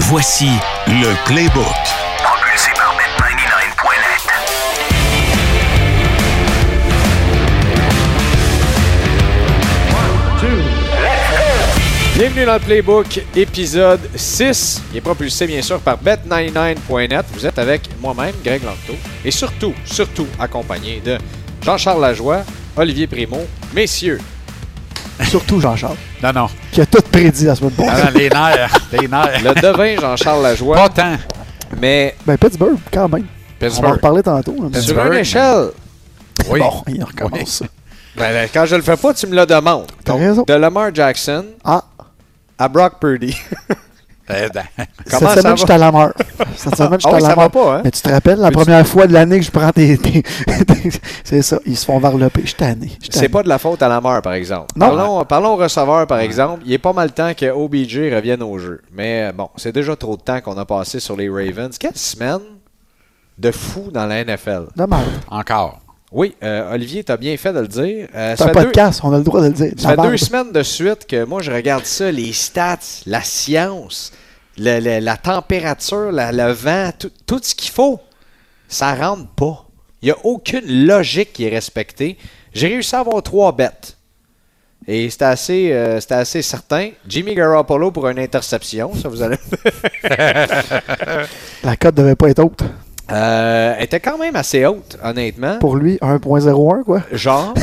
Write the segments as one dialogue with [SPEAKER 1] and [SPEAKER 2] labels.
[SPEAKER 1] Voici le Playbook.
[SPEAKER 2] Propulsé par bet99.net.
[SPEAKER 3] Bienvenue dans le Playbook, épisode 6, qui est propulsé bien sûr par bet99.net. Vous êtes avec moi-même, Greg Lanto, et surtout, surtout accompagné de Jean-Charles Lajoie, Olivier Primo, messieurs.
[SPEAKER 4] Surtout Jean-Charles,
[SPEAKER 5] Non, non.
[SPEAKER 4] qui a tout prédit la semaine
[SPEAKER 5] Non,
[SPEAKER 4] prochaine.
[SPEAKER 5] non, les nerfs. Les nerfs.
[SPEAKER 3] Le devin Jean-Charles
[SPEAKER 5] Pas
[SPEAKER 3] Lajoie,
[SPEAKER 5] tant.
[SPEAKER 3] mais
[SPEAKER 4] Ben, Pittsburgh, quand même. On va en
[SPEAKER 3] Ah. Pittsburgh.
[SPEAKER 4] reparler tantôt. là, mais-
[SPEAKER 3] Sur
[SPEAKER 5] Pittsburgh.
[SPEAKER 3] une échelle,
[SPEAKER 5] Oui.
[SPEAKER 4] Bon, il recommence.
[SPEAKER 3] ben, ben, quand je le fais pas, tu me le demandes.
[SPEAKER 4] T'as raison.
[SPEAKER 3] de Lamar Jackson
[SPEAKER 4] Ah,
[SPEAKER 3] à Brock Purdy.
[SPEAKER 5] Eh ben,
[SPEAKER 3] Comment ça
[SPEAKER 4] cette semaine, j'étais
[SPEAKER 3] va?
[SPEAKER 4] à la mort. Cette semaine,
[SPEAKER 3] Ah
[SPEAKER 4] j'étais
[SPEAKER 3] oui,
[SPEAKER 4] à
[SPEAKER 3] ça
[SPEAKER 4] la
[SPEAKER 3] va
[SPEAKER 4] mort.
[SPEAKER 3] pas, hein?
[SPEAKER 4] Mais tu te rappelles, la
[SPEAKER 3] Mais tu-
[SPEAKER 4] première fois de l'année que je prends tes. tes- tes- C'est ça, ils se font varloper. Je suis tanné. je suis tanné.
[SPEAKER 3] C'est pas de la faute à Lamar, par exemple.
[SPEAKER 4] Non.
[SPEAKER 3] Parlons, parlons au receveur, par exemple. Il est pas mal temps que OBJ revienne au jeu. Mais euh, bon, c'est déjà trop de temps qu'on a passé sur les Ravens. Quelle semaine de fou dans la NFL.
[SPEAKER 4] De merde.
[SPEAKER 5] encore.
[SPEAKER 3] Oui, euh, Olivier, t'as bien fait de le dire. Euh,
[SPEAKER 4] C'est un
[SPEAKER 3] ça fait deux-
[SPEAKER 4] podcast, on a le droit de le dire. De
[SPEAKER 3] ça
[SPEAKER 4] la
[SPEAKER 3] fait deux
[SPEAKER 4] merde.
[SPEAKER 3] semaines de suite que moi, je regarde ça, les stats, la science, le- le- la température, la- le vent, tout, tout ce qu'il faut. Ça rentre pas. Il n'y a aucune logique qui est respectée. J'ai réussi à avoir trois bêtes. Et c'était assez, euh, c'était assez certain. Jimmy Garoppolo pour une interception, ça vous allez.
[SPEAKER 4] La cote devait pas être haute.
[SPEAKER 3] Euh, elle était quand même assez haute, honnêtement.
[SPEAKER 4] Pour lui, 1.01, quoi.
[SPEAKER 3] Genre.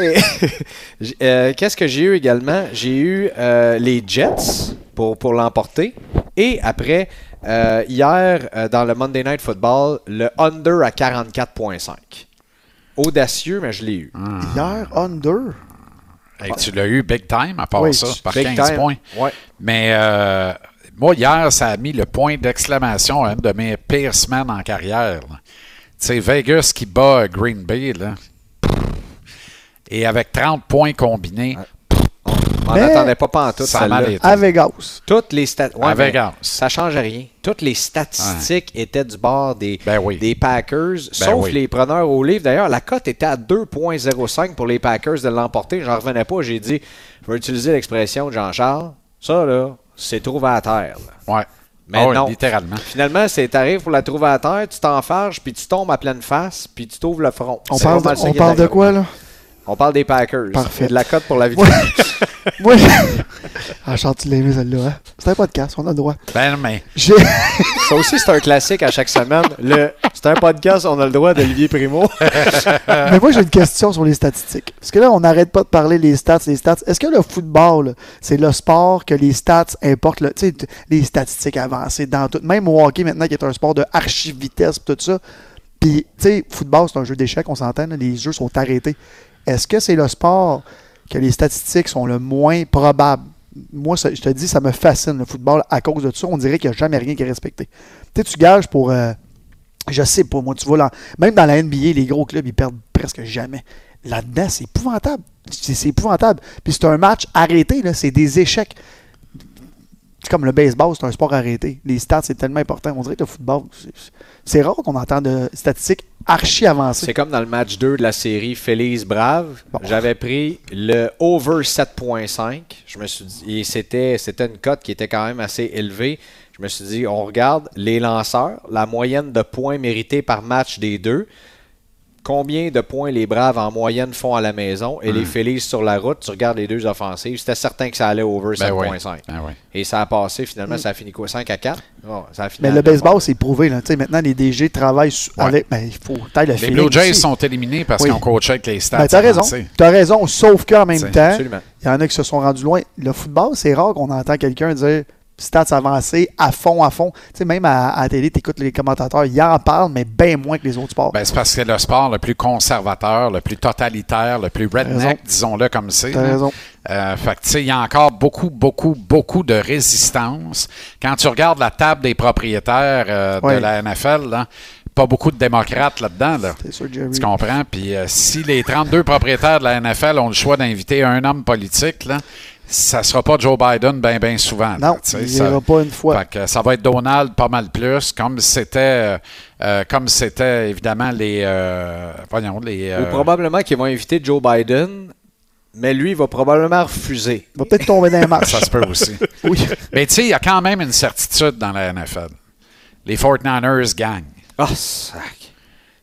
[SPEAKER 3] Et, j- euh, Qu'est-ce que j'ai eu également? J'ai eu euh, les Jets pour, pour l'emporter. Et après, euh, hier, euh, dans le Monday Night Football, le under à 44.5. Audacieux, mais je l'ai eu.
[SPEAKER 5] Mmh,
[SPEAKER 4] Hier, under.
[SPEAKER 5] Hey, tu l'as eu big time à part
[SPEAKER 4] Oui,
[SPEAKER 5] ça, par
[SPEAKER 3] Big
[SPEAKER 5] 15
[SPEAKER 3] time.
[SPEAKER 5] points.
[SPEAKER 3] Ouais.
[SPEAKER 5] Mais euh, moi, hier, ça a mis le point d'exclamation à une de mes pires semaines en carrière. là. Tu sais, Vegas qui bat euh, Green Bay, là. Et avec 30 points combinés,
[SPEAKER 3] On m'en
[SPEAKER 4] Mais-
[SPEAKER 3] attendait pas pas en tout.
[SPEAKER 5] ça a mal été.
[SPEAKER 4] À Vegas.
[SPEAKER 3] Toutes les stat- ouais,
[SPEAKER 5] À
[SPEAKER 3] mais
[SPEAKER 5] Vegas.
[SPEAKER 3] Ça change rien. Toutes les statistiques étaient du bord des,
[SPEAKER 5] Ben oui. Ben
[SPEAKER 3] des Packers, sauf
[SPEAKER 5] oui.
[SPEAKER 3] les preneurs au livre. D'ailleurs, la cote était à 2,05 pour les Packers de l'emporter. J'en revenais pas. J'ai dit, je vais utiliser l'expression de Jean-Charles. Ça, là, c'est trouvé à terre. là.
[SPEAKER 5] Ouais.
[SPEAKER 3] Mais
[SPEAKER 5] Ah ouais,
[SPEAKER 3] non.
[SPEAKER 5] littéralement.
[SPEAKER 3] Finalement, c'est t'arrives pour la trouver à terre, tu t'enfarges, puis tu tombes à pleine face, puis tu t'ouvres le front.
[SPEAKER 4] On
[SPEAKER 3] C'est
[SPEAKER 4] parle,
[SPEAKER 3] pas mal ça
[SPEAKER 4] on
[SPEAKER 3] qui est
[SPEAKER 4] parle de
[SPEAKER 3] arrivé.
[SPEAKER 4] quoi, là?
[SPEAKER 3] On parle des Packers.
[SPEAKER 4] Parfait.
[SPEAKER 3] Et de la cote pour la victoire.
[SPEAKER 4] Moi, moi Ah, Charles, tu l'as aimé, celle-là. hein? C'est un podcast, on a le droit.
[SPEAKER 5] Ben, mais
[SPEAKER 4] J'ai...
[SPEAKER 3] Ça aussi, c'est un classique à chaque semaine. Le, c'est un podcast, on a le droit d'Olivier Primo.
[SPEAKER 4] Mais moi, j'ai une question sur les statistiques. Parce que là, on n'arrête pas de parler les stats, les stats. Est-ce que le football, là, c'est le sport que les stats importent, le- tu sais, t- les statistiques avancées dans tout. Même au hockey maintenant, qui est un sport de archi-vitesse, pis tout ça. Puis, tu sais, football, c'est un jeu d'échecs, on s'entend, là, les jeux sont arrêtés. Est-ce que c'est le sport que les statistiques sont le moins probable? Moi, ça- je te dis, ça me fascine le football à cause de ça. On dirait qu'il n'y a jamais rien qui est respecté. Tu sais, tu gages pour. euh, je sais pas, moi, tu vois, là, même dans la NBA, les gros clubs, ils perdent presque jamais. Là-dedans, c'est épouvantable. C'est c'est épouvantable. Puis c'est un match arrêté, là, c'est des échecs. C'est comme le baseball, c'est un sport arrêté. Les stats, c'est tellement important. On dirait que le football, c'est- c'est rare qu'on entende de statistiques archi
[SPEAKER 3] C'est
[SPEAKER 4] avancées.
[SPEAKER 3] comme dans le match 2 de la série Félix Brave.
[SPEAKER 4] Bon.
[SPEAKER 3] J'avais pris le over 7.5. Je me suis dit, et c'était, c'était une cote qui était quand même assez élevée. Je me suis dit, on regarde les lanceurs, la moyenne de points mérités par match des deux. Combien de points les Braves en moyenne font à la maison et les Félix sur la route, tu regardes les deux offensives. C'était certain que ça allait over
[SPEAKER 5] Ben oui.
[SPEAKER 3] 7.5.
[SPEAKER 5] Ben oui.
[SPEAKER 3] Et ça a passé finalement, ça a fini quoi 5 à 4 Bon, ça a fini
[SPEAKER 4] Mm. Mais
[SPEAKER 3] à
[SPEAKER 4] le
[SPEAKER 3] deux
[SPEAKER 4] baseball,
[SPEAKER 3] points.
[SPEAKER 4] c'est prouvé. Là. Tu sais, Maintenant, les DG travaillent su-
[SPEAKER 5] Ouais.
[SPEAKER 4] avec. Ben, il faut. t'as le
[SPEAKER 5] les
[SPEAKER 4] feeling
[SPEAKER 5] Blue Jays
[SPEAKER 4] aussi.
[SPEAKER 5] sont éliminés parce
[SPEAKER 4] Oui.
[SPEAKER 5] qu'on coachait avec les stats.
[SPEAKER 4] Ben, t'as raison.
[SPEAKER 5] avancées.
[SPEAKER 4] T'as raison, sauf qu'en même
[SPEAKER 5] C'est-
[SPEAKER 4] temps,
[SPEAKER 3] absolument.
[SPEAKER 4] il y en a qui se sont rendus loin. Le football, c'est rare qu'on entend quelqu'un dire stats avancées à fond, à fond. Tu sais, même à, à la télé, t'écoutes les commentateurs, ils en parlent, mais bien moins que les autres sports.
[SPEAKER 5] Ben, c'est parce que c'est le sport le plus conservateur, le plus totalitaire, le plus
[SPEAKER 4] raison.
[SPEAKER 5] redneck, disons-le comme c'est.
[SPEAKER 4] T'as
[SPEAKER 5] là.
[SPEAKER 4] raison.
[SPEAKER 5] Euh, fait que, tu sais, il y a encore beaucoup, beaucoup, beaucoup de résistance. Quand tu regardes la table des propriétaires euh,
[SPEAKER 4] Ouais.
[SPEAKER 5] de la NFL, là, pas beaucoup de démocrates là-dedans. Là.
[SPEAKER 4] c'est sûr, Jerry.
[SPEAKER 5] Tu comprends? Puis euh, si les 32 propriétaires de la NFL ont le choix d'inviter un homme politique, là, ça sera pas Joe Biden bien, bien souvent. là,
[SPEAKER 4] Non,
[SPEAKER 5] tu sais,
[SPEAKER 4] il
[SPEAKER 5] ça-
[SPEAKER 4] ira pas une fois.
[SPEAKER 5] fait que ça va être Donald pas mal plus, comme c'était, euh, euh, comme c'était évidemment les, euh, voyons, les,
[SPEAKER 3] Ou
[SPEAKER 5] euh,
[SPEAKER 3] probablement qu'ils vont inviter Joe Biden mais lui, il va probablement refuser.
[SPEAKER 4] Il va peut-être tomber dans un match.
[SPEAKER 5] Ça se peut aussi.
[SPEAKER 4] Oui.
[SPEAKER 5] Mais tu sais, il y a quand même une certitude dans la NFL. Les 49ers gagnent.
[SPEAKER 3] Ah, sac!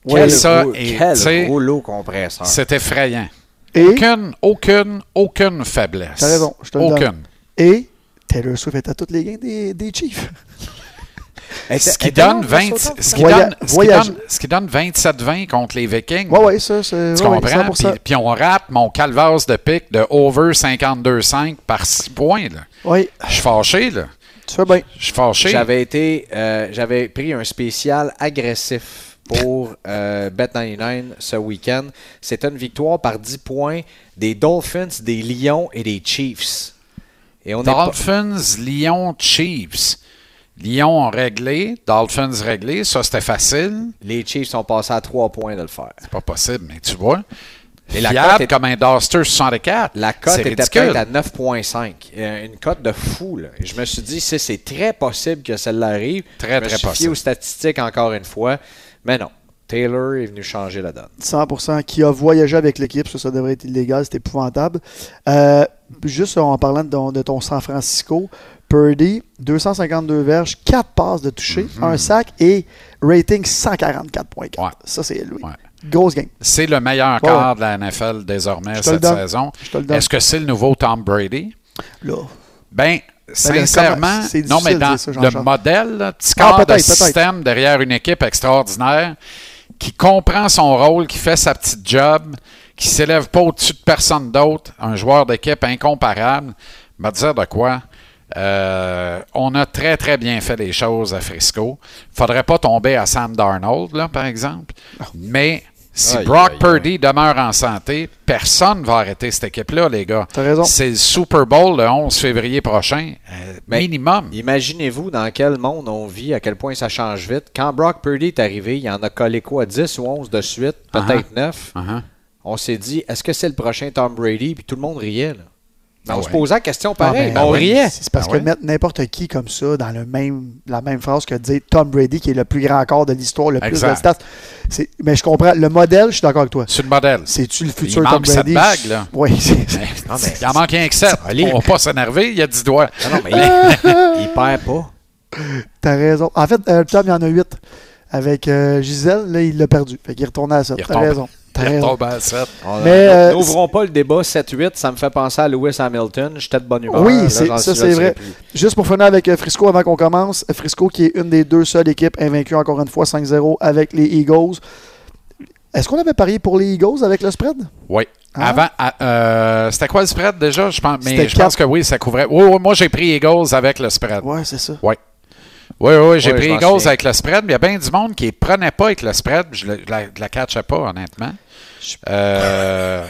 [SPEAKER 5] Quel ça
[SPEAKER 3] rouleau-
[SPEAKER 5] est-
[SPEAKER 3] quel
[SPEAKER 5] tu sais,
[SPEAKER 3] rouleau compresseur.
[SPEAKER 5] C'est effrayant.
[SPEAKER 4] Et,
[SPEAKER 5] Aucune, aucune, aucune faiblesse.
[SPEAKER 4] T'as raison, je te le donne.
[SPEAKER 5] Aucune.
[SPEAKER 4] et Taylor Swift est à toutes les gains des, des Chiefs.
[SPEAKER 5] Ce qui donne 20 ce qui
[SPEAKER 4] Voya-
[SPEAKER 5] donne- ce qui
[SPEAKER 4] voyage-
[SPEAKER 5] donne- ce qui donne 27-20 contre les Vikings.
[SPEAKER 4] Ouais, ouais, ça, c'est.
[SPEAKER 5] Tu
[SPEAKER 4] ouais, ouais,
[SPEAKER 5] comprends?
[SPEAKER 4] 100%.
[SPEAKER 5] Puis, puis on rate mon calvasse de pic de over 52-5 par 6 points. là.
[SPEAKER 4] Oui,
[SPEAKER 5] Ah, Je suis fâché, là.
[SPEAKER 4] tu fais bien.
[SPEAKER 5] Je suis fâché.
[SPEAKER 3] J'avais été, euh, j'avais pris un spécial agressif pour euh, Bet99 ce week-end. C'était une victoire par 10 points des Dolphins, des Lions et des Chiefs. Et on est pas-
[SPEAKER 5] Dolphins, Lyon, Chiefs. Lyon ont réglé, Dolphins réglé. Ça, c'était facile.
[SPEAKER 3] les Chiefs sont passés à 3 points de le faire.
[SPEAKER 5] C'est pas possible, mais tu vois.
[SPEAKER 3] Et la
[SPEAKER 5] Fiable
[SPEAKER 3] cote est-
[SPEAKER 5] comme un Duster 64.
[SPEAKER 3] La cote
[SPEAKER 5] C'est
[SPEAKER 3] était
[SPEAKER 5] ridicule.
[SPEAKER 3] peut-être à 9.5. Euh, Une cote de fou. Là. Et Je me suis dit, c'est- c'est très possible que celle-là arrive.
[SPEAKER 5] Très,
[SPEAKER 3] Je me
[SPEAKER 5] très
[SPEAKER 3] suis fié
[SPEAKER 5] possible.
[SPEAKER 3] aux statistiques encore une fois. Mais non, Taylor est venu changer la donne.
[SPEAKER 4] 100% qui a voyagé avec l'équipe, ça, ça devrait être illégal, c'est épouvantable. Euh, juste en parlant de ton, de ton San Francisco, Purdy, 252 verges, 4 passes de toucher, un sac et rating 144.4.
[SPEAKER 5] Mm-hmm. Ouais.
[SPEAKER 4] Ça, c'est élevé.
[SPEAKER 5] Ouais.
[SPEAKER 4] Grosse game.
[SPEAKER 5] C'est le meilleur
[SPEAKER 4] Ouais,
[SPEAKER 5] quart de la NFL désormais
[SPEAKER 4] Je te le
[SPEAKER 5] cette
[SPEAKER 4] donne.
[SPEAKER 5] saison.
[SPEAKER 4] Je te le donne.
[SPEAKER 5] Est-ce que c'est le nouveau Tom Brady?
[SPEAKER 4] Là.
[SPEAKER 5] Ben, sincèrement,
[SPEAKER 4] c'est difficile
[SPEAKER 5] non, mais
[SPEAKER 4] de
[SPEAKER 5] dans
[SPEAKER 4] dire ça,
[SPEAKER 5] le
[SPEAKER 4] Jean-Charles.
[SPEAKER 5] modèle, là, petit
[SPEAKER 4] Ah,
[SPEAKER 5] corps de
[SPEAKER 4] peut-être, peut-être.
[SPEAKER 5] système derrière une équipe extraordinaire qui comprend son rôle, qui fait sa petite job, qui s'élève pas au-dessus de personne d'autre, un joueur d'équipe incomparable, va dire de quoi? Euh, on a très, très bien fait les choses à Frisco. Faudrait pas tomber à Sam Darnold, là, par exemple. Mais si
[SPEAKER 3] Aïe,
[SPEAKER 5] Brock
[SPEAKER 3] aïe, aïe.
[SPEAKER 5] Purdy demeure en santé, personne va arrêter cette équipe-là, les gars.
[SPEAKER 4] T'as raison.
[SPEAKER 5] C'est le Super Bowl le 11 février prochain, euh,
[SPEAKER 3] Mais-
[SPEAKER 5] minimum.
[SPEAKER 3] Imaginez-vous dans quel monde on vit, à quel point ça change vite. Quand Brock Purdy est arrivé, il en a collé quoi, 10 ou 11 de suite,
[SPEAKER 5] Ah,
[SPEAKER 3] peut-être 9.
[SPEAKER 5] Uh-huh.
[SPEAKER 3] On s'est dit, est-ce que c'est le prochain Tom Brady? Puis tout le monde riait. Là. Mais
[SPEAKER 5] Ah
[SPEAKER 3] on se
[SPEAKER 5] ouais.
[SPEAKER 3] posait la question
[SPEAKER 4] Ah,
[SPEAKER 3] pareil.
[SPEAKER 4] ben,
[SPEAKER 3] mais on
[SPEAKER 4] ouais,
[SPEAKER 3] riait.
[SPEAKER 4] mais C'est parce
[SPEAKER 5] Ah
[SPEAKER 4] que
[SPEAKER 5] ouais?
[SPEAKER 4] mettre n'importe qui comme ça dans le même, la même phrase que de dire Tom Brady, qui est le plus grand corps de l'histoire, le plus
[SPEAKER 5] Exact.
[SPEAKER 4] de stats. c'est- Mais je comprends. Le modèle, je suis d'accord avec toi.
[SPEAKER 5] C'est le modèle.
[SPEAKER 4] C'est-tu le futur Tom
[SPEAKER 5] manque
[SPEAKER 4] Brady?
[SPEAKER 5] cette bague, là.
[SPEAKER 4] Oui, c'est-
[SPEAKER 5] Mais-
[SPEAKER 3] Non, mais-
[SPEAKER 5] Il en manque un que sept.
[SPEAKER 3] Allez.
[SPEAKER 5] On va pas s'énerver, il y a 10 doigts.
[SPEAKER 3] Non, non, mais il, il perd pas.
[SPEAKER 4] T'as raison. En fait, euh, Tom, il y en a 8. Avec euh, Gisèle, là, il l'a perdu. Fait qu'il est retourné à ça.
[SPEAKER 5] Il
[SPEAKER 4] T'as
[SPEAKER 5] retombe.
[SPEAKER 4] raison. T'as
[SPEAKER 5] Il
[SPEAKER 4] raison.
[SPEAKER 5] retombe à sept.
[SPEAKER 3] On-
[SPEAKER 4] Mais,
[SPEAKER 3] on-
[SPEAKER 4] euh,
[SPEAKER 3] Ah, N'ouvrons pas le débat 7-8. Ça me fait penser à Lewis Hamilton. J'étais de bonne humeur.
[SPEAKER 4] Oui,
[SPEAKER 3] Là,
[SPEAKER 4] c'est-
[SPEAKER 3] j'en
[SPEAKER 4] ça
[SPEAKER 3] suis- j'en
[SPEAKER 4] c'est vrai.
[SPEAKER 3] serais plus.
[SPEAKER 4] Juste pour finir avec euh, Frisco avant qu'on commence, Frisco qui est une des deux seules équipes invaincues encore une fois 5-0 avec les Eagles. Est-ce qu'on avait parié pour les Eagles avec le spread?
[SPEAKER 5] Oui.
[SPEAKER 4] Ah.
[SPEAKER 5] Avant, à- euh, c'était quoi le spread déjà? Je pense, mais
[SPEAKER 4] C'était
[SPEAKER 5] je pense
[SPEAKER 4] quatre.
[SPEAKER 5] que oui, ça couvrait. Oui, oui, moi j'ai pris Eagles avec le spread.
[SPEAKER 4] Ouais, c'est ça.
[SPEAKER 5] Oui. Oui, oui, j'ai
[SPEAKER 3] Ouais,
[SPEAKER 5] pris
[SPEAKER 3] je m'en
[SPEAKER 5] Eagles
[SPEAKER 3] souviens.
[SPEAKER 5] avec le spread, mais il y a bien du monde qui ne prenait pas avec le spread. puis Je ne la, je la catchais pas, honnêtement. Euh,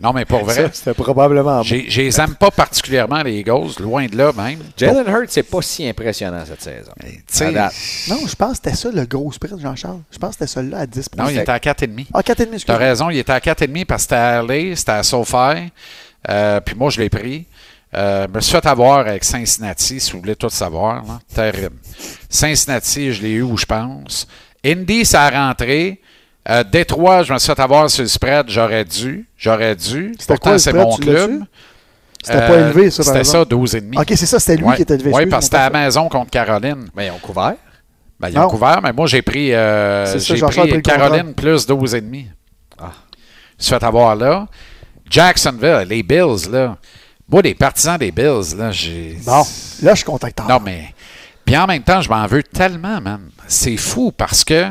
[SPEAKER 5] non, mais pour vrai,
[SPEAKER 4] c'était probablement
[SPEAKER 5] j'ai- je les aime pas particulièrement, les Eagles, loin de là même.
[SPEAKER 3] Jalen Hurts, c'est pas si impressionnant cette saison.
[SPEAKER 5] Tu
[SPEAKER 3] À
[SPEAKER 5] sais,
[SPEAKER 3] date.
[SPEAKER 4] Non, je pense que c'était ça le gros spread, Jean-Charles. Je pense que c'était celui-là à 10
[SPEAKER 5] non, il était à 4,5.
[SPEAKER 4] Ah, 4,5, excuse.
[SPEAKER 5] T'as raison, il était à 4,5 parce que c'était à LA, c'était à SoFi. Euh, puis moi, je l'ai pris. Euh, je me suis fait avoir avec Cincinnati, si vous voulez tout savoir. là. Terrible. Cincinnati, je l'ai eu où je pense. Indy, ça a rentré. Euh, Détroit, je me suis fait avoir sur le spread. J'aurais dû. J'aurais dû.
[SPEAKER 4] C'était quoi
[SPEAKER 5] Pourtant,
[SPEAKER 4] le
[SPEAKER 5] c'est
[SPEAKER 4] spread,
[SPEAKER 5] mon
[SPEAKER 4] tu l'as-tu?
[SPEAKER 5] club.
[SPEAKER 4] C'était pas
[SPEAKER 5] Euh,
[SPEAKER 4] élevé, ça, par
[SPEAKER 5] C'était ça,
[SPEAKER 4] exemple.
[SPEAKER 5] 12,5.
[SPEAKER 4] Ok, c'est ça, c'était lui
[SPEAKER 5] Ouais.
[SPEAKER 4] qui était élevé.
[SPEAKER 5] Oui,
[SPEAKER 4] Excuse,
[SPEAKER 5] parce que c'était
[SPEAKER 4] mon
[SPEAKER 5] à la
[SPEAKER 4] père.
[SPEAKER 5] maison contre Caroline.
[SPEAKER 3] Mais ils ont couvert.
[SPEAKER 5] Ben, ils ont
[SPEAKER 4] Non.
[SPEAKER 5] couvert, mais moi, j'ai pris, euh,
[SPEAKER 4] C'est ça,
[SPEAKER 5] j'ai
[SPEAKER 4] Jean-Charles a
[SPEAKER 5] pris
[SPEAKER 4] pris le
[SPEAKER 5] Caroline plus 12,5.
[SPEAKER 3] Ah.
[SPEAKER 5] Je suis fait avoir là. Jacksonville, les Bills, là. Moi, des partisans des Bills, là, j'ai.
[SPEAKER 4] Bon, là, je suis content. que t'en
[SPEAKER 5] Non, mais. Puis en même temps, je m'en veux tellement, man. C'est fou parce que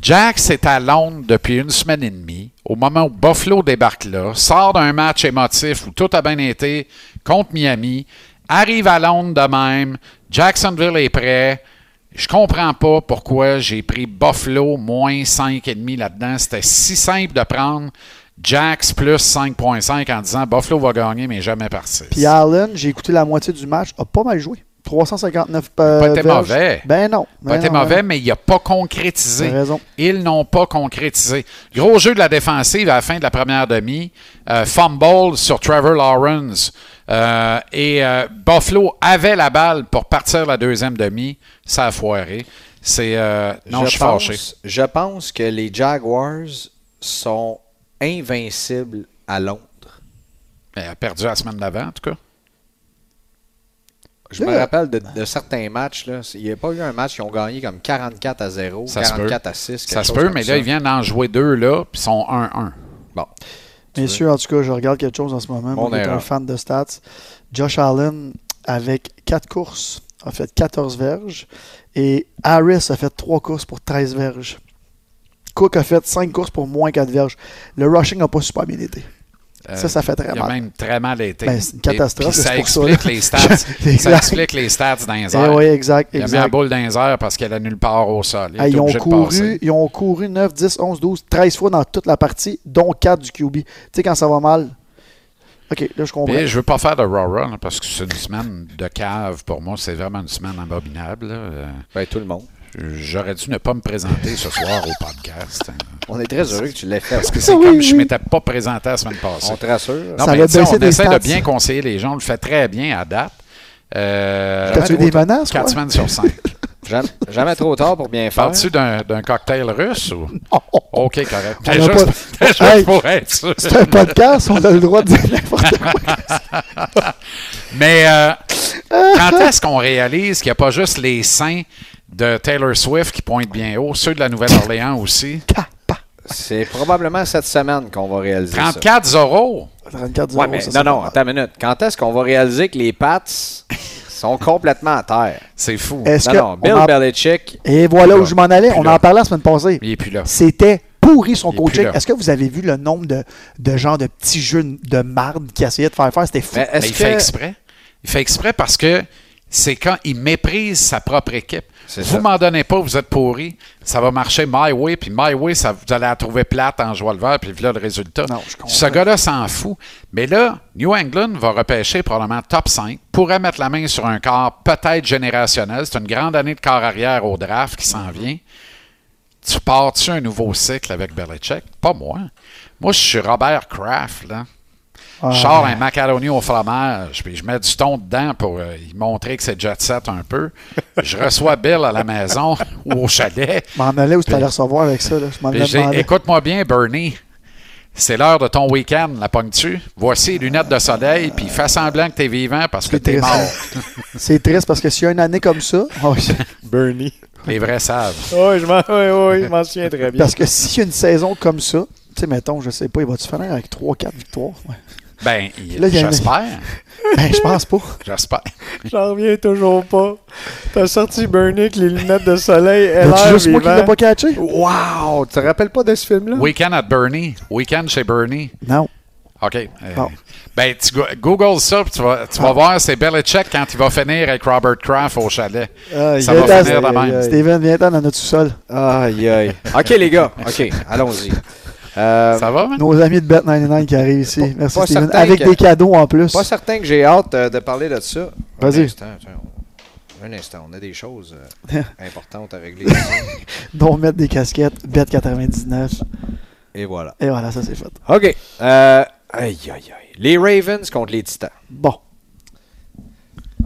[SPEAKER 5] Jack est à Londres depuis une semaine et demie. Au moment où Buffalo débarque là, sort d'un match émotif où tout a bien été contre Miami, arrive à Londres de même. Jacksonville est prêt. Je comprends pas pourquoi j'ai pris Buffalo moins 5,5 là-dedans. C'était si simple de prendre Jax plus 5,5 en disant Buffalo va gagner, mais jamais par 6.
[SPEAKER 4] Puis Allen, j'ai écouté la moitié du match, a pas mal joué. 359 euh,
[SPEAKER 5] Pas été
[SPEAKER 4] verges.
[SPEAKER 5] mauvais.
[SPEAKER 4] Ben non.
[SPEAKER 5] pas
[SPEAKER 4] ben
[SPEAKER 5] été
[SPEAKER 4] non, ben
[SPEAKER 5] mauvais,
[SPEAKER 4] non.
[SPEAKER 5] mais il n'a pas concrétisé.
[SPEAKER 4] T'as raison.
[SPEAKER 5] Ils n'ont pas concrétisé. Gros jeu de la défensive à la fin de la première demi. Euh, fumble sur Trevor Lawrence. Euh, et euh, Buffalo avait la balle pour partir la deuxième demi. Ça a foiré. C'est. euh, non, je suis
[SPEAKER 3] pense,
[SPEAKER 5] fâché.
[SPEAKER 3] Je pense que les Jaguars sont invincibles à Londres.
[SPEAKER 5] Elle a perdu la semaine d'avant, en tout cas.
[SPEAKER 3] Je me
[SPEAKER 4] Là.
[SPEAKER 3] rappelle de, de certains matchs. Là, il n'y a pas eu un match qui ont gagné comme 44 à 0,
[SPEAKER 5] Ça se peut.
[SPEAKER 3] 44 à 6.
[SPEAKER 5] Ça se peut, mais là, ils viennent d'en jouer deux, là, puis ils sont 1-1.
[SPEAKER 3] Bon.
[SPEAKER 4] Messieurs, en tout cas, je regarde quelque chose en ce moment.
[SPEAKER 3] Mon
[SPEAKER 4] Moi, qui est un
[SPEAKER 3] erreur.
[SPEAKER 4] fan de stats. Josh Allen, avec 4 courses, a fait 14 verges. Et Harris a fait 3 courses pour 13 verges. Cook a fait 5 courses pour moins 4 verges. Le rushing n'a pas super bien été.
[SPEAKER 5] Euh,
[SPEAKER 4] ça, ça fait très
[SPEAKER 5] Il a
[SPEAKER 4] mal.
[SPEAKER 5] même très mal été.
[SPEAKER 4] Ben, c'est une
[SPEAKER 5] Et-
[SPEAKER 4] catastrophe,
[SPEAKER 5] puis
[SPEAKER 4] c'est
[SPEAKER 5] ça
[SPEAKER 4] pour ça,
[SPEAKER 5] explique
[SPEAKER 4] là.
[SPEAKER 5] les stats.
[SPEAKER 4] Exact.
[SPEAKER 5] ça explique les stats dans les
[SPEAKER 4] Eh
[SPEAKER 5] airs.
[SPEAKER 4] oui, exact,
[SPEAKER 5] il a mis la
[SPEAKER 4] exact.
[SPEAKER 5] boule dans les airs parce qu'elle a nulle part au sol. Il
[SPEAKER 4] Ah,
[SPEAKER 5] était
[SPEAKER 4] ils, ont
[SPEAKER 5] obligé de
[SPEAKER 4] couru,
[SPEAKER 5] passer.
[SPEAKER 4] ils ont couru 9, 10, 11, 12, 13 fois dans toute la partie, dont 4 du QB. Tu sais, quand ça va mal. Ok, là, je comprends.
[SPEAKER 5] Puis, je veux pas faire de raw run parce que c'est une semaine de cave pour moi. C'est vraiment une semaine abominable. là. Euh,
[SPEAKER 3] Ben, tout le monde.
[SPEAKER 5] J'aurais dû ne pas me présenter ce soir au podcast.
[SPEAKER 3] On est très heureux que tu l'aies fait.
[SPEAKER 5] Parce que c'est
[SPEAKER 4] Ah Oui,
[SPEAKER 5] comme je
[SPEAKER 4] oui.
[SPEAKER 5] m'étais pas présenté la semaine passée.
[SPEAKER 3] On te rassure.
[SPEAKER 5] Non,
[SPEAKER 4] Ça
[SPEAKER 5] mais
[SPEAKER 4] va
[SPEAKER 5] tu sais,
[SPEAKER 4] baisser
[SPEAKER 5] on
[SPEAKER 4] tes
[SPEAKER 5] essaie
[SPEAKER 4] stats.
[SPEAKER 5] de bien conseiller les gens. On le fait très bien à date. Euh,
[SPEAKER 4] T'as-tu eu des menaces,
[SPEAKER 5] Quatre
[SPEAKER 4] quoi? Ah
[SPEAKER 5] semaines sur cinq.
[SPEAKER 3] Jamais, jamais trop tard pour bien faire.
[SPEAKER 5] Parles-tu d'un d'un cocktail russe ou?
[SPEAKER 4] Oh,
[SPEAKER 5] OK, correct.
[SPEAKER 4] On
[SPEAKER 5] T'es
[SPEAKER 4] n'a
[SPEAKER 5] juste,
[SPEAKER 4] pas-
[SPEAKER 5] t'es juste
[SPEAKER 4] Hey!
[SPEAKER 5] pour être sûr.
[SPEAKER 4] C'est un podcast, on a le droit de dire n'importe quoi.
[SPEAKER 5] Mais euh, quand est-ce qu'on réalise qu'il n'y a pas juste les seins de Taylor Swift qui pointent bien haut, ceux de la Nouvelle-Orléans aussi?
[SPEAKER 3] C'est probablement cette semaine qu'on va réaliser ça.
[SPEAKER 5] 34 euros!
[SPEAKER 4] 34
[SPEAKER 3] Ouais,
[SPEAKER 4] zéro,
[SPEAKER 3] mais
[SPEAKER 4] ça,
[SPEAKER 3] non,
[SPEAKER 4] c'est
[SPEAKER 3] non,
[SPEAKER 4] pas mal.
[SPEAKER 3] attends une minute. Quand est-ce qu'on va réaliser que les Pats sont complètement à terre?
[SPEAKER 5] C'est fou.
[SPEAKER 4] Est-ce
[SPEAKER 3] Non,
[SPEAKER 4] que
[SPEAKER 3] non, Bill
[SPEAKER 4] on en-
[SPEAKER 3] Belichick,
[SPEAKER 4] Et voilà où
[SPEAKER 5] Là.
[SPEAKER 4] je m'en allais.
[SPEAKER 5] Puis
[SPEAKER 4] on
[SPEAKER 5] là.
[SPEAKER 4] en parlait la semaine passée.
[SPEAKER 5] Il n'est plus là.
[SPEAKER 4] C'était pourri son
[SPEAKER 5] Il est plus
[SPEAKER 4] coaching.
[SPEAKER 5] là.
[SPEAKER 4] Est-ce que vous avez vu le nombre de, de gens de petits jeux de marde qui essayaient de faire faire? C'était fou.
[SPEAKER 3] mais
[SPEAKER 5] Mais
[SPEAKER 3] Ben,
[SPEAKER 5] Ben,
[SPEAKER 3] est-ce
[SPEAKER 5] il fait
[SPEAKER 3] que-
[SPEAKER 5] exprès. Il fait exprès parce que c'est quand il méprise sa propre équipe.
[SPEAKER 3] C'est
[SPEAKER 5] Vous
[SPEAKER 3] ça.
[SPEAKER 5] m'en donnez pas, vous êtes pourri. Ça va marcher my way, puis my way, ça, vous allez la trouver plate en jouant le vert, puis voilà le résultat.
[SPEAKER 4] Non, je comprends.
[SPEAKER 5] Ce gars-là s'en fout. Mais là, New England va repêcher probablement top 5, pourrait mettre la main sur un corps peut-être générationnel. C'est une grande année de corps arrière au draft qui s'en vient. Tu pars-tu un nouveau cycle avec Belichick? Pas moi. Moi, je suis Robert Kraft, là.
[SPEAKER 4] Ah.
[SPEAKER 5] Je sors un macaroni au fromage, puis je mets du thon dedans pour euh, y montrer que c'est jet set un peu. Je reçois Bill à la maison ou au chalet.
[SPEAKER 4] Je m'en allais où tu allais recevoir avec ça. là. Je m'en
[SPEAKER 5] Puis
[SPEAKER 4] allais
[SPEAKER 5] je dis,
[SPEAKER 4] demander.
[SPEAKER 5] écoute-moi bien, Bernie. C'est l'heure de ton week-end, la ponctue. Voici les lunettes de soleil, puis fais semblant que t'es vivant parce que
[SPEAKER 4] C'est
[SPEAKER 5] t'es
[SPEAKER 4] triste.
[SPEAKER 5] mort.
[SPEAKER 4] C'est triste parce que s'il y a une année comme ça, oh,
[SPEAKER 3] Bernie.
[SPEAKER 5] Les vrais savent.
[SPEAKER 3] Oui, je m'en oui, oui, je m'en souviens très bien.
[SPEAKER 4] parce que s'il y a une saison comme ça, tu sais, mettons, je sais pas, il va-tu finir avec 3-4 victoires? Ouais.
[SPEAKER 5] Ben, il-
[SPEAKER 4] Là, il y a une-
[SPEAKER 5] j'espère.
[SPEAKER 4] Ben, je pense pas.
[SPEAKER 5] J'espère.
[SPEAKER 6] J'en reviens toujours pas. T'as sorti Bernie avec les lunettes de soleil, elle
[SPEAKER 4] Y'a-tu
[SPEAKER 6] a
[SPEAKER 4] juste moi qui l'ai
[SPEAKER 6] vivant.
[SPEAKER 4] pas catché?
[SPEAKER 3] Wow! Tu te rappelles pas de ce film-là?
[SPEAKER 5] Week-end at Bernie. Week-end chez Bernie.
[SPEAKER 4] Non.
[SPEAKER 5] OK. euh,
[SPEAKER 4] Bon. Ah.
[SPEAKER 5] Ben, tu go- Google ça, puis tu vas, tu vas voir, c'est Belichick quand il va finir avec Robert Kraft au chalet.
[SPEAKER 4] Ah,
[SPEAKER 5] ça
[SPEAKER 4] viens-t'en,
[SPEAKER 5] va finir de
[SPEAKER 3] aïe,
[SPEAKER 5] même.
[SPEAKER 3] aïe, aïe.
[SPEAKER 4] Steven, viens-t'en dans notre sous-sol.
[SPEAKER 3] Aïe, aïe. OK, les gars. OK, allons-y. Euh,
[SPEAKER 5] Ça va? man?
[SPEAKER 4] Nos amis de Bet99 qui arrivent ici. Merci,
[SPEAKER 3] pas
[SPEAKER 4] Steven.
[SPEAKER 3] certain
[SPEAKER 4] Avec
[SPEAKER 3] que-
[SPEAKER 4] des cadeaux en plus.
[SPEAKER 3] pas certain que j'ai hâte euh, de parler de ça.
[SPEAKER 4] Vas-y.
[SPEAKER 3] Un instant, attends, on- un instant. On a des choses euh, importantes à régler.
[SPEAKER 4] dont mettre des casquettes, Bet99.
[SPEAKER 3] Et voilà.
[SPEAKER 4] Et voilà, ça c'est fait.
[SPEAKER 3] OK. Euh, aïe, aïe, aïe. Les Ravens contre les Titans.
[SPEAKER 4] Bon.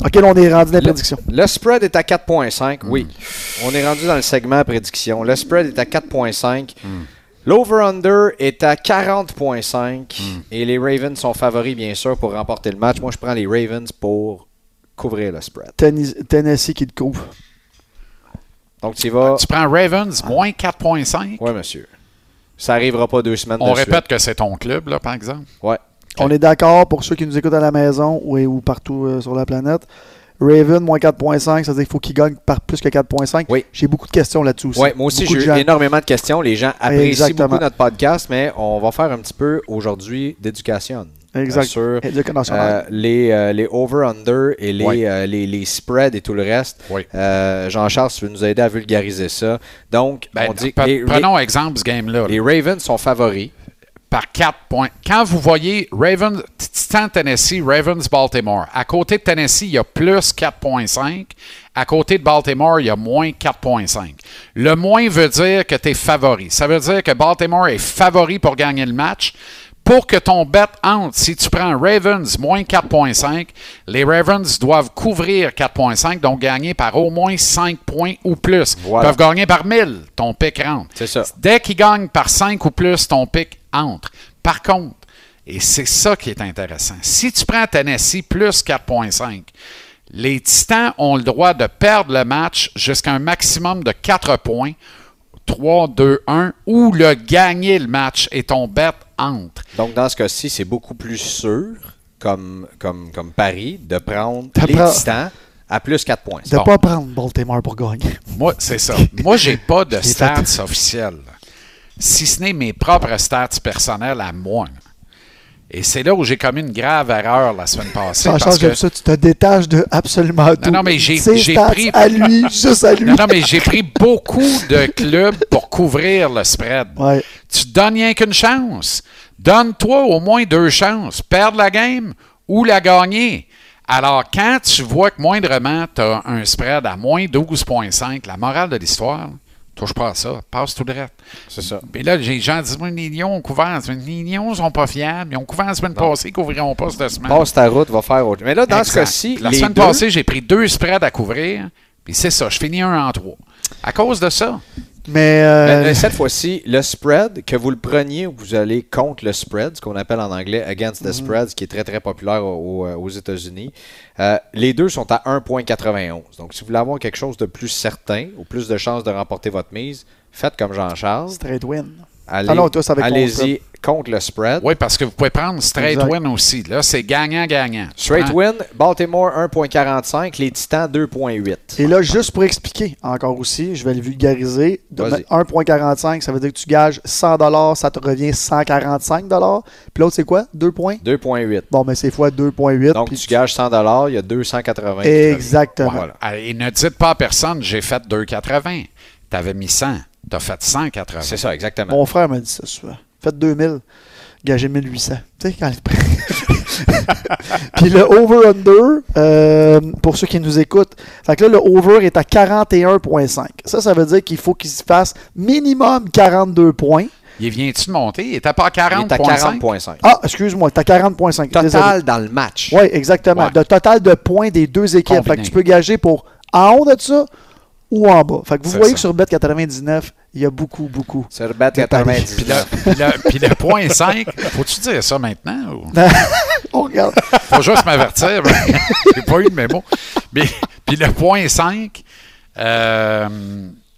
[SPEAKER 4] Ok, là, on est rendu dans la prédiction.
[SPEAKER 3] Le spread est à 4.5. Oui.
[SPEAKER 5] Hmm.
[SPEAKER 3] On est rendu dans le segment prédiction. Le spread est à 4.5.
[SPEAKER 5] Hmm.
[SPEAKER 3] L'over-under est à 40.5.
[SPEAKER 5] Hmm.
[SPEAKER 3] Et les Ravens sont favoris, bien sûr, pour remporter le match. Moi, je prends les Ravens pour couvrir le spread.
[SPEAKER 4] Tennis- Tennessee qui te couvre.
[SPEAKER 3] Donc, tu y vas.
[SPEAKER 5] Tu prends Ravens, moins 4.5.
[SPEAKER 3] Oui, monsieur. Ça arrivera pas deux semaines
[SPEAKER 5] On
[SPEAKER 3] de suite.
[SPEAKER 5] répète que c'est ton club, là, par exemple.
[SPEAKER 3] Ouais.
[SPEAKER 4] On est d'accord pour ceux qui nous écoutent à la maison ou, ou partout euh, sur la planète. Raven, moins 4.5, ça veut dire qu'il faut qu'il gagne par plus que 4.5.
[SPEAKER 3] Oui.
[SPEAKER 4] J'ai beaucoup de questions là-dessus aussi.
[SPEAKER 3] Ouais, moi aussi,
[SPEAKER 4] Beaucoup de
[SPEAKER 3] j'ai
[SPEAKER 4] gens.
[SPEAKER 3] eu énormément de questions. Les gens apprécient
[SPEAKER 4] Exactement.
[SPEAKER 3] beaucoup notre podcast, mais on va faire un petit peu aujourd'hui d'éducation. euh,
[SPEAKER 4] Exact.
[SPEAKER 3] Sur
[SPEAKER 4] Et de connaissance.
[SPEAKER 3] Euh, les, euh, les over-under et les,
[SPEAKER 5] Oui.
[SPEAKER 3] euh, les, les spreads et tout le reste.
[SPEAKER 5] Oui.
[SPEAKER 3] Euh, Jean-Charles, tu veux nous aider à vulgariser ça. Donc,
[SPEAKER 5] Ben,
[SPEAKER 3] on dit que
[SPEAKER 5] pre-
[SPEAKER 3] les,
[SPEAKER 5] prenons exemple ce game-là. là.
[SPEAKER 3] les Ravens sont favoris.
[SPEAKER 5] par 4 points. Quand vous voyez Ravens, Titan Tennessee, Ravens Baltimore, à côté de Tennessee, il y a plus 4.5. À côté de Baltimore, il y a moins 4.5. Le moins veut dire que tu es favori. Ça veut dire que Baltimore est favori pour gagner le match. Pour que ton bet entre, si tu prends Ravens moins 4.5, les Ravens doivent couvrir 4.5, donc gagner par au moins 5 points ou plus.
[SPEAKER 3] Voilà.
[SPEAKER 5] Ils peuvent gagner par 1000, ton pick rentre.
[SPEAKER 3] C'est ça.
[SPEAKER 5] Dès qu'il gagne par 5 ou plus, ton pic entre. Par contre, Et c'est ça qui est intéressant. Si tu prends Tennessee plus 4.5, les Titans ont le droit de perdre le match jusqu'à un maximum de 4 points, 3, 2, 1, ou le gagner le match et ton bet entre.
[SPEAKER 3] Donc, dans ce cas-ci, c'est beaucoup plus sûr, comme, comme, comme pari, de prendre
[SPEAKER 4] Ça
[SPEAKER 3] les
[SPEAKER 4] prend-
[SPEAKER 3] Titans à plus 4 points.
[SPEAKER 4] De
[SPEAKER 5] Bon.
[SPEAKER 4] pas prendre Baltimore pour gagner.
[SPEAKER 5] Moi, c'est ça. Moi, j'ai pas de
[SPEAKER 4] Je l'ai
[SPEAKER 5] stats
[SPEAKER 4] fait.
[SPEAKER 5] officielles, si ce n'est mes propres stats personnelles à moi. Et c'est là où j'ai commis une grave erreur la semaine passée.
[SPEAKER 4] Ça
[SPEAKER 5] parce
[SPEAKER 4] change
[SPEAKER 5] que
[SPEAKER 4] comme ça, tu te détaches de absolument tout.
[SPEAKER 5] non, mais j'ai-
[SPEAKER 4] Ses
[SPEAKER 5] j'ai
[SPEAKER 4] stats
[SPEAKER 5] pris-
[SPEAKER 4] à lui, juste à lui.
[SPEAKER 5] Non, non, mais j'ai pris beaucoup de clubs pour couvrir le spread.
[SPEAKER 4] Ouais.
[SPEAKER 5] Tu te donnes rien qu'une chance. Donne-toi au moins deux chances. Perdre la game ou la gagner. Alors, quand tu vois que moindrement, tu as un spread à moins 12,5, la morale de l'histoire, touche pas à ça. Passe tout le reste.
[SPEAKER 3] C'est ça.
[SPEAKER 5] Puis là, les gens disent Oui, les Lions ont couvert la semaine. Les Lions sont pas fiables. Ils ont couvert la semaine passée, ils couvriront pas cette semaine.
[SPEAKER 3] Passe ta route, va faire autre Mais là, dans ce
[SPEAKER 5] Exact.
[SPEAKER 3] cas-ci,
[SPEAKER 5] La
[SPEAKER 3] les
[SPEAKER 5] semaine
[SPEAKER 3] deux-
[SPEAKER 5] passée, j'ai pris deux spreads à couvrir. Puis c'est ça, je finis un en trois. À cause de ça.
[SPEAKER 4] Mais, euh,
[SPEAKER 3] Mais, mais cette fois-ci, le spread, que vous le preniez ou vous allez contre le spread, ce qu'on appelle en anglais against
[SPEAKER 4] Mm.
[SPEAKER 3] the spread, ce qui est très très populaire au- au- euh, aux États-Unis, euh, les deux sont à 1,91. Donc, si vous voulez avoir quelque chose de plus certain ou plus de chances de remporter votre mise, faites comme Jean-Charles.
[SPEAKER 4] straight win.
[SPEAKER 3] Allez-
[SPEAKER 4] Allons tous avec mon spread.
[SPEAKER 3] Allez-y contre le spread.
[SPEAKER 5] Oui, parce que vous pouvez prendre straight
[SPEAKER 4] Exact.
[SPEAKER 5] win aussi. Là, c'est Hein? gagnant-gagnant. Tu
[SPEAKER 3] Straight
[SPEAKER 5] prends-
[SPEAKER 3] win, Baltimore 1,45, les Titans 2,8.
[SPEAKER 4] Et là, juste pour expliquer encore aussi, je vais le vulgariser. De
[SPEAKER 3] Vas-y.
[SPEAKER 4] mettre 1,45, ça veut dire que tu gages 100 ça te revient 145 Puis l'autre, c'est quoi 2 points
[SPEAKER 3] 2,8.
[SPEAKER 4] Bon, mais c'est fois 2,8.
[SPEAKER 3] Donc,
[SPEAKER 4] puis
[SPEAKER 3] tu gages 100 il y a 280.
[SPEAKER 4] Exactement.
[SPEAKER 3] Voilà.
[SPEAKER 5] Ah, Et ne dites pas à personne, j'ai fait 2,80. Tu avais mis 100. Tu as fait 180.
[SPEAKER 3] C'est ça, exactement.
[SPEAKER 4] Mon frère m'a dit ça souvent. Faites 2000, gagez 1800. Tu sais, quand Puis le over-under, euh, pour ceux qui nous écoutent, fait que là, le over est à 41,5. Ça, ça veut dire qu'il faut qu'il se fasse minimum 42 points.
[SPEAKER 5] Il vient-tu de monter? Il était pas à
[SPEAKER 3] Il
[SPEAKER 5] 40,5?
[SPEAKER 3] est à 40,5.
[SPEAKER 4] Ah, excuse-moi, t'as 40,5.
[SPEAKER 3] Total dans le match.
[SPEAKER 4] Oui, exactement.
[SPEAKER 5] Ouais.
[SPEAKER 4] Le total de points des deux équipes.
[SPEAKER 5] Combiné.
[SPEAKER 4] Fait que tu peux gager pour en haut de ça ou en bas. Fait que vous
[SPEAKER 5] C'est
[SPEAKER 4] voyez
[SPEAKER 5] ça.
[SPEAKER 4] que sur Bet99, il y a beaucoup, beaucoup.
[SPEAKER 3] Sur bet
[SPEAKER 4] De Paris.
[SPEAKER 3] 90.
[SPEAKER 5] Puis le, puis le- puis le point 5, faut-tu dire ça maintenant? Ou?
[SPEAKER 4] On regarde.
[SPEAKER 5] faut juste m'avertir. mais J'ai pas eu de mémo. Mais, puis le point 5, euh,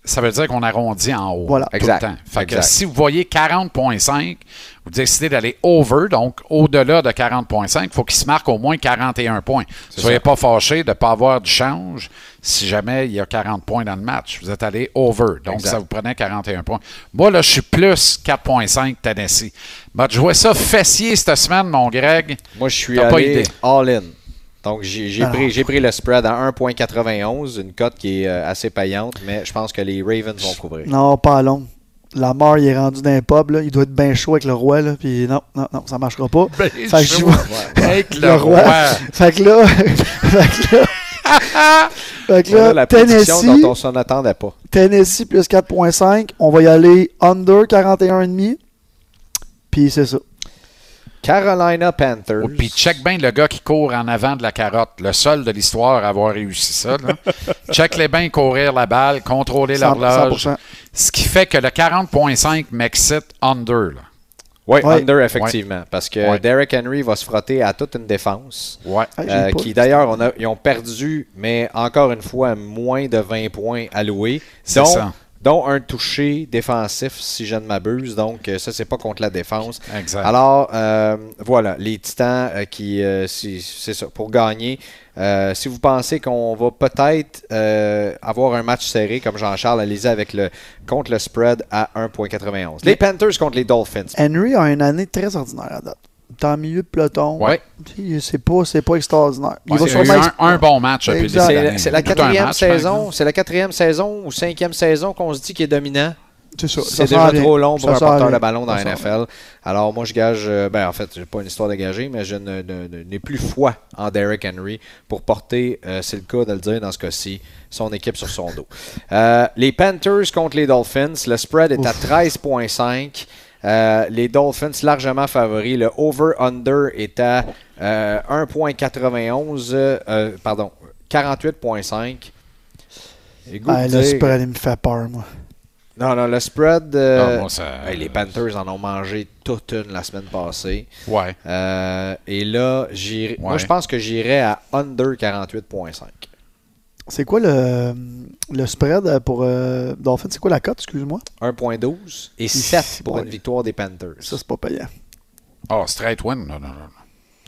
[SPEAKER 5] ça veut dire qu'on arrondit en haut.
[SPEAKER 4] Voilà.
[SPEAKER 5] Tout
[SPEAKER 3] Exact.
[SPEAKER 5] le temps. Fait que
[SPEAKER 3] Exact.
[SPEAKER 5] si vous voyez 40.5, vous décidez d'aller over, donc au-delà de 40.5, il faut qu'il se marque au moins 41 points. Soyez pas fâchés de ne pas avoir du change si jamais il y a 40 points dans le match. Vous êtes allé over, donc
[SPEAKER 3] Exact.
[SPEAKER 5] ça vous prenait 41 points. Moi, là, je suis plus 4.5 Tennessee. Bah, je vois ça fessier cette semaine, mon Greg.
[SPEAKER 3] Moi, je suis
[SPEAKER 5] T'as pas
[SPEAKER 3] allé
[SPEAKER 5] idée.
[SPEAKER 3] all-in. Donc, j'ai j'ai
[SPEAKER 4] Alors.
[SPEAKER 3] pris, j'ai pris le spread à 1,91, une cote qui est euh, assez payante, mais je pense que les Ravens vont couvrir.
[SPEAKER 4] Non, pas long. Lamar, il est rendu dans un pub, là. il doit être bien chaud avec le roi, là. puis non, non, non, ça marchera pas.
[SPEAKER 5] Ben,
[SPEAKER 4] Fait que
[SPEAKER 5] je
[SPEAKER 4] je
[SPEAKER 5] vois.
[SPEAKER 4] vois-
[SPEAKER 5] Avec le roi.
[SPEAKER 4] fait que là, fait que là, fait que
[SPEAKER 3] Voilà
[SPEAKER 4] là,
[SPEAKER 3] la prédiction
[SPEAKER 4] Tennessee,
[SPEAKER 3] dont on s'en attendait pas.
[SPEAKER 4] Tennessee plus 4.5, on va y aller under 41,5, puis c'est ça.
[SPEAKER 3] Carolina Panthers.
[SPEAKER 5] Oh, Puis check bien le gars qui court en avant de la carotte, le seul de l'histoire à avoir réussi ça. là. check les bien courir la balle, contrôler
[SPEAKER 4] 100%.
[SPEAKER 5] l'horloge. Ce qui fait que le 40.5 m'excite under. là.
[SPEAKER 3] Oui,
[SPEAKER 4] Ouais.
[SPEAKER 3] under, effectivement. Parce que
[SPEAKER 5] Ouais.
[SPEAKER 3] Derrick Henry va se frotter à toute une défense.
[SPEAKER 5] Ouais.
[SPEAKER 4] Ah, j'ai
[SPEAKER 3] euh,
[SPEAKER 4] pas-
[SPEAKER 3] qui d'ailleurs, on a- ils ont perdu, mais encore une fois, moins de 20 points alloués.
[SPEAKER 5] C'est
[SPEAKER 3] Dont,
[SPEAKER 5] ça.
[SPEAKER 3] dont un touché défensif, si je ne m'abuse. Donc, euh, ça, c'est pas contre la défense.
[SPEAKER 5] Exact.
[SPEAKER 3] Alors, euh, voilà, les Titans euh, qui, euh, si- c'est ça, pour gagner. euh, si vous pensez qu'on va peut-être euh, avoir un match serré comme Jean-Charles, allez-y avec le contre le spread à 1.91. Les Panthers contre les Dolphins.
[SPEAKER 4] Henry a une année très ordinaire à date. Dans le milieu de peloton,
[SPEAKER 5] Ouais.
[SPEAKER 4] Puis c'est pas, c'est pas extraordinaire. Il
[SPEAKER 5] Ouais,
[SPEAKER 4] va
[SPEAKER 5] il y a eu
[SPEAKER 4] sûrement
[SPEAKER 5] un, un bon match depuis le
[SPEAKER 4] Exact.
[SPEAKER 5] début de l'année.
[SPEAKER 3] C'est la
[SPEAKER 5] Tout un match,
[SPEAKER 3] quatrième
[SPEAKER 5] par
[SPEAKER 3] saison,
[SPEAKER 5] exemple.
[SPEAKER 3] c'est la quatrième saison ou cinquième saison qu'on se dit qu'il est dominant.
[SPEAKER 4] C'est ça, ça
[SPEAKER 3] C'est
[SPEAKER 4] sert
[SPEAKER 3] déjà
[SPEAKER 4] à rien.
[SPEAKER 3] trop long pour
[SPEAKER 4] Ça
[SPEAKER 3] un
[SPEAKER 4] sert à
[SPEAKER 3] porteur
[SPEAKER 4] rien.
[SPEAKER 3] de ballon dans
[SPEAKER 4] Ça
[SPEAKER 3] la
[SPEAKER 4] sert à
[SPEAKER 3] NFL. Alors moi je gage, euh, ben en fait j'ai pas une histoire de gager, mais je ne- ne- ne- n'ai plus foi en Derrick Henry pour porter, euh, c'est le cas de le dire dans ce cas-ci, son équipe sur son dos. Euh, les Panthers contre les Dolphins, le spread est à 13.5. Euh, les Dolphins largement favoris. Le over-under est à euh, 1.91, euh, euh, pardon, 48.5. Et goût
[SPEAKER 4] Ah,
[SPEAKER 3] de dire-
[SPEAKER 4] le Ben, Ah, spread, il me fait peur, moi.
[SPEAKER 3] Non, non, le spread. euh,
[SPEAKER 5] Non, moi, ça-
[SPEAKER 3] hey, les Panthers en ont mangé toute une la semaine passée.
[SPEAKER 5] Ouais.
[SPEAKER 3] Euh, et là, j'irai- moi,
[SPEAKER 5] Ouais.
[SPEAKER 3] je pense que j'irai à under 48.5.
[SPEAKER 4] C'est quoi le, le spread euh, pour euh, Dolphins? C'est quoi la cote, excuse-moi?
[SPEAKER 3] 1.12 et 7 pour
[SPEAKER 4] boy.
[SPEAKER 3] une victoire des Panthers.
[SPEAKER 4] Ça, c'est pas payant.
[SPEAKER 5] Oh, straight win. Non, non, non.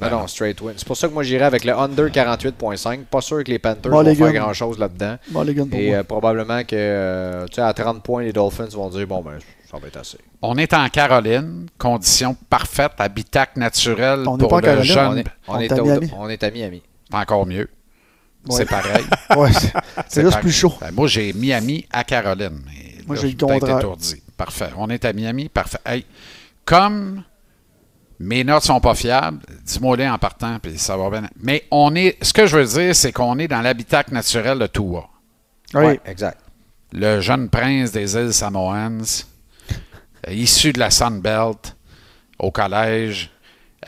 [SPEAKER 3] non, non, straight win. C'est pour ça que moi, j'irai avec le under 48.5. Pas sûr que les Panthers
[SPEAKER 4] Bon,
[SPEAKER 3] vont
[SPEAKER 4] les
[SPEAKER 3] faire
[SPEAKER 4] gars.
[SPEAKER 3] grand-chose là-dedans.
[SPEAKER 4] Bon, les gars, pour
[SPEAKER 3] Et
[SPEAKER 4] moi.
[SPEAKER 3] euh, probablement que, euh, tu sais, à 30 points, les Dolphins vont dire, bon, ben, ça va être assez.
[SPEAKER 5] On est en Caroline, conditions parfaites, habitat naturel
[SPEAKER 4] On n'est
[SPEAKER 5] pour
[SPEAKER 4] pas en
[SPEAKER 5] le
[SPEAKER 4] Caroline,
[SPEAKER 3] On
[SPEAKER 5] jeune.
[SPEAKER 3] est, on
[SPEAKER 4] on
[SPEAKER 3] est
[SPEAKER 4] est à
[SPEAKER 3] au-
[SPEAKER 4] Miami.
[SPEAKER 3] on est à Miami.
[SPEAKER 5] C'est Encore mieux.
[SPEAKER 4] Ouais.
[SPEAKER 5] C'est pareil.
[SPEAKER 4] Ouais, c'est- c'est là, c'est
[SPEAKER 5] pareil.
[SPEAKER 4] plus chaud.
[SPEAKER 5] Ben, moi, j'ai Miami à Caroline. mais
[SPEAKER 4] Moi,
[SPEAKER 5] là, je
[SPEAKER 4] j'ai le
[SPEAKER 5] suis peut-être
[SPEAKER 4] contraire.
[SPEAKER 5] étourdi. Parfait. On est à Miami. Parfait. Hey, comme mes notes sont pas fiables, dis-moi-les en partant, puis ça va bien. Mais on est, ce que je veux dire, c'est qu'on est dans l'habitat naturel de Tua.
[SPEAKER 4] Oui.
[SPEAKER 3] Ouais, exact.
[SPEAKER 5] le jeune prince des îles Samoans, euh, issu de la Sunbelt, au collège.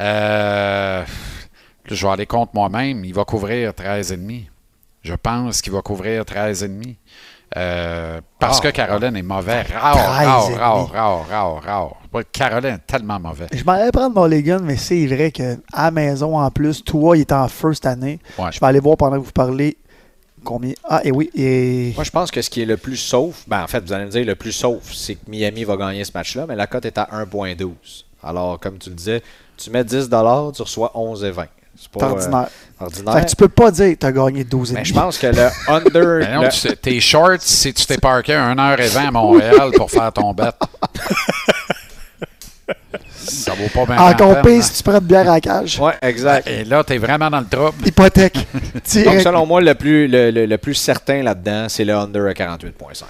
[SPEAKER 5] Euh, je vais aller contre moi-même. Il va couvrir 13,5. Je pense qu'il va couvrir 13,5. Euh, parce que Caroline est mauvais. Rare,
[SPEAKER 4] 13
[SPEAKER 5] rare,
[SPEAKER 4] Ah, et demi.
[SPEAKER 5] rare, rare, rare, rare. Ouais, Caroline est tellement mauvais.
[SPEAKER 4] Je m'en allais prendre Mulligan, mais c'est vrai que à la maison, en plus, toi, il est en feu cette année.
[SPEAKER 5] Ouais.
[SPEAKER 4] Je vais aller voir pendant que vous parlez combien. Ah, et oui, et.
[SPEAKER 3] Moi, je pense que ce qui est le plus sauf, ben, en fait, vous allez me dire le plus sauf, c'est que Miami va gagner ce match-là, mais la cote est à 1.12. Alors, comme tu le disais, tu mets 10 tu reçois 11 et 20. C'est pas
[SPEAKER 4] C'est ordinaire.
[SPEAKER 3] euh, ordinaire.
[SPEAKER 4] Fait que tu peux pas dire que t'as gagné 12 et
[SPEAKER 3] Mais
[SPEAKER 4] demi.
[SPEAKER 3] je pense que le under.
[SPEAKER 5] Mais non,
[SPEAKER 3] le-
[SPEAKER 5] tu sais, t'es short si tu t'es parké à 1h20 à Montréal pour faire ton bet. Ça vaut pas bien la
[SPEAKER 4] Encore
[SPEAKER 5] peine, hein.
[SPEAKER 4] pire si tu prends de bière à la cage.
[SPEAKER 3] Ouais, exact.
[SPEAKER 5] Et là, t'es vraiment dans le trouble.
[SPEAKER 4] Hypothèque.
[SPEAKER 3] Donc,
[SPEAKER 4] Direct.
[SPEAKER 3] selon moi, le plus, le, le- le plus certain là-dedans, c'est le under à 48.5.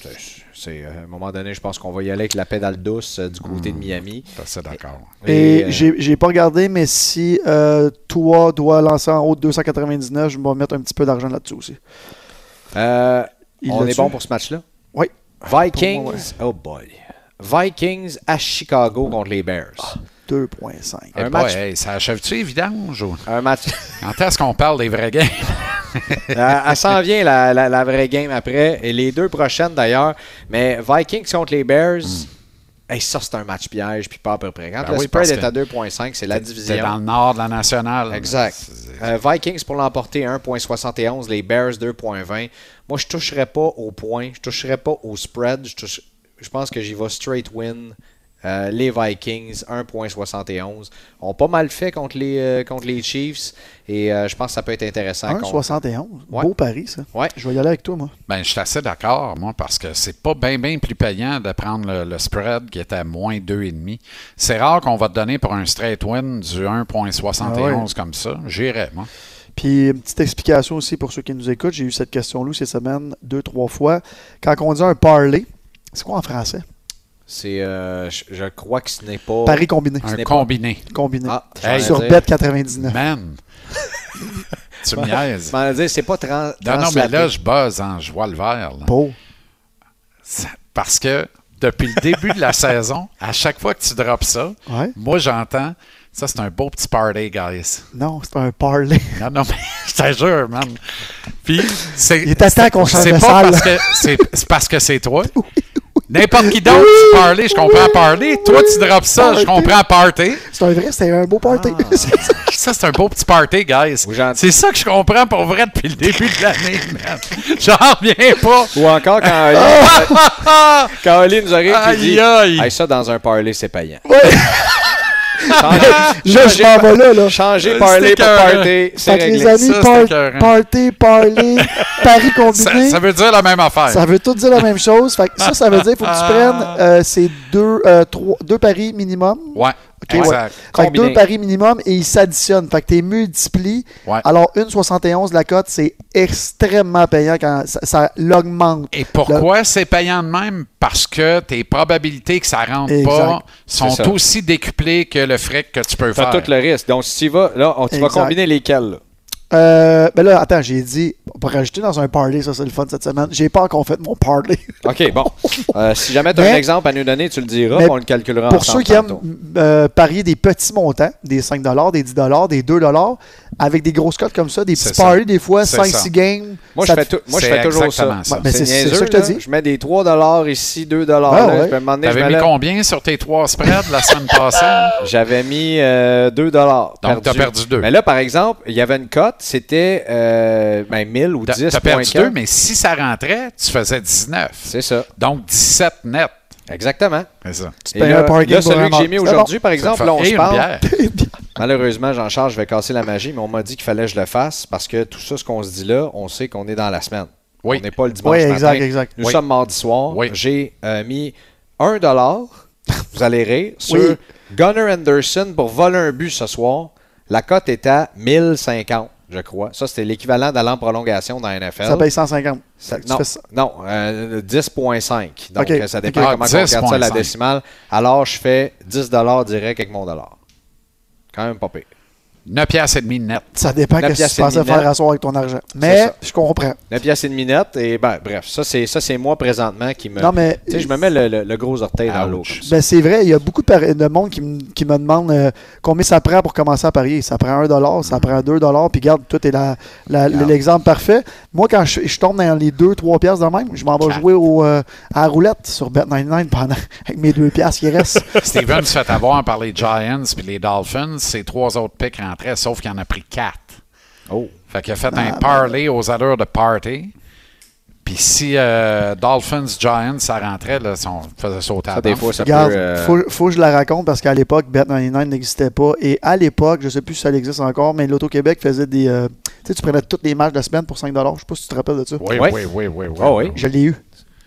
[SPEAKER 3] C'est- C'est, euh, à un moment donné, je pense qu'on va y aller avec la pédale douce euh, du côté de Miami.
[SPEAKER 5] Ça, C'est d'accord.
[SPEAKER 4] Hmm. Et,
[SPEAKER 3] euh,
[SPEAKER 4] j'ai j'ai pas regardé, mais si euh, toi dois lancer en haut de 299, je vais mettre un petit peu d'argent là-dessus aussi.
[SPEAKER 3] Euh,
[SPEAKER 4] Il
[SPEAKER 3] on
[SPEAKER 4] l'a
[SPEAKER 3] est
[SPEAKER 4] tué.
[SPEAKER 3] bon pour ce match-là?
[SPEAKER 4] Oui.
[SPEAKER 3] Vikings.
[SPEAKER 4] Pour moi, ouais.
[SPEAKER 3] Oh boy. Vikings à Chicago contre les Bears.
[SPEAKER 4] 2.5.
[SPEAKER 5] Eh
[SPEAKER 3] Un
[SPEAKER 5] boy,
[SPEAKER 3] match-
[SPEAKER 5] hey, ça achève-tu les vidanges? ou-
[SPEAKER 3] Un match.
[SPEAKER 5] Quand est-ce qu'on parle des vrais games?
[SPEAKER 3] Euh, elle s'en vient, la, la- la vraie game après. Et les deux prochaines d'ailleurs. Mais Vikings contre les Bears. hey, ça, c'est un match piège, puis pas à peu près. Quand
[SPEAKER 5] Ben
[SPEAKER 3] le
[SPEAKER 5] oui,
[SPEAKER 3] spread
[SPEAKER 5] parce
[SPEAKER 3] est
[SPEAKER 5] que
[SPEAKER 3] à 2,5, c'est la division.
[SPEAKER 5] C'est dans le nord de la nationale.
[SPEAKER 3] Exact.
[SPEAKER 5] C'est-
[SPEAKER 3] Euh, Vikings pour l'emporter 1.71, les Bears 2.20. Moi, je toucherai pas au point, je toucherai pas au spread, je, touche- je pense que j'y vais straight win. Euh, les Vikings 1.71 ont pas mal fait contre les, euh, contre les Chiefs et euh, je pense que ça peut être intéressant. contre-
[SPEAKER 4] 1,71.
[SPEAKER 3] Ouais.
[SPEAKER 4] Beau pari, ça.
[SPEAKER 3] Ouais.
[SPEAKER 4] Je vais y aller avec toi, moi.
[SPEAKER 5] Ben, je suis assez d'accord, moi, parce que c'est pas bien bien plus payant de prendre le, le spread qui est à moins 2,5. C'est rare qu'on va te donner pour un straight win du 1,71
[SPEAKER 4] Ah ouais.
[SPEAKER 5] comme ça. J'irais, moi.
[SPEAKER 4] Puis, une petite explication aussi pour ceux qui nous écoutent. J'ai eu cette question-là cette semaine, deux, trois fois. Quand on dit un parlay, c'est quoi en français?
[SPEAKER 3] C'est, euh, je, je crois que ce n'est pas.
[SPEAKER 4] Pari combiné.
[SPEAKER 5] Un
[SPEAKER 3] n'est pas-
[SPEAKER 5] combiné.
[SPEAKER 4] Combiné.
[SPEAKER 3] Ah,
[SPEAKER 5] Hey.
[SPEAKER 4] Sur
[SPEAKER 3] j'allais dire-
[SPEAKER 4] bet 99.
[SPEAKER 5] Man! tu me niaises.
[SPEAKER 3] j'allais dire, c'est pas trans.
[SPEAKER 5] Non, non, mais
[SPEAKER 3] translaté.
[SPEAKER 5] là, je buzz, hein, je vois le vert. là.
[SPEAKER 4] Beau.
[SPEAKER 5] Ça- Parce que depuis le début de la saison, à chaque fois que tu drops ça,
[SPEAKER 4] Ouais.
[SPEAKER 5] moi j'entends ça, c'est un beau petit party, guys.
[SPEAKER 4] Non, c'est un parlay.
[SPEAKER 5] Non, non, mais je te jure, man. Puis, c'est.
[SPEAKER 4] Il est à temps qu'on change
[SPEAKER 5] C'est
[SPEAKER 4] de
[SPEAKER 5] pas
[SPEAKER 4] salle.
[SPEAKER 5] parce que c'est c'est parce que c'est toi. N'importe qui d'autre, tu parlais, je comprends parler. Toi, tu drops ça, je
[SPEAKER 4] Party.
[SPEAKER 5] comprends party.
[SPEAKER 4] C'est un vrai, c'est un beau party.
[SPEAKER 5] Ça, c'est un beau petit party, guys.
[SPEAKER 3] Ou j'entends-
[SPEAKER 5] C'est ça que je comprends pour vrai depuis le début de l'année, man. J'en reviens pas.
[SPEAKER 3] Ou encore quand, euh, quand Oli nous arrive et
[SPEAKER 5] Aïe,
[SPEAKER 3] dit
[SPEAKER 5] aïe.
[SPEAKER 3] Hey, ça dans un parlay, c'est payant.
[SPEAKER 4] Ouais.
[SPEAKER 3] Changer-
[SPEAKER 4] Là, je m'en vais là, là.
[SPEAKER 3] Changer
[SPEAKER 5] Euh,
[SPEAKER 3] parlay
[SPEAKER 5] c'est
[SPEAKER 3] pour
[SPEAKER 5] écœurant.
[SPEAKER 3] party, c'est
[SPEAKER 4] Fait que les
[SPEAKER 3] réglé.
[SPEAKER 4] amis,
[SPEAKER 5] Ça, c'est
[SPEAKER 4] par-
[SPEAKER 5] écœurant.
[SPEAKER 4] party, parlay, pari
[SPEAKER 5] Ça,
[SPEAKER 4] combiné.
[SPEAKER 5] ça veut dire la même affaire.
[SPEAKER 4] Ça veut tout dire la même chose. Fait que ça, ça veut dire qu'il faut que tu prennes euh, ces deux, euh, trois- deux paris minimum.
[SPEAKER 5] Ouais,
[SPEAKER 4] Ok,
[SPEAKER 5] exact.
[SPEAKER 4] Fait que
[SPEAKER 3] Combiné.
[SPEAKER 4] deux paris minimum et ils s'additionnent. Fait que tu multiplies.
[SPEAKER 5] Ouais.
[SPEAKER 4] Alors, 1,71 la cote, c'est extrêmement payant quand ça, ça l'augmente.
[SPEAKER 5] Et pourquoi c'est payant de même? Parce que tes probabilités que ça rentre
[SPEAKER 4] Exact.
[SPEAKER 5] pas
[SPEAKER 3] C'est
[SPEAKER 5] sont
[SPEAKER 3] ça.
[SPEAKER 5] aussi décuplées que le fric que tu peux
[SPEAKER 3] T'as
[SPEAKER 5] faire.
[SPEAKER 3] tout le risque. Donc, si tu vas, là, on- tu vas
[SPEAKER 4] Exact.
[SPEAKER 3] combiner lesquels, là?
[SPEAKER 4] Euh, ben là, attends, j'ai dit, pour rajouter dans un parlay, ça c'est le fun cette semaine. J'ai pas encore fait mon parlay.
[SPEAKER 3] OK, bon. Euh, si jamais tu as
[SPEAKER 4] Mais-
[SPEAKER 3] un exemple à nous donner, tu le diras,
[SPEAKER 4] mais
[SPEAKER 3] on le calculera
[SPEAKER 4] Pour
[SPEAKER 3] ensemble
[SPEAKER 4] euh, ceux qui aiment
[SPEAKER 3] tantôt.
[SPEAKER 4] euh, parier des petits montants, des 5 des 10 des 2 avec des grosses cotes comme ça, des
[SPEAKER 5] C'est
[SPEAKER 4] petits
[SPEAKER 5] ça.
[SPEAKER 4] paris des fois,
[SPEAKER 5] C'est ça.
[SPEAKER 4] 5-6 games.
[SPEAKER 3] Moi,
[SPEAKER 4] ça
[SPEAKER 3] je fais,
[SPEAKER 4] te-
[SPEAKER 3] tout- moi, je
[SPEAKER 5] C'est
[SPEAKER 3] fais toujours ça.
[SPEAKER 5] exactement ça.
[SPEAKER 4] Mais c'est- c'est
[SPEAKER 3] niaiseux,
[SPEAKER 4] ça que je te
[SPEAKER 3] là.
[SPEAKER 4] dis.
[SPEAKER 3] Je mets des 3 ici, 2 là.
[SPEAKER 4] Ah ouais.
[SPEAKER 3] Je vais demander, je
[SPEAKER 5] T'avais
[SPEAKER 3] me
[SPEAKER 5] mis
[SPEAKER 3] lève.
[SPEAKER 5] combien sur tes trois spreads la semaine passée?
[SPEAKER 3] J'avais mis euh, 2 dollars.
[SPEAKER 5] Donc, t'as perdu deux.
[SPEAKER 3] Mais là, par exemple, il y avait une cote, c'était euh, ben, 1000 ou 10
[SPEAKER 5] T'as t'as perdu
[SPEAKER 3] points
[SPEAKER 5] deux, mais si ça rentrait, tu faisais 19.
[SPEAKER 3] C'est ça,
[SPEAKER 5] Donc 17 net.
[SPEAKER 3] exactement.
[SPEAKER 5] C'est ça.
[SPEAKER 4] Tu payes
[SPEAKER 3] là,
[SPEAKER 4] un parking
[SPEAKER 3] là,
[SPEAKER 4] pour un
[SPEAKER 3] celui que
[SPEAKER 4] mort.
[SPEAKER 3] j'ai mis
[SPEAKER 4] C'est
[SPEAKER 3] aujourd'hui, par
[SPEAKER 5] Ça te
[SPEAKER 3] exemple,
[SPEAKER 5] fait-
[SPEAKER 3] là, on
[SPEAKER 5] et
[SPEAKER 3] se
[SPEAKER 5] une
[SPEAKER 3] parle.
[SPEAKER 5] bière.
[SPEAKER 3] Malheureusement, j'en charge, je vais casser la magie, mais on m'a dit qu'il fallait que je le fasse parce que tout ça, ce qu'on se dit là, on sait qu'on est dans la semaine.
[SPEAKER 5] Oui.
[SPEAKER 3] On n'est pas le dimanche
[SPEAKER 4] Oui, exact,
[SPEAKER 3] matin.
[SPEAKER 4] exact.
[SPEAKER 3] Nous
[SPEAKER 5] Oui.
[SPEAKER 3] sommes mardi soir.
[SPEAKER 5] Oui.
[SPEAKER 3] J'ai euh, mis 1 dollar, vous allez rire, sur
[SPEAKER 4] Oui.
[SPEAKER 3] Gunnar Anderson pour voler un but ce soir. La cote est à 1050, je crois. Ça, c'était l'équivalent d'aller en prolongation dans la NFL.
[SPEAKER 4] Ça paye 150.
[SPEAKER 3] Ça-
[SPEAKER 4] Fait que tu
[SPEAKER 3] non,
[SPEAKER 4] fais ça.
[SPEAKER 3] non euh, 10.5. Donc,
[SPEAKER 4] Ok,
[SPEAKER 3] euh, ça dépend
[SPEAKER 5] ok.
[SPEAKER 3] comment
[SPEAKER 5] Ah,
[SPEAKER 3] on regarde ça, la
[SPEAKER 5] 10.5.
[SPEAKER 3] décimale. Alors, je fais 10 direct avec mon dollar. Quand même pas pire.
[SPEAKER 5] 9 piastres et demi net.
[SPEAKER 4] Ça dépend
[SPEAKER 3] La
[SPEAKER 4] de ce que
[SPEAKER 3] pièce
[SPEAKER 4] tu pensais
[SPEAKER 3] éminente.
[SPEAKER 4] faire à soir avec ton argent.
[SPEAKER 3] C'est
[SPEAKER 4] Mais
[SPEAKER 3] ça.
[SPEAKER 4] je comprends.
[SPEAKER 3] 9 piastres et demi net. Et ben, bref, ça, c'est ça, c'est moi présentement qui me.
[SPEAKER 4] Non, mais-
[SPEAKER 3] Tu sais, je me mets le, le- le gros orteil dans l'eau.
[SPEAKER 5] Ouch.
[SPEAKER 4] Ben, c'est vrai, il y a beaucoup de pari- de monde qui, me- qui me demande euh, combien ça prend pour commencer à parier. Ça prend 1$, ça prend 2$, puis garde, tout est la- la- l'exemple parfait. Moi, quand je, je tombe dans les 2-3$ piastres de même, je m'en vais jouer au, euh, à la roulette sur Bet99 pendant, avec mes 2$ piastres qui restent.
[SPEAKER 5] Steven se fait avoir par les Giants puis les Dolphins. Ses trois autres picks rentraient, sauf qu'il en a pris quatre.
[SPEAKER 3] Oh.
[SPEAKER 5] Fait qu'il a
[SPEAKER 4] Ah,
[SPEAKER 5] fait
[SPEAKER 4] ben,
[SPEAKER 5] un parlay aux allures de party. Puis si euh, Dolphins, Giants, ça rentrait, là, on faisait sauter à
[SPEAKER 3] Ça,
[SPEAKER 5] la
[SPEAKER 3] des
[SPEAKER 5] banque.
[SPEAKER 3] fois, ça
[SPEAKER 4] Regarde,
[SPEAKER 3] peut. euh,
[SPEAKER 4] faut, faut que je la raconte parce qu'à l'époque, Bet99 n'existait pas. Et à l'époque, je sais plus si ça existe encore, mais l'Auto-Québec faisait des. euh, tu sais, tu prenais tous les matchs de la semaine pour 5$. Je sais pas si tu te rappelles de ça.
[SPEAKER 5] Oui,
[SPEAKER 3] Ouais.
[SPEAKER 5] oui, oui, oui. oui,
[SPEAKER 3] Ah oui.
[SPEAKER 4] Je l'ai eu.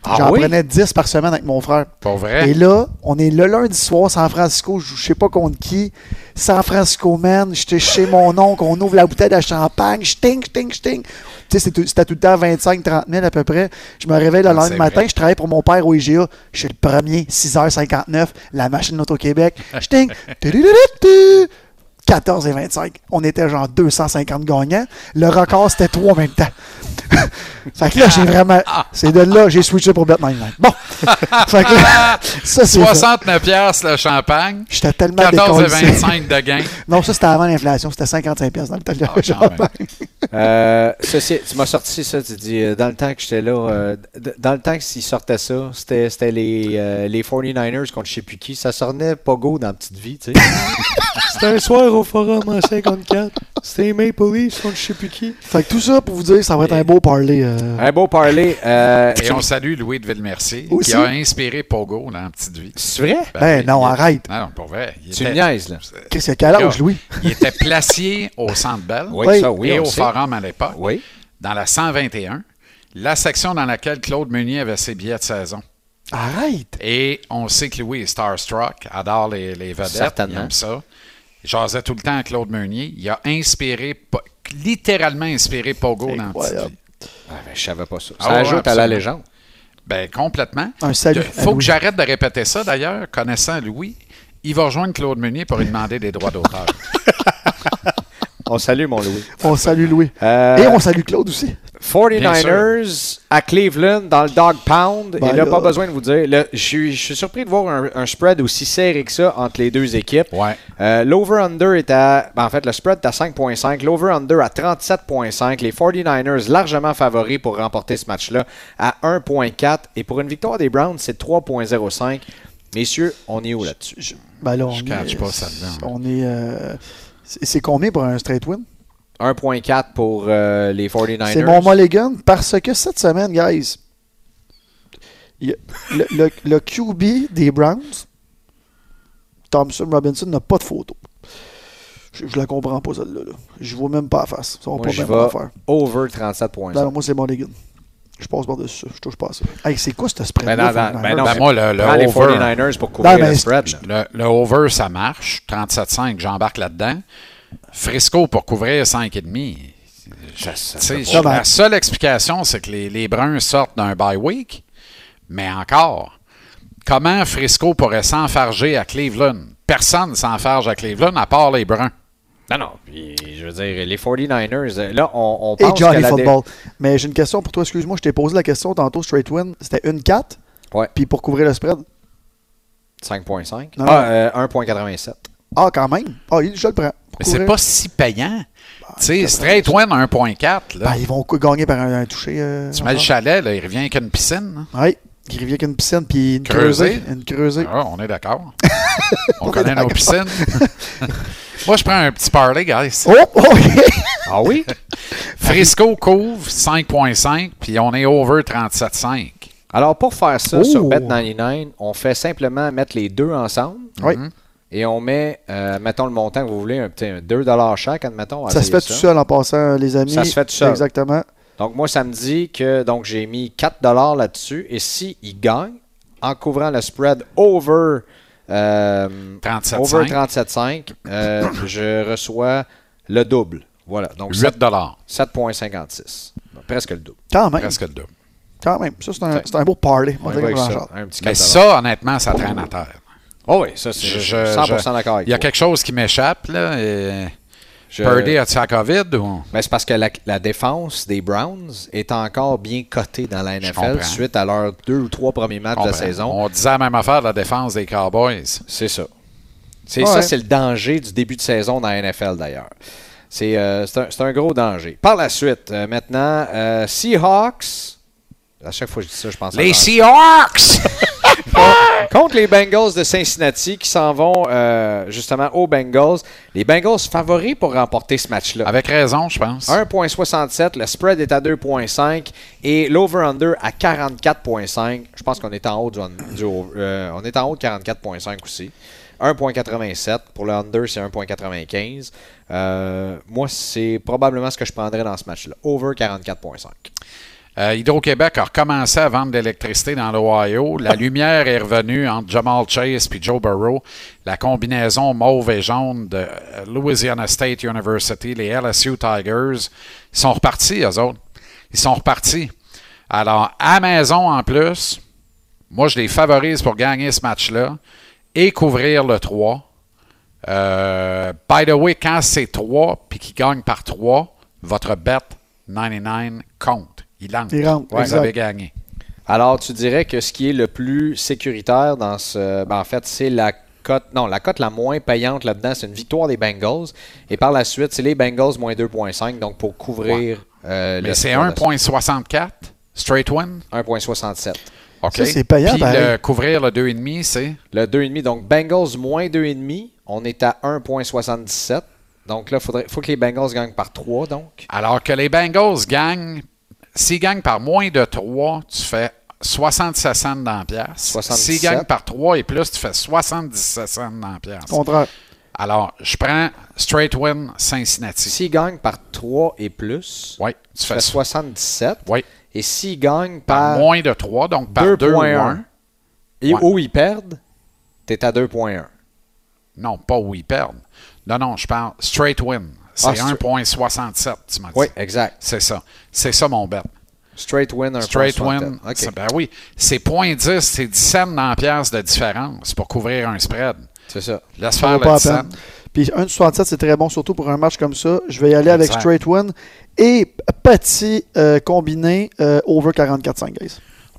[SPEAKER 3] Ah
[SPEAKER 4] J'en
[SPEAKER 3] oui?
[SPEAKER 4] prenais 10 par semaine avec mon frère.
[SPEAKER 5] Pas vrai?
[SPEAKER 4] Et là, on est le lundi soir, San Francisco, je je sais pas contre qui. San Francisco, man, j'étais chez mon oncle, on ouvre la bouteille de champagne, chting, chting, chting. Tu sais, c'était tout- c'était tout le temps 25-30 000 à peu près. Je me réveille le
[SPEAKER 5] Ah,
[SPEAKER 4] lendemain
[SPEAKER 5] c'est
[SPEAKER 4] matin,
[SPEAKER 5] vrai.
[SPEAKER 4] je travaille pour mon père au IGA. Je suis le premier, 6h59, la machine Auto-Québec. Chting, tududududu. 14 et 25. On était genre 250 gagnants. Le record, c'était 3 en même temps. fait que là,
[SPEAKER 5] Ah.
[SPEAKER 4] j'ai vraiment. C'est de là, j'ai switché pour Bet99. Bon. fait que là, ça, c'est. fait.
[SPEAKER 5] 69 piastres le champagne.
[SPEAKER 4] J'étais tellement
[SPEAKER 5] 14 et
[SPEAKER 4] déconditionné.
[SPEAKER 5] 25 de gain.
[SPEAKER 4] Non, ça, c'était avant l'inflation. C'était 55 pièces dans le temps de
[SPEAKER 5] Ah, quand même.
[SPEAKER 3] Euh, ceci- tu m'as sorti ça, tu dis, euh, dans le temps que j'étais là, euh, d- dans le temps que s'ils sortaient ça, c'était c'était les, euh, les 49ers contre je sais plus qui. Ça sortait Pogo dans Petite Vie, tu sais.
[SPEAKER 6] C'était un soir au forum en 54. C'était les Maple Leafs contre je sais plus qui.
[SPEAKER 4] Fait que tout ça pour vous dire, ça va être un beau parler. euh.
[SPEAKER 3] Un beau parler. euh,
[SPEAKER 5] Et on salue Louis de Villemercier,
[SPEAKER 4] Aussi.
[SPEAKER 5] qui a inspiré Pogo dans Petite Vie.
[SPEAKER 3] C'est vrai?
[SPEAKER 4] Ben non, arrête.
[SPEAKER 5] Non, non, pour vrai. Il
[SPEAKER 3] Tu
[SPEAKER 5] était-
[SPEAKER 3] me niaises, là.
[SPEAKER 4] Qu'est-ce qu'il y a quel âge, Louis?
[SPEAKER 5] Il était placier au Centre Bell
[SPEAKER 4] Oui.
[SPEAKER 5] et
[SPEAKER 3] on
[SPEAKER 5] au
[SPEAKER 3] sait.
[SPEAKER 5] Forum à l'époque,
[SPEAKER 3] Oui.
[SPEAKER 5] dans la 121, la section dans laquelle Claude Meunier avait ses billets de saison.
[SPEAKER 4] Arrête.
[SPEAKER 5] Et on sait que Louis est starstruck, adore les, les vedettes, il
[SPEAKER 3] Certainement.
[SPEAKER 5] aime ça. Il jasait tout le temps à Claude Meunier. Il a inspiré, Po- littéralement inspiré Pogo dans Petite
[SPEAKER 4] Incroyable.
[SPEAKER 5] Vie.
[SPEAKER 3] Ah, ben, je savais pas ça. Ça
[SPEAKER 5] Ah ouais,
[SPEAKER 3] ajoute à la
[SPEAKER 5] absolument.
[SPEAKER 3] légende.
[SPEAKER 5] Ben, complètement.
[SPEAKER 4] Un salut
[SPEAKER 5] De-
[SPEAKER 4] à
[SPEAKER 5] faut
[SPEAKER 4] Louis.
[SPEAKER 5] que j'arrête de répéter ça, d'ailleurs, connaissant Louis. Il va rejoindre Claude Meunier pour lui demander des droits d'auteur.
[SPEAKER 3] On salue, mon Louis.
[SPEAKER 4] On salue Louis.
[SPEAKER 3] Euh,
[SPEAKER 4] Et on salue Claude aussi.
[SPEAKER 3] 49ers à Cleveland dans le Dog Pound.
[SPEAKER 4] Ben
[SPEAKER 3] et là,
[SPEAKER 4] là.
[SPEAKER 3] pas besoin de vous dire. là, je suis- je suis surpris de voir un, un spread aussi serré que ça entre les deux équipes.
[SPEAKER 5] Ouais.
[SPEAKER 3] Euh, L'over-under est à. ben, en fait, le spread est à 5,5. L'over-under à 37,5. Les 49ers largement favoris pour remporter ce match-là à 1,4. Et pour une victoire des Browns, c'est 3,05. Messieurs, on est où là-dessus?
[SPEAKER 4] Ben là, on
[SPEAKER 5] Je
[SPEAKER 4] est,
[SPEAKER 5] catch pas ça dedans.
[SPEAKER 4] On est. euh, c'est c'est combien pour un straight win?
[SPEAKER 3] 1,4 pour euh, les 49ers.
[SPEAKER 4] C'est mon Mulligan parce que cette semaine, guys, il y a- le, le- le QB des Browns, Thompson Robinson, n'a pas de photo. Je, je la comprends pas, celle-là. là. Je vois même pas la face. Ça va
[SPEAKER 3] Moi,
[SPEAKER 4] pas
[SPEAKER 3] je
[SPEAKER 4] bien
[SPEAKER 3] vais
[SPEAKER 4] m'en faire.
[SPEAKER 3] over
[SPEAKER 4] Non, non,
[SPEAKER 3] 37,5.
[SPEAKER 4] moi, c'est Mulligan. Je passe par-dessus ça. Je touche pas à ça. Hey, c'est quoi ce spread-là?
[SPEAKER 3] Ben non,
[SPEAKER 4] Fernand?
[SPEAKER 3] ben non,
[SPEAKER 5] Ben,
[SPEAKER 3] mais
[SPEAKER 5] moi, le- le
[SPEAKER 3] prends les
[SPEAKER 5] over.
[SPEAKER 3] 49ers pour couvrir
[SPEAKER 4] Non, mais
[SPEAKER 3] le
[SPEAKER 4] c'est-
[SPEAKER 3] spread. là.
[SPEAKER 5] Le, le over, ça marche. 37,5, j'embarque là-dedans. Frisco pour couvrir 5,5.
[SPEAKER 3] Ça- ça-
[SPEAKER 5] Tu sais,
[SPEAKER 4] pas mal.
[SPEAKER 5] La seule explication, c'est que les, les Bruns sortent d'un bye week, mais encore, comment Frisco pourrait s'enfarger à Cleveland? Personne ne s'enfarge à Cleveland à part les Bruns.
[SPEAKER 3] Non, non. puis, je veux dire, les 49ers, euh, là, on, on
[SPEAKER 4] Et
[SPEAKER 3] pense que
[SPEAKER 4] Johnny
[SPEAKER 3] la dé-
[SPEAKER 4] Football. Mais j'ai une question pour toi. Excuse-moi, je t'ai posé la question tantôt, straight win. C'était une 4,
[SPEAKER 3] Ouais,
[SPEAKER 4] puis pour couvrir le spread.
[SPEAKER 3] 5.5.
[SPEAKER 4] Non,
[SPEAKER 3] Ah, euh, 1.87.
[SPEAKER 4] Ah, quand même. Ah, il- je le prends. Pour Ah,
[SPEAKER 5] Mais c'est
[SPEAKER 4] courir.
[SPEAKER 5] pas si payant. tu sais,
[SPEAKER 4] quatre-vingt-dix.
[SPEAKER 5] straight win à 1.4.
[SPEAKER 4] Ben,
[SPEAKER 5] là.
[SPEAKER 4] ils vont cou- gagner par un, un toucher. euh,
[SPEAKER 5] tu mets le
[SPEAKER 4] encore.
[SPEAKER 5] chalet, là, il revient avec une piscine. hein.
[SPEAKER 4] Oui. Il revient avec une piscine puis une
[SPEAKER 5] Creusée.
[SPEAKER 4] creusée. Une creusée.
[SPEAKER 5] Ah, on est d'accord. on
[SPEAKER 4] On est
[SPEAKER 5] connaît nos
[SPEAKER 4] d'accord.
[SPEAKER 5] piscines. Moi, je prends un petit parlay, guys.
[SPEAKER 4] Oh, OK.
[SPEAKER 3] Ah oui?
[SPEAKER 5] Frisco couvre 5.5, puis on est over 37.5.
[SPEAKER 3] Alors, pour faire ça sur
[SPEAKER 4] Oh.
[SPEAKER 3] Bet99, on fait simplement mettre les deux ensemble
[SPEAKER 4] oui.
[SPEAKER 3] et on met, euh, mettons le montant que vous voulez, un petit un 2 chaque, admettons. on va
[SPEAKER 4] Ça se
[SPEAKER 3] essayer
[SPEAKER 4] fait tout seul en passant, les amis.
[SPEAKER 3] Ça se fait tout seul.
[SPEAKER 4] Exactement.
[SPEAKER 3] Donc, moi, ça me dit que donc j'ai mis 4 là-dessus et s'il gagne, en couvrant le spread over, euh,
[SPEAKER 5] 37,5.
[SPEAKER 3] over 37,5, euh, je reçois le double. Voilà, donc
[SPEAKER 5] 8 dollars,
[SPEAKER 3] 7,56. Donc, Presque le double.
[SPEAKER 4] Quand même.
[SPEAKER 5] presque le double.
[SPEAKER 4] Quand même. Ça, c'est un, c'est un beau party. On
[SPEAKER 3] On y
[SPEAKER 4] dirait
[SPEAKER 3] va avec
[SPEAKER 4] qu'on
[SPEAKER 3] ça,
[SPEAKER 4] genre.
[SPEAKER 3] un petit
[SPEAKER 5] Mais
[SPEAKER 3] 4
[SPEAKER 5] ça, honnêtement, ça traîne à terre.
[SPEAKER 3] Oh oui, ça, c'est
[SPEAKER 5] Je-
[SPEAKER 3] je,
[SPEAKER 5] je-
[SPEAKER 3] 100%
[SPEAKER 5] je-
[SPEAKER 3] d'accord avec
[SPEAKER 5] Il y a
[SPEAKER 3] toi.
[SPEAKER 5] quelque chose qui m'échappe. là. et-
[SPEAKER 3] Je-
[SPEAKER 5] Purdy a-tu la COVID? Ou...
[SPEAKER 3] Mais c'est parce que la, la défense des Browns est encore bien cotée dans la
[SPEAKER 5] comprends.
[SPEAKER 3] NFL suite à leurs deux ou trois premiers matchs de la
[SPEAKER 5] Comprends.
[SPEAKER 3] saison.
[SPEAKER 5] On disait la même affaire de la défense des Cowboys.
[SPEAKER 3] C'est ça. C'est
[SPEAKER 4] Ouais.
[SPEAKER 3] ça, c'est le danger du début de saison dans la NFL d'ailleurs. C'est euh, c'est un, c'est un gros danger. Par la suite, euh, maintenant, euh, Seahawks. À chaque fois que je dis ça, je pense à
[SPEAKER 5] Les
[SPEAKER 3] l'anglais.
[SPEAKER 5] Seahawks!
[SPEAKER 3] Contre les Bengals de Cincinnati qui s'en vont euh, justement aux Bengals. Les Bengals favoris pour remporter ce match-là.
[SPEAKER 5] Avec raison, je pense.
[SPEAKER 3] 1.67, le spread est à 2.5 et l'over-under à 44.5. Je pense qu'on est en haut du, du over- euh, on est en haut de 44.5 aussi. 1.87 pour le under, c'est 1.95. Euh, moi, c'est probablement ce que je prendrais dans ce match-là. Over 44.5.
[SPEAKER 5] Euh, Hydro-Québec a recommencé à vendre de l'électricité dans l'Ohio. La lumière est revenue entre Jamal Chase et Joe Burrow. La combinaison mauve et jaune de euh, Louisiana State University, les LSU Tigers, ils sont repartis, eux autres. Ils sont repartis. Alors, à maison en plus, moi, je les favorise pour gagner ce match-là et couvrir le 3. Euh, by the way, quand c'est 3 puis qu'ils gagnent par 3, votre bet 99 compte. Il entre.
[SPEAKER 4] Il rentre,
[SPEAKER 5] Vous
[SPEAKER 4] exact.
[SPEAKER 5] avez gagné.
[SPEAKER 3] Alors, tu dirais que ce qui est le plus sécuritaire dans ce. ben, en fait, c'est la cote. Non, la cote la moins payante là-dedans, c'est une victoire des Bengals. Et par la suite, c'est les Bengals moins 2,5. Donc, pour couvrir. euh,
[SPEAKER 5] Mais
[SPEAKER 3] le
[SPEAKER 5] c'est
[SPEAKER 3] score de-
[SPEAKER 5] 1,64 straight win.
[SPEAKER 3] 1,67.
[SPEAKER 5] OK.
[SPEAKER 4] Ça, c'est payant,
[SPEAKER 5] Puis
[SPEAKER 4] pareil.
[SPEAKER 5] le couvrir le 2,5, c'est.
[SPEAKER 3] Le 2,5. Donc, Bengals moins 2,5. On est à 1,77. Donc, là, il faut que les Bengals gagnent par 3. Donc,
[SPEAKER 5] Alors que les Bengals gagnent, s'ils gagnent par moins de 3, tu fais 67 cents dans la pièce.
[SPEAKER 3] 77.
[SPEAKER 5] S'ils gagnent par 3 et plus, tu fais 77 cents dans la pièce.
[SPEAKER 4] Contraire.
[SPEAKER 5] Alors, je prends straight win Cincinnati.
[SPEAKER 3] s'ils gagnent par 3 et plus,
[SPEAKER 5] Oui, tu
[SPEAKER 3] ça fait
[SPEAKER 5] fais
[SPEAKER 3] 77.
[SPEAKER 5] Oui.
[SPEAKER 3] Et s'ils gagnent
[SPEAKER 5] Par
[SPEAKER 3] par,
[SPEAKER 5] moins de 3, donc par 2 ou
[SPEAKER 3] 2.1
[SPEAKER 5] 1.
[SPEAKER 3] et
[SPEAKER 5] Ouais.
[SPEAKER 3] où ils perdent, t'es à 2,1.
[SPEAKER 5] Non, pas où ils perdent. Non, non, je parle straight win. C'est
[SPEAKER 3] Ah, stra-
[SPEAKER 5] 1,67, tu m'as dit.
[SPEAKER 3] Oui, exact.
[SPEAKER 5] C'est ça. C'est ça mon bet.
[SPEAKER 3] Straight win, un
[SPEAKER 5] Straight
[SPEAKER 3] point
[SPEAKER 5] win.
[SPEAKER 3] soixante-sept.
[SPEAKER 5] c'est-
[SPEAKER 3] OK.
[SPEAKER 5] Ben oui. C'est 0.10, c'est 10 cents dans la pièce de différence pour couvrir un spread.
[SPEAKER 3] C'est ça.
[SPEAKER 5] Laisse
[SPEAKER 4] Ça
[SPEAKER 5] faire le
[SPEAKER 4] vaut pas
[SPEAKER 5] 10
[SPEAKER 4] la
[SPEAKER 5] cents.
[SPEAKER 4] peine. Puis 1,67, c'est très bon, surtout pour un match comme ça. Je vais y aller avec
[SPEAKER 5] Exact.
[SPEAKER 4] straight win et petit euh, combiné euh, over 44-5, guys.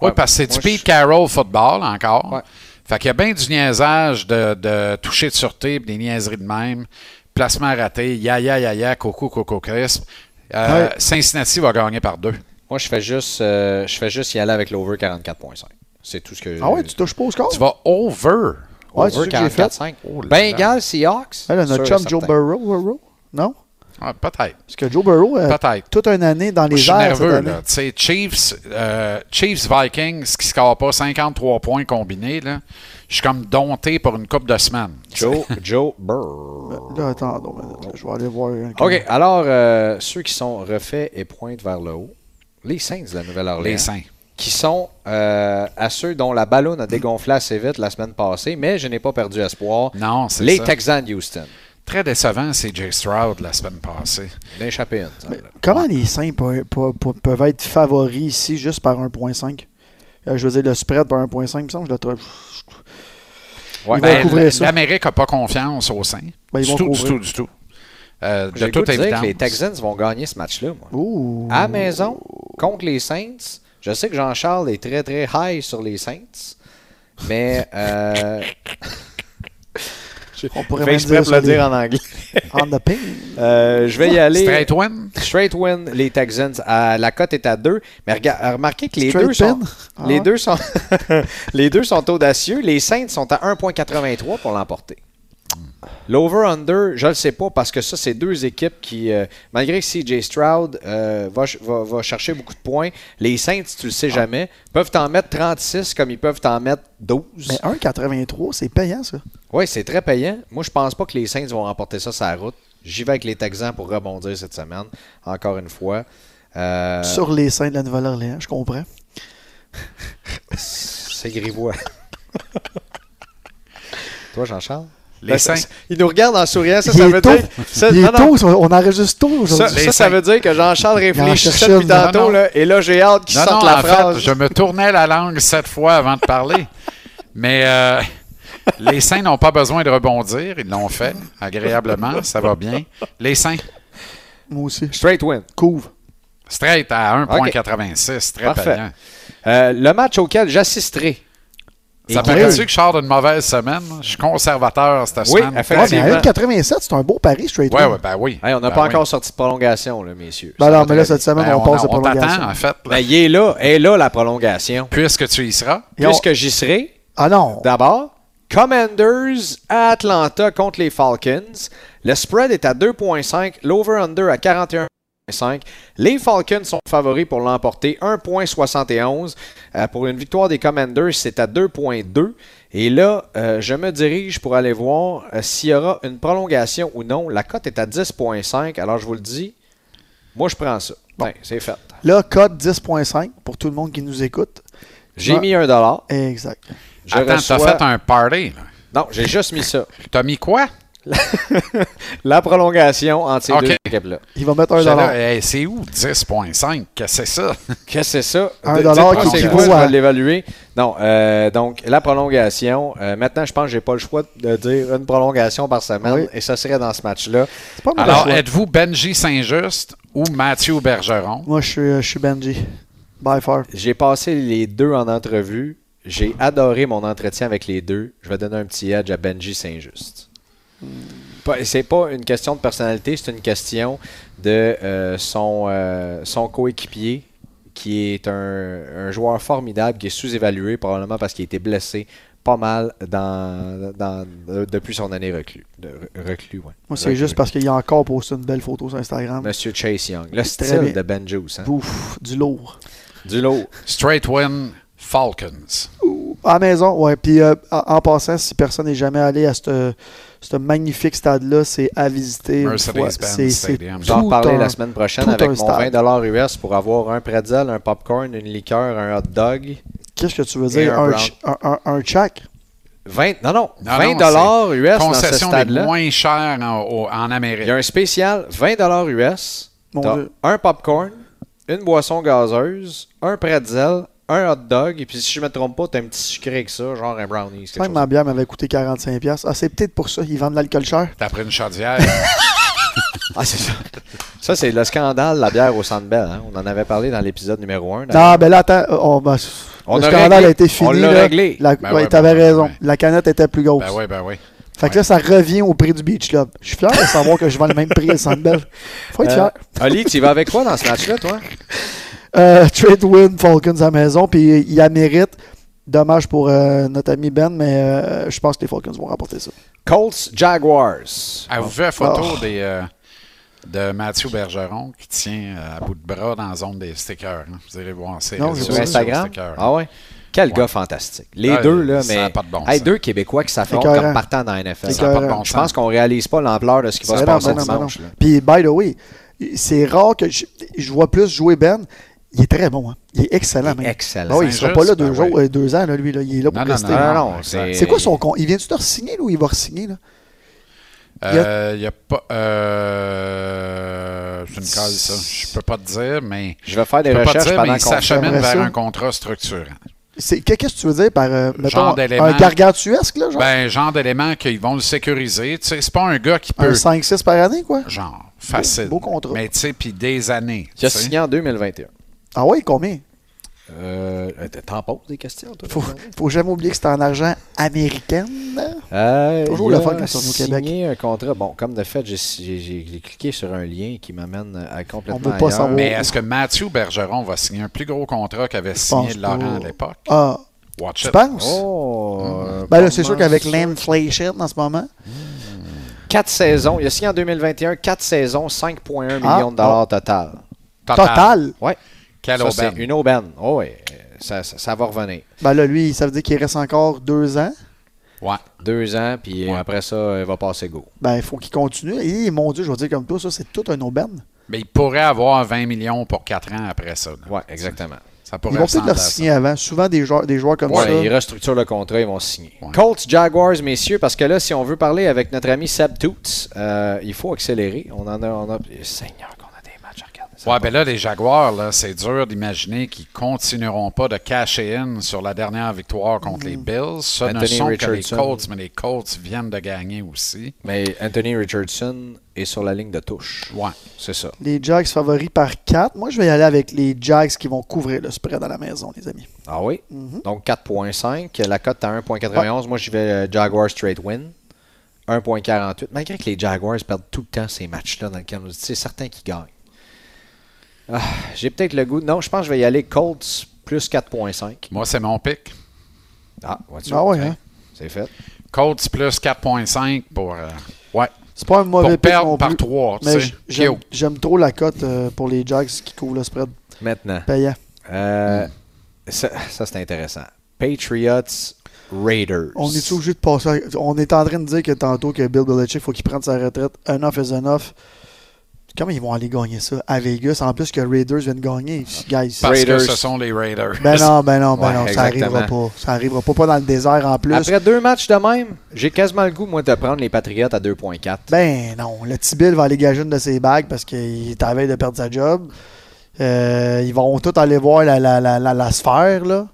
[SPEAKER 5] Oui,
[SPEAKER 3] Ouais,
[SPEAKER 5] parce que c'est du
[SPEAKER 3] moi,
[SPEAKER 5] Pete
[SPEAKER 3] je-
[SPEAKER 5] Carroll football encore.
[SPEAKER 3] Ouais.
[SPEAKER 5] Fait qu'il y a bien du niaisage de, de toucher de sûreté, pis des niaiseries de même. Placement raté, ya ya ya ya, coco coco crisp. Euh,
[SPEAKER 4] Ouais.
[SPEAKER 5] Cincinnati va gagner par deux.
[SPEAKER 3] Moi, je fais juste, euh, je fais juste y aller avec l'over 44.5. C'est tout ce que
[SPEAKER 4] Ah ouais, tu touches pas au score?
[SPEAKER 5] Tu vas over.
[SPEAKER 4] Ouais, c'est
[SPEAKER 3] Euh, over
[SPEAKER 4] ce que j'ai fait.
[SPEAKER 3] 44.5.
[SPEAKER 5] Oh là
[SPEAKER 3] Bengals, Seahawks.
[SPEAKER 4] Là,
[SPEAKER 3] sûr
[SPEAKER 4] notre
[SPEAKER 3] et
[SPEAKER 4] chum
[SPEAKER 3] certain.
[SPEAKER 4] Joe Burrow, Burrow? Non?
[SPEAKER 5] Ah, Peut-être.
[SPEAKER 4] Parce que Joe Burrow, euh,
[SPEAKER 5] Peut-être.
[SPEAKER 4] toute une année dans
[SPEAKER 5] Je
[SPEAKER 4] les
[SPEAKER 5] suis
[SPEAKER 4] airs cette
[SPEAKER 5] nerveux,
[SPEAKER 4] année.
[SPEAKER 5] là. Tu sais, Chiefs, euh, Chiefs Vikings qui ne score pas 53 points combinés, là. Je suis comme dompté pour une coupe de semaines.
[SPEAKER 3] Joe, Joe Burrow.
[SPEAKER 4] Là, attends, non, mais là, je vais aller voir. un-
[SPEAKER 3] OK, alors, euh, ceux qui sont refaits et pointent vers le haut, les Saints de la Nouvelle-Orléans,
[SPEAKER 5] Les Saints.
[SPEAKER 3] qui sont euh, à ceux dont la ballonne a dégonflé assez vite la semaine passée, mais je n'ai pas perdu espoir.
[SPEAKER 5] Non, c'est
[SPEAKER 3] Les
[SPEAKER 5] ça.
[SPEAKER 3] Texans de Houston.
[SPEAKER 5] Très décevant, c'est Jay Stroud la semaine passée.
[SPEAKER 3] L'échappée une. ça, là.
[SPEAKER 4] Comment les Saints pe- pe- pe- peuvent être favoris ici juste par 1,5 Euh, Je veux dire, le spread par 1,5, il me semble, je le trouve.
[SPEAKER 3] Ouais,
[SPEAKER 4] Ils vont
[SPEAKER 5] Ben,
[SPEAKER 4] couvrir ça.
[SPEAKER 5] L'Amérique n'a pas confiance aux Saints.
[SPEAKER 4] Ben, ils
[SPEAKER 5] du,
[SPEAKER 4] vont
[SPEAKER 5] tout, du
[SPEAKER 4] couvrir.
[SPEAKER 5] tout, du tout. Euh,
[SPEAKER 3] J'ai
[SPEAKER 5] de
[SPEAKER 3] le goût
[SPEAKER 5] toute
[SPEAKER 3] de dire
[SPEAKER 5] évidence.
[SPEAKER 3] que les Texans vont gagner ce match-là, moi.
[SPEAKER 4] Ouh.
[SPEAKER 3] À maison, contre les Saints, je sais que Jean-Charles est très, très high sur les Saints, mais euh,
[SPEAKER 4] On pourrait
[SPEAKER 3] Fait
[SPEAKER 4] même
[SPEAKER 3] exprès
[SPEAKER 4] dire
[SPEAKER 3] pour le
[SPEAKER 4] ça,
[SPEAKER 3] dire
[SPEAKER 4] les-
[SPEAKER 3] en anglais.
[SPEAKER 4] on the pin.
[SPEAKER 3] Euh, je vais y aller.
[SPEAKER 5] Straight win?
[SPEAKER 3] Straight win, les Texans. à- la cote est à 2. Mais rega- remarquez que les
[SPEAKER 4] Straight
[SPEAKER 3] deux sont.
[SPEAKER 4] pin? Ah
[SPEAKER 3] Les,
[SPEAKER 4] ouais.
[SPEAKER 3] deux sont les deux sont audacieux. Les Saints sont à 1,83 pour l'emporter. L'over-under, je le sais pas parce que ça, c'est deux équipes qui, euh, malgré que CJ Stroud euh, va, ch- va- va chercher beaucoup de points, les Saints, tu le
[SPEAKER 4] Ah.
[SPEAKER 3] sais jamais, peuvent t'en mettre 36 comme ils peuvent t'en mettre 12.
[SPEAKER 4] Mais 1,83, c'est payant, ça.
[SPEAKER 3] Oui, c'est très payant. Moi, je pense pas que les Saints vont remporter ça sur la route. J'y vais avec les Texans pour rebondir cette semaine, encore une fois. Euh,
[SPEAKER 4] Sur les seins de la Nouvelle-Orléans, je comprends.
[SPEAKER 3] c'est grivois. Toi, Jean-Charles?
[SPEAKER 5] Les
[SPEAKER 3] Ben, ça-
[SPEAKER 5] Saints.
[SPEAKER 3] Il nous regarde en souriant. Ça,
[SPEAKER 4] Il
[SPEAKER 3] ça
[SPEAKER 4] est
[SPEAKER 3] veut
[SPEAKER 4] tôt.
[SPEAKER 3] dire... ça-
[SPEAKER 4] Il est
[SPEAKER 3] non, non,
[SPEAKER 4] tôt, ça- on enregistre tôt
[SPEAKER 3] ça,
[SPEAKER 4] aujourd'hui.
[SPEAKER 5] Les
[SPEAKER 3] ça, ça
[SPEAKER 5] Saints.
[SPEAKER 3] veut dire que Jean-Charles
[SPEAKER 4] en
[SPEAKER 3] réfléchit
[SPEAKER 4] cherchait
[SPEAKER 3] ça depuis
[SPEAKER 4] une. Non,
[SPEAKER 3] tantôt,
[SPEAKER 5] non.
[SPEAKER 3] là, et là, j'ai hâte qu'il
[SPEAKER 5] Non,
[SPEAKER 3] sorte
[SPEAKER 5] non,
[SPEAKER 3] la
[SPEAKER 5] en
[SPEAKER 3] phrase.
[SPEAKER 5] fait, je me tournais la langue sept fois avant de parler. Mais euh, les Saints n'ont pas besoin de rebondir. Ils l'ont fait agréablement. Ça va bien. Les Saints,
[SPEAKER 4] Moi aussi. Je
[SPEAKER 3] Straight win.
[SPEAKER 4] couvre.
[SPEAKER 5] straight à 1,86. Très
[SPEAKER 3] Parfait.
[SPEAKER 5] payant.
[SPEAKER 3] Euh, le match auquel j'assisterai.
[SPEAKER 5] Ça
[SPEAKER 3] Et-
[SPEAKER 5] paraît-tu que je sors d'une mauvaise semaine? Je suis conservateur cette
[SPEAKER 3] Oui,
[SPEAKER 5] semaine.
[SPEAKER 3] effectivement.
[SPEAKER 4] Ouais, mais à 1,87, c'est un beau pari, straight
[SPEAKER 5] Ouais,
[SPEAKER 4] win.
[SPEAKER 5] ouais, ben oui.
[SPEAKER 3] Hey, on n'a
[SPEAKER 5] Ben
[SPEAKER 3] pas
[SPEAKER 5] oui.
[SPEAKER 3] encore sorti de prolongation, là, messieurs.
[SPEAKER 4] Ben
[SPEAKER 3] Ça
[SPEAKER 4] non,
[SPEAKER 3] va
[SPEAKER 4] mais là,
[SPEAKER 3] très
[SPEAKER 4] cette semaine,
[SPEAKER 5] Ben,
[SPEAKER 4] on passe à
[SPEAKER 5] on
[SPEAKER 4] prolongation.
[SPEAKER 5] t'attend, en fait. là.
[SPEAKER 3] Ben, il est là, est là la prolongation.
[SPEAKER 5] Puisque tu y seras.
[SPEAKER 4] Et on-
[SPEAKER 3] Puisque j'y serai,
[SPEAKER 4] Ah non.
[SPEAKER 3] d'abord, Commanders à Atlanta contre les Falcons. Le spread est à 2,5, l'over-under à 41,5. Les Falcons sont favoris pour l'emporter, 1,71. Euh, pour une victoire des Commanders, c'est à 2,2. Et là, euh, je me dirige pour aller voir euh, s'il y aura une prolongation ou non. La cote est à 10,5. Alors, je vous le dis, moi, je prends ça. Ben, c'est fait.
[SPEAKER 4] Là, code 10.5 pour tout le monde qui nous écoute.
[SPEAKER 3] J'ai
[SPEAKER 4] Ouais.
[SPEAKER 3] mis un dollar.
[SPEAKER 4] Exact.
[SPEAKER 3] Je
[SPEAKER 5] Bah, Attends,
[SPEAKER 3] reçois-
[SPEAKER 5] t'as fait un party. là.
[SPEAKER 3] Non, j'ai juste mis ça.
[SPEAKER 5] T'as mis quoi?
[SPEAKER 3] La prolongation entre ces
[SPEAKER 5] Ok.
[SPEAKER 3] deux équipes-là.
[SPEAKER 4] Il va mettre un
[SPEAKER 5] J'étais là,
[SPEAKER 4] dollar.
[SPEAKER 5] Hey, c'est où 10,5? Qu'est-ce que c'est ça?
[SPEAKER 3] Qu'est-ce que c'est ça?
[SPEAKER 4] Un
[SPEAKER 3] D-
[SPEAKER 4] dollar
[SPEAKER 3] dites-moi
[SPEAKER 5] qui
[SPEAKER 3] c'est
[SPEAKER 5] équivaut
[SPEAKER 3] quoi, je vais
[SPEAKER 4] à-
[SPEAKER 3] l'évaluer. Non, euh, donc la prolongation. euh, maintenant, je pense que j'ai pas le choix de dire une prolongation par semaine
[SPEAKER 4] Oui.
[SPEAKER 3] et ça serait dans ce match-là.
[SPEAKER 4] C'est pas mal.
[SPEAKER 5] Alors,
[SPEAKER 4] Ouais.
[SPEAKER 5] êtes-vous Benji Saint-Just ou Mathieu Bergeron?
[SPEAKER 4] Moi, je suis, je suis Benji. By far.
[SPEAKER 3] J'ai passé les deux en entrevue. J'ai adoré mon entretien avec les deux. Je vais donner un petit edge à Benji Saint-Just.
[SPEAKER 4] Hmm.
[SPEAKER 3] Pas- C'est pas une question de personnalité, c'est une question de euh, son, euh, son coéquipier qui est un, un joueur formidable, qui est sous-évalué probablement parce qu'il a été blessé pas mal dans, dans- de- depuis son année reclue. De- re- reclue, ouais.
[SPEAKER 4] Moi, c'est
[SPEAKER 3] Reclue.
[SPEAKER 4] juste parce qu'il a encore posté une belle photo sur Instagram.
[SPEAKER 3] Monsieur Chase Young. Le
[SPEAKER 4] Très
[SPEAKER 3] style
[SPEAKER 4] bien.
[SPEAKER 3] de Ben Juice. hein.
[SPEAKER 4] Pouf, du lourd.
[SPEAKER 3] Du lot.
[SPEAKER 5] Straight win Falcons.
[SPEAKER 4] À la maison, ouais. Puis euh, en en passant, si personne n'est jamais allé à ce ce magnifique stade-là, c'est à visiter. une fois.
[SPEAKER 5] Mercedes-Benz
[SPEAKER 4] C'est c'est
[SPEAKER 5] Stadium.
[SPEAKER 3] Je vais en
[SPEAKER 4] tout
[SPEAKER 3] reparler
[SPEAKER 4] un-
[SPEAKER 3] la semaine prochaine
[SPEAKER 4] tout
[SPEAKER 3] avec
[SPEAKER 4] un
[SPEAKER 3] mon
[SPEAKER 4] stade.
[SPEAKER 3] 20$ US pour avoir un pretzel, un popcorn, une liqueur, un hot dog.
[SPEAKER 4] Qu'est-ce que tu veux
[SPEAKER 3] Et
[SPEAKER 4] dire?
[SPEAKER 3] un
[SPEAKER 4] Un,
[SPEAKER 3] brown.
[SPEAKER 4] ch- un, un, un check?
[SPEAKER 3] 20, non, non,
[SPEAKER 5] Non,
[SPEAKER 3] 20$
[SPEAKER 5] non,
[SPEAKER 3] dollars US dans ce
[SPEAKER 5] Concession les
[SPEAKER 3] stade-là.
[SPEAKER 5] moins chères en, au- en
[SPEAKER 3] Il y a
[SPEAKER 5] Amérique.
[SPEAKER 3] un spécial, 20$ US.
[SPEAKER 4] Mon
[SPEAKER 3] T'as
[SPEAKER 4] Dieu.
[SPEAKER 3] un popcorn, une boisson gazeuse, un pretzel, un hot dog. Et puis si je me trompe pas, t'as un petit sucré que ça, genre un brownie. quelque
[SPEAKER 4] Cinq
[SPEAKER 3] chose.
[SPEAKER 4] ma bière m'avait coûté 45$. piastres. Ah, c'est peut-être pour ça. Ils vendent de l'alcool cher.
[SPEAKER 5] T'as pris une chaudière.
[SPEAKER 3] Ah, c'est ça. Ça, c'est le scandale, la bière au Centre Bell. hein. On en avait parlé dans l'épisode numéro 1.
[SPEAKER 4] Non, ben là, attends. euh, On, ben,
[SPEAKER 3] On
[SPEAKER 4] le
[SPEAKER 3] a
[SPEAKER 4] scandale
[SPEAKER 3] réglé.
[SPEAKER 4] a été
[SPEAKER 3] On
[SPEAKER 4] fini.
[SPEAKER 3] l'a
[SPEAKER 4] là.
[SPEAKER 3] réglé.
[SPEAKER 4] La-
[SPEAKER 5] Ben
[SPEAKER 4] ouais,
[SPEAKER 5] ouais,
[SPEAKER 4] t'avais
[SPEAKER 5] ben ouais,
[SPEAKER 4] raison.
[SPEAKER 5] ouais.
[SPEAKER 4] La canette était plus grosse.
[SPEAKER 5] ben oui, ben oui.
[SPEAKER 4] Fait que là, ça revient au prix du Beach Club. Je suis fier de savoir que je vends le même prix à Sandbell. Faut être fier.
[SPEAKER 3] Oli, Euh, tu y vas avec quoi dans ce match-là, toi?
[SPEAKER 4] Euh, trade win Falcons à la maison, puis il la mérite. Dommage pour euh, notre ami Ben, mais euh, je pense que les Falcons vont remporter ça.
[SPEAKER 3] Colts Jaguars.
[SPEAKER 5] Avez-vous vu la photo
[SPEAKER 4] Oh.
[SPEAKER 5] des, euh, de Mathieu Bergeron qui tient euh, à bout de bras dans la zone des stickers? hein? Vous irez voir ses
[SPEAKER 4] Non,
[SPEAKER 5] réseaux
[SPEAKER 4] j'ai
[SPEAKER 3] sur
[SPEAKER 4] Ouais,
[SPEAKER 5] sociaux,
[SPEAKER 3] Instagram.
[SPEAKER 5] stickers.
[SPEAKER 3] Ah ouais. Quel
[SPEAKER 5] Ouais.
[SPEAKER 3] gars fantastique. Les
[SPEAKER 5] Ah,
[SPEAKER 3] deux, là,
[SPEAKER 5] ça
[SPEAKER 3] mais.
[SPEAKER 5] a pas de bon
[SPEAKER 3] hey,
[SPEAKER 5] sens.
[SPEAKER 3] deux Québécois qui s'affrontent
[SPEAKER 4] Écœurant.
[SPEAKER 3] comme partant dans la NFL.
[SPEAKER 5] Ça n'a pas de bon
[SPEAKER 4] Écœurant.
[SPEAKER 5] sens.
[SPEAKER 3] Je pense qu'on réalise pas l'ampleur de ce qui va se
[SPEAKER 4] C'est
[SPEAKER 3] passer
[SPEAKER 4] non, non, non,
[SPEAKER 3] dimanche.
[SPEAKER 4] non.
[SPEAKER 3] là.
[SPEAKER 4] Puis, by the way, c'est rare que je, je vois plus jouer Ben. Il est très bon. hein. Il est excellent.
[SPEAKER 3] Il est
[SPEAKER 4] même.
[SPEAKER 3] excellent.
[SPEAKER 4] Ah oui, il ne sera
[SPEAKER 5] Saint-Just,
[SPEAKER 4] pas là deux,
[SPEAKER 5] ben
[SPEAKER 4] jours,
[SPEAKER 5] oui.
[SPEAKER 4] euh, deux ans, là, lui. Là. Il est là pour
[SPEAKER 5] Non, non,
[SPEAKER 4] rester.
[SPEAKER 3] Non, non, non,
[SPEAKER 5] Exact.
[SPEAKER 4] C'est quoi son con Il vient-tu de re-signer, là, ou il va re-signer, là
[SPEAKER 5] Euh, Il y a pas. euh, c'est une case, ça. Je peux pas te dire, mais.
[SPEAKER 3] Je vais faire des
[SPEAKER 5] Je peux pas te
[SPEAKER 3] recherches
[SPEAKER 5] dire,
[SPEAKER 3] pendant
[SPEAKER 5] mais
[SPEAKER 3] qu'on
[SPEAKER 5] il s'achemine
[SPEAKER 4] ferme
[SPEAKER 5] vers
[SPEAKER 4] ça.
[SPEAKER 5] un contrat structurant.
[SPEAKER 4] C'est- que- Qu'est-ce que tu veux dire par, euh, mettons,
[SPEAKER 5] Genre d'élément.
[SPEAKER 4] un gargantuesque, là, genre
[SPEAKER 5] Ben, genre d'éléments qu'ils vont le sécuriser. Tu sais, c'est pas un gars qui
[SPEAKER 4] Un
[SPEAKER 5] peut.
[SPEAKER 4] 5-6 par année, quoi
[SPEAKER 5] Genre, facile.
[SPEAKER 4] beau contrat.
[SPEAKER 5] Mais tu sais, puis des années.
[SPEAKER 3] Il a
[SPEAKER 5] tu sais.
[SPEAKER 3] signé en 2021.
[SPEAKER 4] Ah ouais, combien
[SPEAKER 5] Euh,
[SPEAKER 3] T'en poses des questions, toi?
[SPEAKER 4] Faut, faut jamais oublier que c'est en argent américain.
[SPEAKER 3] Euh,
[SPEAKER 4] Toujours
[SPEAKER 3] il
[SPEAKER 4] le
[SPEAKER 3] a
[SPEAKER 4] fun quand c'est au Québec.
[SPEAKER 3] signé un contrat. Bon, comme de fait, j'ai- j'ai j'ai cliqué sur un lien qui m'amène à complètement
[SPEAKER 4] On veut pas
[SPEAKER 3] ailleurs.
[SPEAKER 4] savoir.
[SPEAKER 5] mais est-ce que Mathieu Bergeron va signer un plus gros contrat qu'avait signé
[SPEAKER 4] pense
[SPEAKER 5] Laurent à
[SPEAKER 4] pas.
[SPEAKER 5] l'époque?
[SPEAKER 4] Ah,
[SPEAKER 5] Watch
[SPEAKER 4] tu
[SPEAKER 5] it.
[SPEAKER 4] penses?
[SPEAKER 3] Oh, euh,
[SPEAKER 4] Ben là,
[SPEAKER 3] pas
[SPEAKER 4] c'est sûr
[SPEAKER 3] mal
[SPEAKER 4] qu'avec
[SPEAKER 3] sûr.
[SPEAKER 4] l'inflation en ce moment,
[SPEAKER 3] Quatre saisons. Il a signé en 2021, quatre saisons, 5,1
[SPEAKER 4] Ah,
[SPEAKER 3] millions de dollars total.
[SPEAKER 4] total,
[SPEAKER 3] Ouais.
[SPEAKER 5] Quelle
[SPEAKER 3] Ça, c'est
[SPEAKER 5] aubaine.
[SPEAKER 3] une aubaine. Oh, ouais. Ça, ça- ça va revenir.
[SPEAKER 4] ben là, lui, ça veut dire qu'il reste encore deux ans.
[SPEAKER 5] Ouais.
[SPEAKER 3] Deux ans, puis
[SPEAKER 5] Ouais.
[SPEAKER 3] après ça, il va passer go.
[SPEAKER 4] Ben, il faut qu'il continue. Et mon Dieu, je vais dire comme toi, ça, c'est tout un aubaine.
[SPEAKER 5] Mais il pourrait avoir 20 millions pour 4 ans après ça. là.
[SPEAKER 3] Ouais, exactement.
[SPEAKER 5] Ça pourrait
[SPEAKER 4] Ils vont peut-être
[SPEAKER 5] ressembler à
[SPEAKER 4] leur
[SPEAKER 5] ça.
[SPEAKER 4] signer avant. Souvent, des joueurs, des joueurs comme
[SPEAKER 3] Ouais,
[SPEAKER 4] ça.
[SPEAKER 3] ils restructurent le contrat, ils vont signer.
[SPEAKER 5] Ouais.
[SPEAKER 3] Colts, Jaguars, messieurs, parce que là, si on veut parler avec notre ami Seb Toots, euh, il faut accélérer. On en a. On a... Seigneur, qu'on a des matchs à regarder. Ça
[SPEAKER 5] Ouais,
[SPEAKER 3] va.
[SPEAKER 5] ben là, les Jaguars, là, c'est dur d'imaginer qu'ils continueront pas de cacher in sur la dernière victoire contre les Bills. Ce ne
[SPEAKER 3] Anthony
[SPEAKER 5] sont
[SPEAKER 3] Richardson.
[SPEAKER 5] que les Colts, mais les Colts viennent de gagner aussi.
[SPEAKER 3] Mais Anthony Richardson est sur la ligne de touche.
[SPEAKER 5] Ouais.
[SPEAKER 3] C'est ça.
[SPEAKER 4] Les Jags favoris par 4. Moi, je vais y aller avec les Jags qui vont couvrir le spread à la maison, les amis.
[SPEAKER 3] Ah oui?
[SPEAKER 4] Mhm.
[SPEAKER 3] Donc 4.5. La cote à 1.91. Moi, j'y vais euh, Jaguars straight win. 1.48. Malgré que les Jaguars perdent tout le temps ces matchs-là dans lesquels on dit, c'est certain qu'ils gagnent. Ah, J'ai peut-être le goût. Non, je pense que je vais y aller Colts plus 4.5.
[SPEAKER 5] Moi, c'est mon pic.
[SPEAKER 3] Ah, vois-tu?
[SPEAKER 4] Ah ouais, hein?
[SPEAKER 3] C'est fait.
[SPEAKER 5] Colts plus 4.5 pour. euh, ouais.
[SPEAKER 4] C'est pas un mauvais
[SPEAKER 5] Pour
[SPEAKER 4] pick
[SPEAKER 5] perdre
[SPEAKER 4] non
[SPEAKER 5] par
[SPEAKER 4] plus,
[SPEAKER 5] trois, tu
[SPEAKER 4] mais
[SPEAKER 5] sais.
[SPEAKER 4] j- j'aime-
[SPEAKER 5] Kyo.
[SPEAKER 4] J'aime trop la cote euh, pour les Jags qui couvrent le spread
[SPEAKER 3] Maintenant,
[SPEAKER 4] payant.
[SPEAKER 3] euh, ça, ça, c'est intéressant. Patriots, Raiders.
[SPEAKER 4] On est obligé de passer. à- On est en train de dire que tantôt que Bill Belichick faut qu'il prenne sa retraite. Enough is enough. Comment ils vont aller gagner ça à Vegas En plus que Raiders viennent gagner, guys.
[SPEAKER 5] Parce
[SPEAKER 3] Raiders.
[SPEAKER 5] que ce sont les Raiders.
[SPEAKER 4] Ben non, ben non, ben
[SPEAKER 3] Ouais,
[SPEAKER 4] non, ça arrivera
[SPEAKER 3] exactement.
[SPEAKER 4] pas. Ça arrivera pas, pas dans le désert en plus.
[SPEAKER 3] Après deux matchs de même, j'ai quasiment le goût, moi, de prendre les Patriots à 2.4.
[SPEAKER 4] Ben non, le petit Bill va aller gager une de ses bagues parce qu'il est à la veille de perdre sa job. Euh, ils vont tous aller voir la, la, la, la, la sphère, là.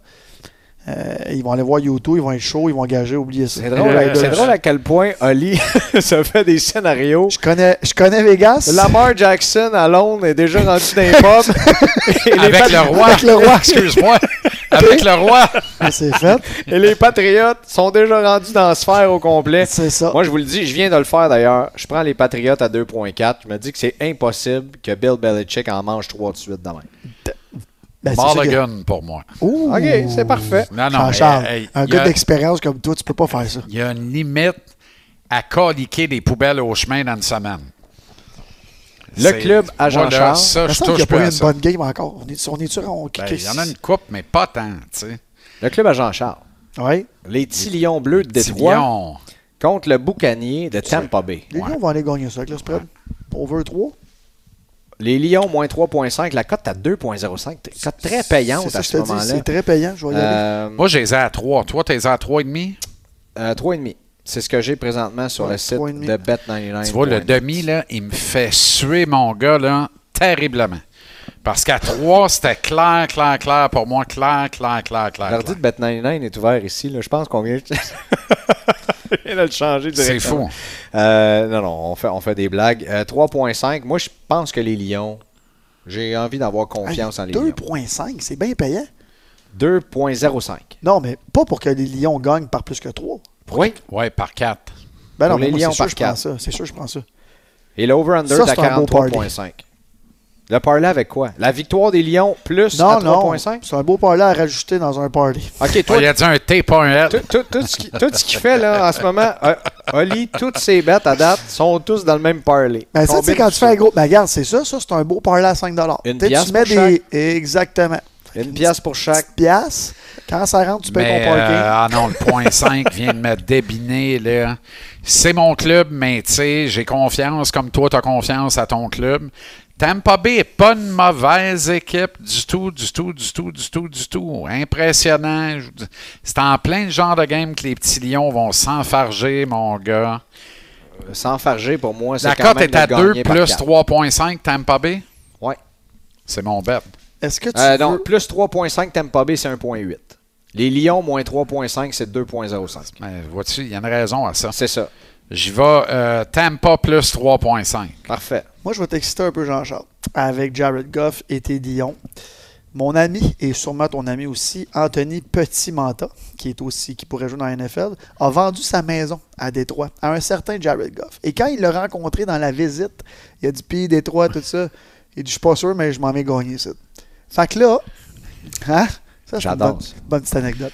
[SPEAKER 4] Euh, ils vont aller voir YouTube, ils vont être chauds, ils vont gager, oubliez ça.
[SPEAKER 3] C'est drôle,
[SPEAKER 5] Euh,
[SPEAKER 3] c'est
[SPEAKER 5] euh,
[SPEAKER 3] drôle à quel point Oli se fait des scénarios.
[SPEAKER 4] Je connais, je connais Vegas.
[SPEAKER 3] Lamar Jackson à Londres est déjà rendu dans les pubs. Et les
[SPEAKER 5] Avec
[SPEAKER 3] Pat-
[SPEAKER 5] le roi.
[SPEAKER 4] Avec le roi. Ben,
[SPEAKER 5] Excuse-moi. Avec le roi.
[SPEAKER 4] Mais C'est fait,
[SPEAKER 3] Et les Patriotes sont déjà rendus dans la sphère au complet.
[SPEAKER 4] c'est ça.
[SPEAKER 3] Moi, je vous le dis, je viens de le faire d'ailleurs. Je prends les Patriotes à 2.4. Je me dis que c'est impossible que Bill Belichick en mange 3 de suite demain.
[SPEAKER 4] Ben, c'est ça que-
[SPEAKER 5] Mulligan pour moi.
[SPEAKER 4] Ouh.
[SPEAKER 3] OK, c'est parfait.
[SPEAKER 5] Non, non. mais,
[SPEAKER 4] Jean-Charles,
[SPEAKER 5] hey,
[SPEAKER 4] un
[SPEAKER 5] il y
[SPEAKER 4] gars
[SPEAKER 5] a-
[SPEAKER 4] d'expérience comme toi, tu peux pas faire ça.
[SPEAKER 5] Il y a une limite à caliquer des poubelles au chemin dans une semaine.
[SPEAKER 3] Le
[SPEAKER 5] C'est-
[SPEAKER 3] club
[SPEAKER 5] moi, là,
[SPEAKER 3] à Jean-Charles.
[SPEAKER 5] Ça,
[SPEAKER 4] Il me
[SPEAKER 5] je
[SPEAKER 4] semble qu'il n'y
[SPEAKER 5] touche
[SPEAKER 4] a pas
[SPEAKER 5] pas
[SPEAKER 4] eu
[SPEAKER 5] à
[SPEAKER 4] une
[SPEAKER 5] ça.
[SPEAKER 4] bonne game encore. On est, on est sûr on
[SPEAKER 5] Ben, Il y en a une coupe, mais pas tant. tu sais.
[SPEAKER 3] Le club à Jean-Charles.
[SPEAKER 4] Ouais.
[SPEAKER 3] Les petits lions bleus de
[SPEAKER 5] Petit
[SPEAKER 3] Détroit
[SPEAKER 5] lion.
[SPEAKER 3] contre le boucanier de Tampa Bay.
[SPEAKER 4] Les gars vont aller gagner ça avec le spread. Over 3.
[SPEAKER 3] Les Lions, moins 3,5. La cote à 2,05. T- Cote très
[SPEAKER 4] C'est
[SPEAKER 3] payante
[SPEAKER 4] ça
[SPEAKER 3] à
[SPEAKER 4] que je
[SPEAKER 3] ce
[SPEAKER 4] te dis,
[SPEAKER 3] moment-là.
[SPEAKER 4] C'est très payant, je vais y aller.
[SPEAKER 3] Euh,
[SPEAKER 5] Moi, j'ai les ai à 3. Toi, t'es à 3,5.
[SPEAKER 3] euh, 3,5. C'est ce que j'ai présentement sur
[SPEAKER 4] Ouais,
[SPEAKER 3] le site
[SPEAKER 4] 3,5.
[SPEAKER 3] de Bet99.
[SPEAKER 5] Tu vois, le demi, là, il me fait suer mon gars, là, terriblement. Parce qu'à 3, c'était clair, clair, clair pour moi. Clair, clair, clair, clair.
[SPEAKER 3] L'ordi
[SPEAKER 5] clair.
[SPEAKER 3] de Bet99 est ouvert ici. là. Je pense qu'on vient... Je viens de le changer
[SPEAKER 5] C'est
[SPEAKER 3] directement.
[SPEAKER 5] fou.
[SPEAKER 3] Euh, non, non, on fait, on fait des blagues. Euh, 3,5. Moi, je pense que les Lions... J'ai envie d'avoir confiance en les Lions.
[SPEAKER 4] 2.5, c'est bien payant.
[SPEAKER 3] 2,05.
[SPEAKER 4] Non, mais pas pour que les Lions gagnent par plus que 3.
[SPEAKER 3] Oui.
[SPEAKER 5] Ouais, par 4.
[SPEAKER 4] Ben non,
[SPEAKER 3] Pour les
[SPEAKER 4] mais moi,
[SPEAKER 3] Lions
[SPEAKER 4] c'est sûr
[SPEAKER 3] par
[SPEAKER 4] que je prends
[SPEAKER 3] quatre.
[SPEAKER 4] ça. C'est sûr que je prends ça.
[SPEAKER 3] Et l'over-under
[SPEAKER 4] Ça,
[SPEAKER 3] est à
[SPEAKER 4] c'est un beau parlay.
[SPEAKER 3] 43,5. Le parlay avec quoi? La victoire des Lions plus à
[SPEAKER 4] Non, non.
[SPEAKER 3] 3,5?
[SPEAKER 4] C'est un beau parlay à rajouter dans un party.
[SPEAKER 3] OK, toi,
[SPEAKER 5] Ah, il a dit un T, pas un
[SPEAKER 3] tout,
[SPEAKER 5] L.
[SPEAKER 3] tout- tout ce qui- tout ce qu'il fait là, en ce moment, euh, Oli, toutes ses bêtes à date sont tous dans le même parlay.
[SPEAKER 4] Ben, ça, tu sais,
[SPEAKER 3] Combine
[SPEAKER 4] quand tu
[SPEAKER 3] tout
[SPEAKER 4] fais un
[SPEAKER 3] ça.
[SPEAKER 4] gros. Ben, regarde, c'est ça. Ça, c'est un beau parlay à 5
[SPEAKER 3] Une
[SPEAKER 4] Tu sais,
[SPEAKER 3] piastre
[SPEAKER 4] tu mets
[SPEAKER 3] pour
[SPEAKER 4] des. Exactement.
[SPEAKER 3] Une pièce pour chaque.
[SPEAKER 4] Petite piastre. Quand ça rentre, tu payes
[SPEAKER 5] Mais,
[SPEAKER 4] ton parking.
[SPEAKER 5] euh, ah non, le point 5 vient de me débiner, là. C'est mon club, mais tu sais, j'ai confiance, comme toi, tu as confiance à ton club. Tampa Bay n'est pas une mauvaise équipe du tout, du tout, du tout, du tout, du tout. Impressionnant. Je vous dis, C'est en plein genre de game que les petits lions vont s'enfarger, mon gars.
[SPEAKER 3] Sans farger pour moi, c'est
[SPEAKER 5] La
[SPEAKER 3] quand
[SPEAKER 5] cote
[SPEAKER 3] même
[SPEAKER 5] est à
[SPEAKER 3] de gagner
[SPEAKER 5] 2
[SPEAKER 3] par
[SPEAKER 5] plus
[SPEAKER 3] quatre.
[SPEAKER 5] 3.5 Tampa Bay.
[SPEAKER 3] Ouais.
[SPEAKER 5] C'est mon bet.
[SPEAKER 4] Est-ce que tu.
[SPEAKER 3] Euh, non,
[SPEAKER 4] veux-
[SPEAKER 3] plus 3.5, Tampa Bay, c'est 1.8. Les Lions, moins 3.5, c'est 2.05.
[SPEAKER 5] Mais vois-tu, il y a une raison à ça.
[SPEAKER 3] C'est ça.
[SPEAKER 5] J'y vais euh, Tampa plus 3.5.
[SPEAKER 3] Parfait.
[SPEAKER 4] Moi, je vais t'exciter un peu, Jean-Charles, avec Jared Goff et Teddy Dion. Mon ami, et sûrement ton ami aussi, Anthony Petit-Manta, qui est aussi, qui pourrait jouer dans la NFL, a vendu sa maison à Détroit à un certain Jared Goff. Et quand il l'a rencontré dans la visite, il a dit Puis Détroit, tout ça, il dit Je suis pas sûr, mais je m'en vais gagner ça. Fait que là, hein? Ça, c'est une
[SPEAKER 3] J'adore
[SPEAKER 4] bonne-
[SPEAKER 3] ça.
[SPEAKER 4] bonne petite anecdote.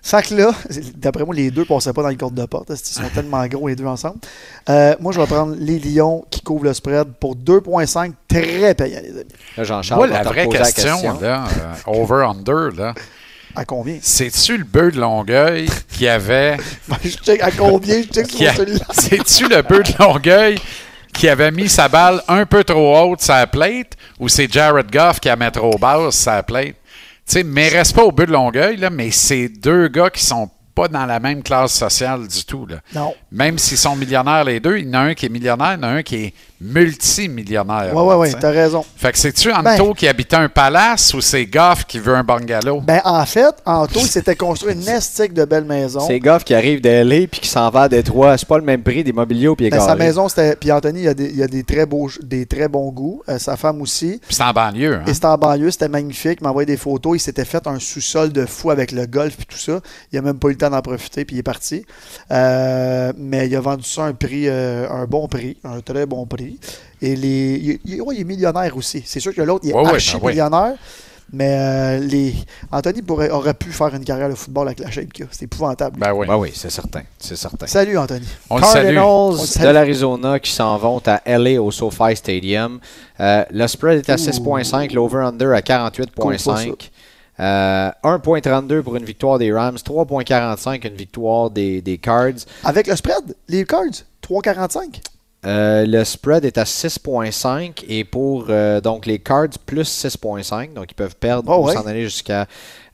[SPEAKER 4] Fait que là, d'après moi, les deux passaient pas dans les cordes de porte. parce qu'ils sont tellement gros, les deux ensemble. Euh, moi, je vais prendre les Lions qui couvrent le spread pour 2,5. Très payant, les amis.
[SPEAKER 3] Là, Jean-Charles,
[SPEAKER 5] Moi,
[SPEAKER 3] va
[SPEAKER 5] la
[SPEAKER 3] te
[SPEAKER 5] vraie
[SPEAKER 3] reposer la
[SPEAKER 5] question, là, euh, over-under, là,
[SPEAKER 4] À combien
[SPEAKER 5] c'est-tu le bœuf de Longueuil qui avait.
[SPEAKER 4] Ben, Je check à combien Je check
[SPEAKER 5] qui
[SPEAKER 4] sur
[SPEAKER 5] a-
[SPEAKER 4] celui-là.
[SPEAKER 5] C'est-tu le bœuf de Longueuil qui avait mis sa balle un peu trop haute sa plate ou c'est Jared Goff qui la met trop basse sa plate? Tu sais, mais reste pas au bœuf de Longueuil, là, mais c'est deux gars qui sont pas dans la même classe sociale du tout. Là.
[SPEAKER 4] Non.
[SPEAKER 5] Même s'ils sont millionnaires les deux, il y en a un qui est millionnaire, il y en a un qui est multimillionnaire.
[SPEAKER 4] Ouais, ouais,
[SPEAKER 5] là,
[SPEAKER 4] ouais,
[SPEAKER 5] tu sais.
[SPEAKER 4] t'as raison.
[SPEAKER 5] Fait que c'est-tu Anto qui habitait un palace ou c'est Goff qui veut un bungalow?
[SPEAKER 4] Ben, en fait, Anto, il s'était construit une estique de belle maison.
[SPEAKER 3] C'est Goff qui arrive d'L.A. puis qui s'en va à Détroit. C'est pas le même prix des mobiliaux puis il est
[SPEAKER 4] Ben, sa
[SPEAKER 3] carré.
[SPEAKER 4] maison, c'était. Puis Anthony, il a des, il a des très, beaux, des très bons goûts. Euh, sa femme aussi.
[SPEAKER 5] Puis c'est en banlieue. hein?
[SPEAKER 4] Et c'était en banlieue, c'était magnifique. Il m'a envoyé des photos. Il s'était fait un sous-sol de fou avec le golf et tout ça. Il a même pas eu le temps d'en profiter, puis il est parti. Euh, mais il a vendu ça à un prix, euh, un bon prix, un très bon prix. Et les, il, il- ouais, il est millionnaire aussi. C'est sûr que l'autre, il est
[SPEAKER 5] Ouais, ouais,
[SPEAKER 4] archi
[SPEAKER 5] ben ouais.
[SPEAKER 4] millionnaire. Mais euh, les Anthony pourrait, aurait pu faire une carrière de football avec la shape qu'il a. C'est épouvantable.
[SPEAKER 5] Ben oui.
[SPEAKER 3] Ben oui, c'est certain. C'est certain.
[SPEAKER 4] Salut Anthony.
[SPEAKER 5] On le salue.
[SPEAKER 3] Cardinals
[SPEAKER 4] On le salue.
[SPEAKER 3] de l'Arizona qui s'en vont à LA au SoFi Stadium. Euh, le spread est à 6.5, l'over-under à
[SPEAKER 4] Cool
[SPEAKER 3] 48.5. Euh, 1.32 pour une victoire des Rams, 3.45 une victoire des, des Cards.
[SPEAKER 4] Avec le spread, les Cards, 3,45.
[SPEAKER 3] Euh, le spread est à 6.5 et pour euh, donc les Cards plus 6.5, donc ils peuvent perdre
[SPEAKER 4] Oh,
[SPEAKER 3] ou
[SPEAKER 4] ouais.
[SPEAKER 3] s'en aller jusqu'à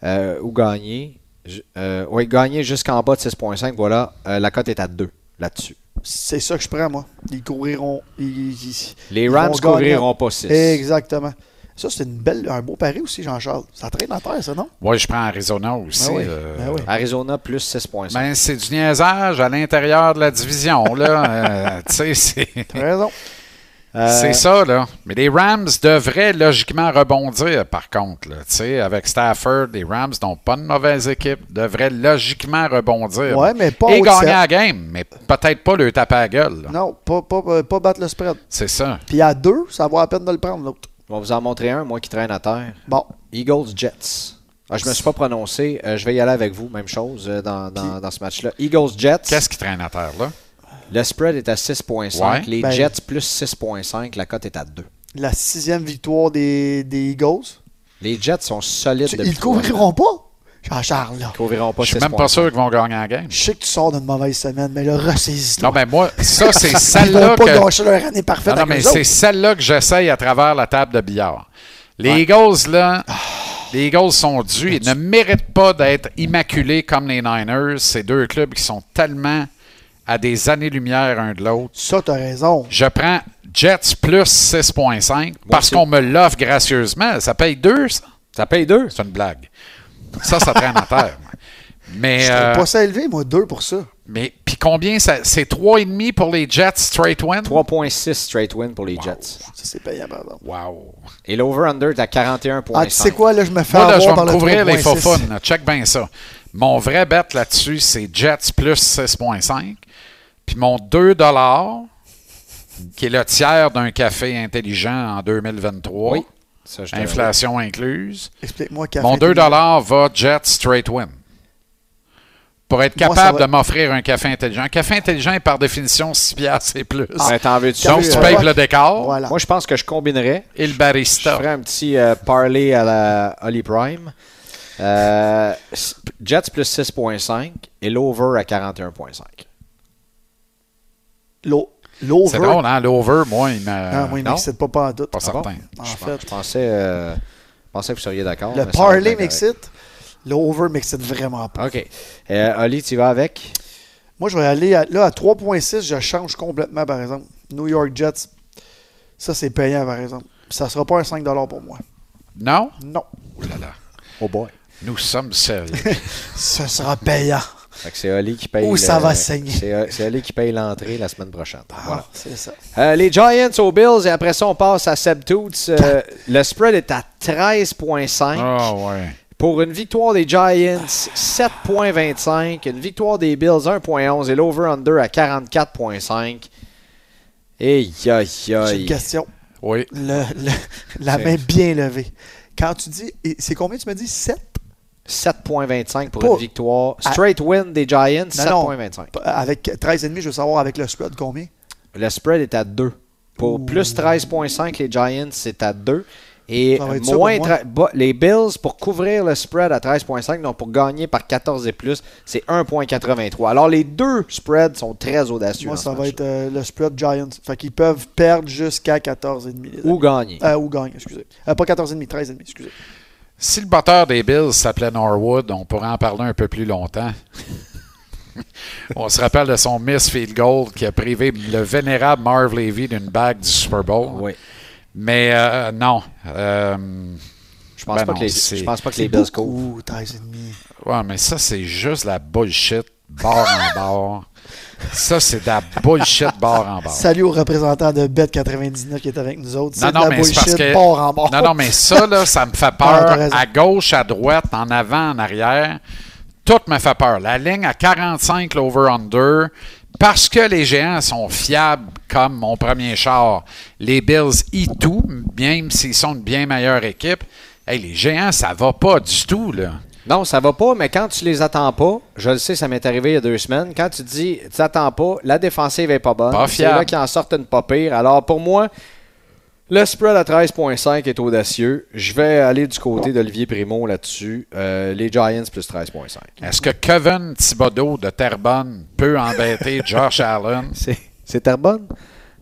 [SPEAKER 3] euh, ou gagner. Ju- euh, oui, gagner jusqu'en bas de 6.5, voilà. Euh, la cote est à 2 là-dessus.
[SPEAKER 4] C'est ça que je prends, moi. Ils couriront. ils- ils-
[SPEAKER 3] Les
[SPEAKER 4] ils
[SPEAKER 3] Rams
[SPEAKER 4] vont
[SPEAKER 3] couvriront
[SPEAKER 4] gagner.
[SPEAKER 3] pas 6.
[SPEAKER 4] Exactement. Ça, c'est une belle, un beau pari aussi, Jean-Charles. Ça traîne à terre, ça, non?
[SPEAKER 5] Ouais, je prends Arizona aussi.
[SPEAKER 4] Ben oui,
[SPEAKER 5] euh,
[SPEAKER 4] ben oui.
[SPEAKER 3] Arizona plus 6.5.
[SPEAKER 5] Ben, c'est du niaisage à l'intérieur de la division, là. Euh, tu sais, c'est,
[SPEAKER 4] T'as raison. Euh.
[SPEAKER 3] Euh,
[SPEAKER 5] c'est ça, là. Mais les Rams devraient logiquement rebondir, par contre, là. Tu sais, avec Stafford, les Rams n'ont pas de mauvaise équipe, devraient logiquement rebondir.
[SPEAKER 4] Ouais, mais pas
[SPEAKER 5] Et
[SPEAKER 4] au
[SPEAKER 5] gagner
[SPEAKER 4] sept.
[SPEAKER 5] la game, mais peut-être pas le taper à la gueule, là.
[SPEAKER 4] Non, pas, pas, pas, pas battre le spread.
[SPEAKER 5] C'est ça.
[SPEAKER 4] Puis à deux, ça vaut la peine de le prendre, l'autre.
[SPEAKER 3] Je vais vous en montrer un, moi qui traîne à terre.
[SPEAKER 4] Bon.
[SPEAKER 3] Eagles Jets. Ah, je me suis pas prononcé. Euh, je vais y aller avec vous. Même chose euh, dans, dans- dans ce match-là. Eagles Jets.
[SPEAKER 5] Qu'est-ce qui traîne à terre, là?
[SPEAKER 3] Le spread est à 6.5.
[SPEAKER 5] Ouais.
[SPEAKER 3] Les
[SPEAKER 4] Ben-
[SPEAKER 3] Jets plus 6.5. La cote est à 2.
[SPEAKER 4] La sixième victoire des, des Eagles.
[SPEAKER 3] Les Jets sont solides
[SPEAKER 4] Tu-
[SPEAKER 3] depuis
[SPEAKER 4] ils couvriront pas, Jean-Charles, là.
[SPEAKER 3] Ils couvriront pas
[SPEAKER 5] Je suis même pas
[SPEAKER 3] 6.5.
[SPEAKER 5] sûr qu'ils vont gagner la game.
[SPEAKER 4] Je sais que tu sors d'une mauvaise semaine, mais là, ressaisis-toi.
[SPEAKER 5] Non, ben moi, ça, c'est
[SPEAKER 4] Ils vont
[SPEAKER 5] celle-là
[SPEAKER 4] pas
[SPEAKER 5] que...
[SPEAKER 4] gâcher leur année parfaite
[SPEAKER 5] Non, non,
[SPEAKER 4] avec
[SPEAKER 5] mais
[SPEAKER 4] eux autres.
[SPEAKER 5] c'est celle-là que j'essaye à travers la table de billard. Les Eagles, là,
[SPEAKER 4] Ah.
[SPEAKER 5] les Eagles sont dus. Ils ne méritent pas d'être immaculés comme les Niners. Ces deux clubs qui sont tellement à des années-lumière un de l'autre.
[SPEAKER 4] Ça, t'as raison.
[SPEAKER 5] Je prends Jets plus 6.5 parce
[SPEAKER 3] aussi.
[SPEAKER 5] qu'on me l'offre gracieusement. Ça paye deux, ça?
[SPEAKER 3] Ça paye 2.
[SPEAKER 5] C'est une blague. Ça, ça traîne en terre. Mais,
[SPEAKER 4] Je
[SPEAKER 5] euh,
[SPEAKER 4] trouve pas ça élevé, moi, deux pour ça.
[SPEAKER 5] mais puis combien? ça- C'est 3,5 pour les Jets straight win?
[SPEAKER 3] 3.6 straight win pour les Jets.
[SPEAKER 4] Ça, c'est payant, par exemple.
[SPEAKER 5] Wow.
[SPEAKER 3] Et l'over-under est à 41.5.
[SPEAKER 4] Ah, tu sais quoi, là, je me fais
[SPEAKER 5] Moi, là, je vais
[SPEAKER 4] avoir par
[SPEAKER 5] me
[SPEAKER 4] le
[SPEAKER 5] couvrir les faux
[SPEAKER 4] 3.6.
[SPEAKER 5] fun. là. Check bien ça. Mon vrai bet là-dessus, c'est Jets plus 6.5. Puis mon 2 qui est le tiers d'un café intelligent en 2023,
[SPEAKER 3] Oui. Ça, je te-
[SPEAKER 5] inflation incluse,
[SPEAKER 4] Explique-moi, café.
[SPEAKER 5] mon 2
[SPEAKER 4] intelligent.
[SPEAKER 5] va Jets straight win. Pour être
[SPEAKER 4] Moi, ça
[SPEAKER 5] capable
[SPEAKER 4] va-
[SPEAKER 5] de m'offrir un café intelligent. Un café intelligent est par définition 6 piastres et plus.
[SPEAKER 3] Ouais, Ben, t'en veux-tu?
[SPEAKER 5] Donc,
[SPEAKER 4] Ah, café,
[SPEAKER 5] tu
[SPEAKER 4] euh,
[SPEAKER 5] payes
[SPEAKER 4] ouais.
[SPEAKER 5] le décor
[SPEAKER 4] Voilà.
[SPEAKER 3] Moi, je pense que je combinerais.
[SPEAKER 5] et le
[SPEAKER 3] Je
[SPEAKER 5] barista.
[SPEAKER 3] ferai un petit euh, parlay à la Holly Prime. Euh, s- Jets plus 6.5 et l'over à 41.5.
[SPEAKER 4] L'o- L'over.
[SPEAKER 5] C'est drôle, hein? L'over, moi, il Ah me...
[SPEAKER 4] Ah, oui,
[SPEAKER 3] Euh,
[SPEAKER 5] non,
[SPEAKER 4] mais c'est pas pas en doute.
[SPEAKER 5] pas certain.
[SPEAKER 4] En
[SPEAKER 3] Je,
[SPEAKER 4] fait,
[SPEAKER 3] je pensais, euh, je pensais que vous seriez d'accord.
[SPEAKER 4] le
[SPEAKER 3] mais ça va
[SPEAKER 4] parlay
[SPEAKER 3] être bien
[SPEAKER 4] m'excite. L'over m'excite vraiment pas.
[SPEAKER 3] correct. OK. Euh, Oli, tu y vas avec?
[SPEAKER 4] Moi, je vais aller à, là à 3.6, je change complètement, par exemple. New York Jets. Ça, c'est payant, par exemple. Ça sera pas un 5 pour moi.
[SPEAKER 5] Non?
[SPEAKER 4] Non.
[SPEAKER 5] Ouh là là.
[SPEAKER 3] Oh boy.
[SPEAKER 5] Nous sommes sérieux.
[SPEAKER 4] Ce sera payant.
[SPEAKER 3] Fait que c'est Oli qui paye.
[SPEAKER 4] Ouh,
[SPEAKER 3] le-
[SPEAKER 4] ça va saigner.
[SPEAKER 3] C'est euh, c'est Oli qui paye l'entrée la semaine prochaine. Voilà.
[SPEAKER 4] Ah, c'est ça.
[SPEAKER 3] Euh, les Giants aux Bills et après ça, on passe à Seb Toots. Euh, le spread est à 13,5.
[SPEAKER 5] Ah, ouais.
[SPEAKER 3] Pour une victoire des Giants, 7.25. Une victoire des Bills, 1.11. Et l'over-under à 44.5. Et aïe,
[SPEAKER 4] J'ai une
[SPEAKER 3] aïe.
[SPEAKER 4] question.
[SPEAKER 5] Oui.
[SPEAKER 4] Le- le- la main bien levée. Quand tu dis, et c'est combien tu me dis 7
[SPEAKER 3] 7.25 pour
[SPEAKER 4] Pas-
[SPEAKER 3] une victoire.
[SPEAKER 4] à-
[SPEAKER 3] Straight win des Giants,
[SPEAKER 4] Non, non.
[SPEAKER 3] 7.25.
[SPEAKER 4] Avec 13,5, je veux savoir avec le spread combien
[SPEAKER 3] Le spread est à 2. Pour plus 13.5, les Giants, c'est à 2. Et
[SPEAKER 4] Ça va être ça
[SPEAKER 3] moins
[SPEAKER 4] pour moi.
[SPEAKER 3] tra- ba- les Bills, pour couvrir le spread à 13.5, donc pour gagner par 14 et plus, c'est 1.83. Alors les deux spreads sont très audacieux.
[SPEAKER 4] Moi,
[SPEAKER 3] dans
[SPEAKER 4] ça
[SPEAKER 3] ce
[SPEAKER 4] va
[SPEAKER 3] match-là.
[SPEAKER 4] être euh, le spread Giants. Fait qu'ils peuvent perdre jusqu'à 14,5. les
[SPEAKER 3] Ou
[SPEAKER 4] amis.
[SPEAKER 3] gagner.
[SPEAKER 4] Euh, ou gagner, excusez. Euh, pas 14,5, 13,5, excusez.
[SPEAKER 5] Si le batteur des Bills s'appelait Norwood, on pourrait en parler un peu plus longtemps. on se rappelle de son miss field goal qui a privé le vénérable Marv Levy d'une bague du Super Bowl.
[SPEAKER 3] Oui.
[SPEAKER 5] Mais euh, non. Euh,
[SPEAKER 3] Je pense,
[SPEAKER 5] Ben
[SPEAKER 3] pas
[SPEAKER 5] non,
[SPEAKER 3] que les,
[SPEAKER 5] c'est-
[SPEAKER 3] je pense pas que les Bills courent.
[SPEAKER 4] Ou 13,5.
[SPEAKER 5] Ouais, mais ça, c'est juste la bullshit barre en barre. Ça, c'est de la bullshit barre en barre.
[SPEAKER 3] Ah.
[SPEAKER 4] Salut au représentant de Bet99 qui est avec nous autres.
[SPEAKER 5] Non,
[SPEAKER 4] C'est de
[SPEAKER 5] non,
[SPEAKER 4] la
[SPEAKER 5] mais c'est parce
[SPEAKER 4] bullshit,
[SPEAKER 5] que.
[SPEAKER 4] bord en bord.
[SPEAKER 5] Non, non, mais ça, là, ça me fait
[SPEAKER 4] Ah, t'as
[SPEAKER 5] peur.
[SPEAKER 4] raison.
[SPEAKER 5] à gauche, à droite, en avant, en arrière. Tout me fait peur. La ligne à 45, l'over-under. Parce que les géants sont fiables comme mon premier char. Les Bills y tout, même s'ils sont une bien meilleure équipe. Hey, les géants, ça va pas du tout, là.
[SPEAKER 3] Non, ça va pas, mais quand tu les attends pas, je le sais, ça m'est arrivé il y a deux semaines, quand tu dis tu attends pas, la défensive est pas bonne.
[SPEAKER 5] Pas
[SPEAKER 3] c'est
[SPEAKER 5] fiable.
[SPEAKER 3] là qu'ils en sortent une pas pire. Alors pour moi, le spread à 13.5 est audacieux. Je vais aller du côté d'Olivier Primo là-dessus. Euh, les Giants plus 13.5.
[SPEAKER 5] Est-ce que Kevin Thibodeau de Terrebonne peut embêter Josh Allen?
[SPEAKER 3] C'est, c'est Terrebonne?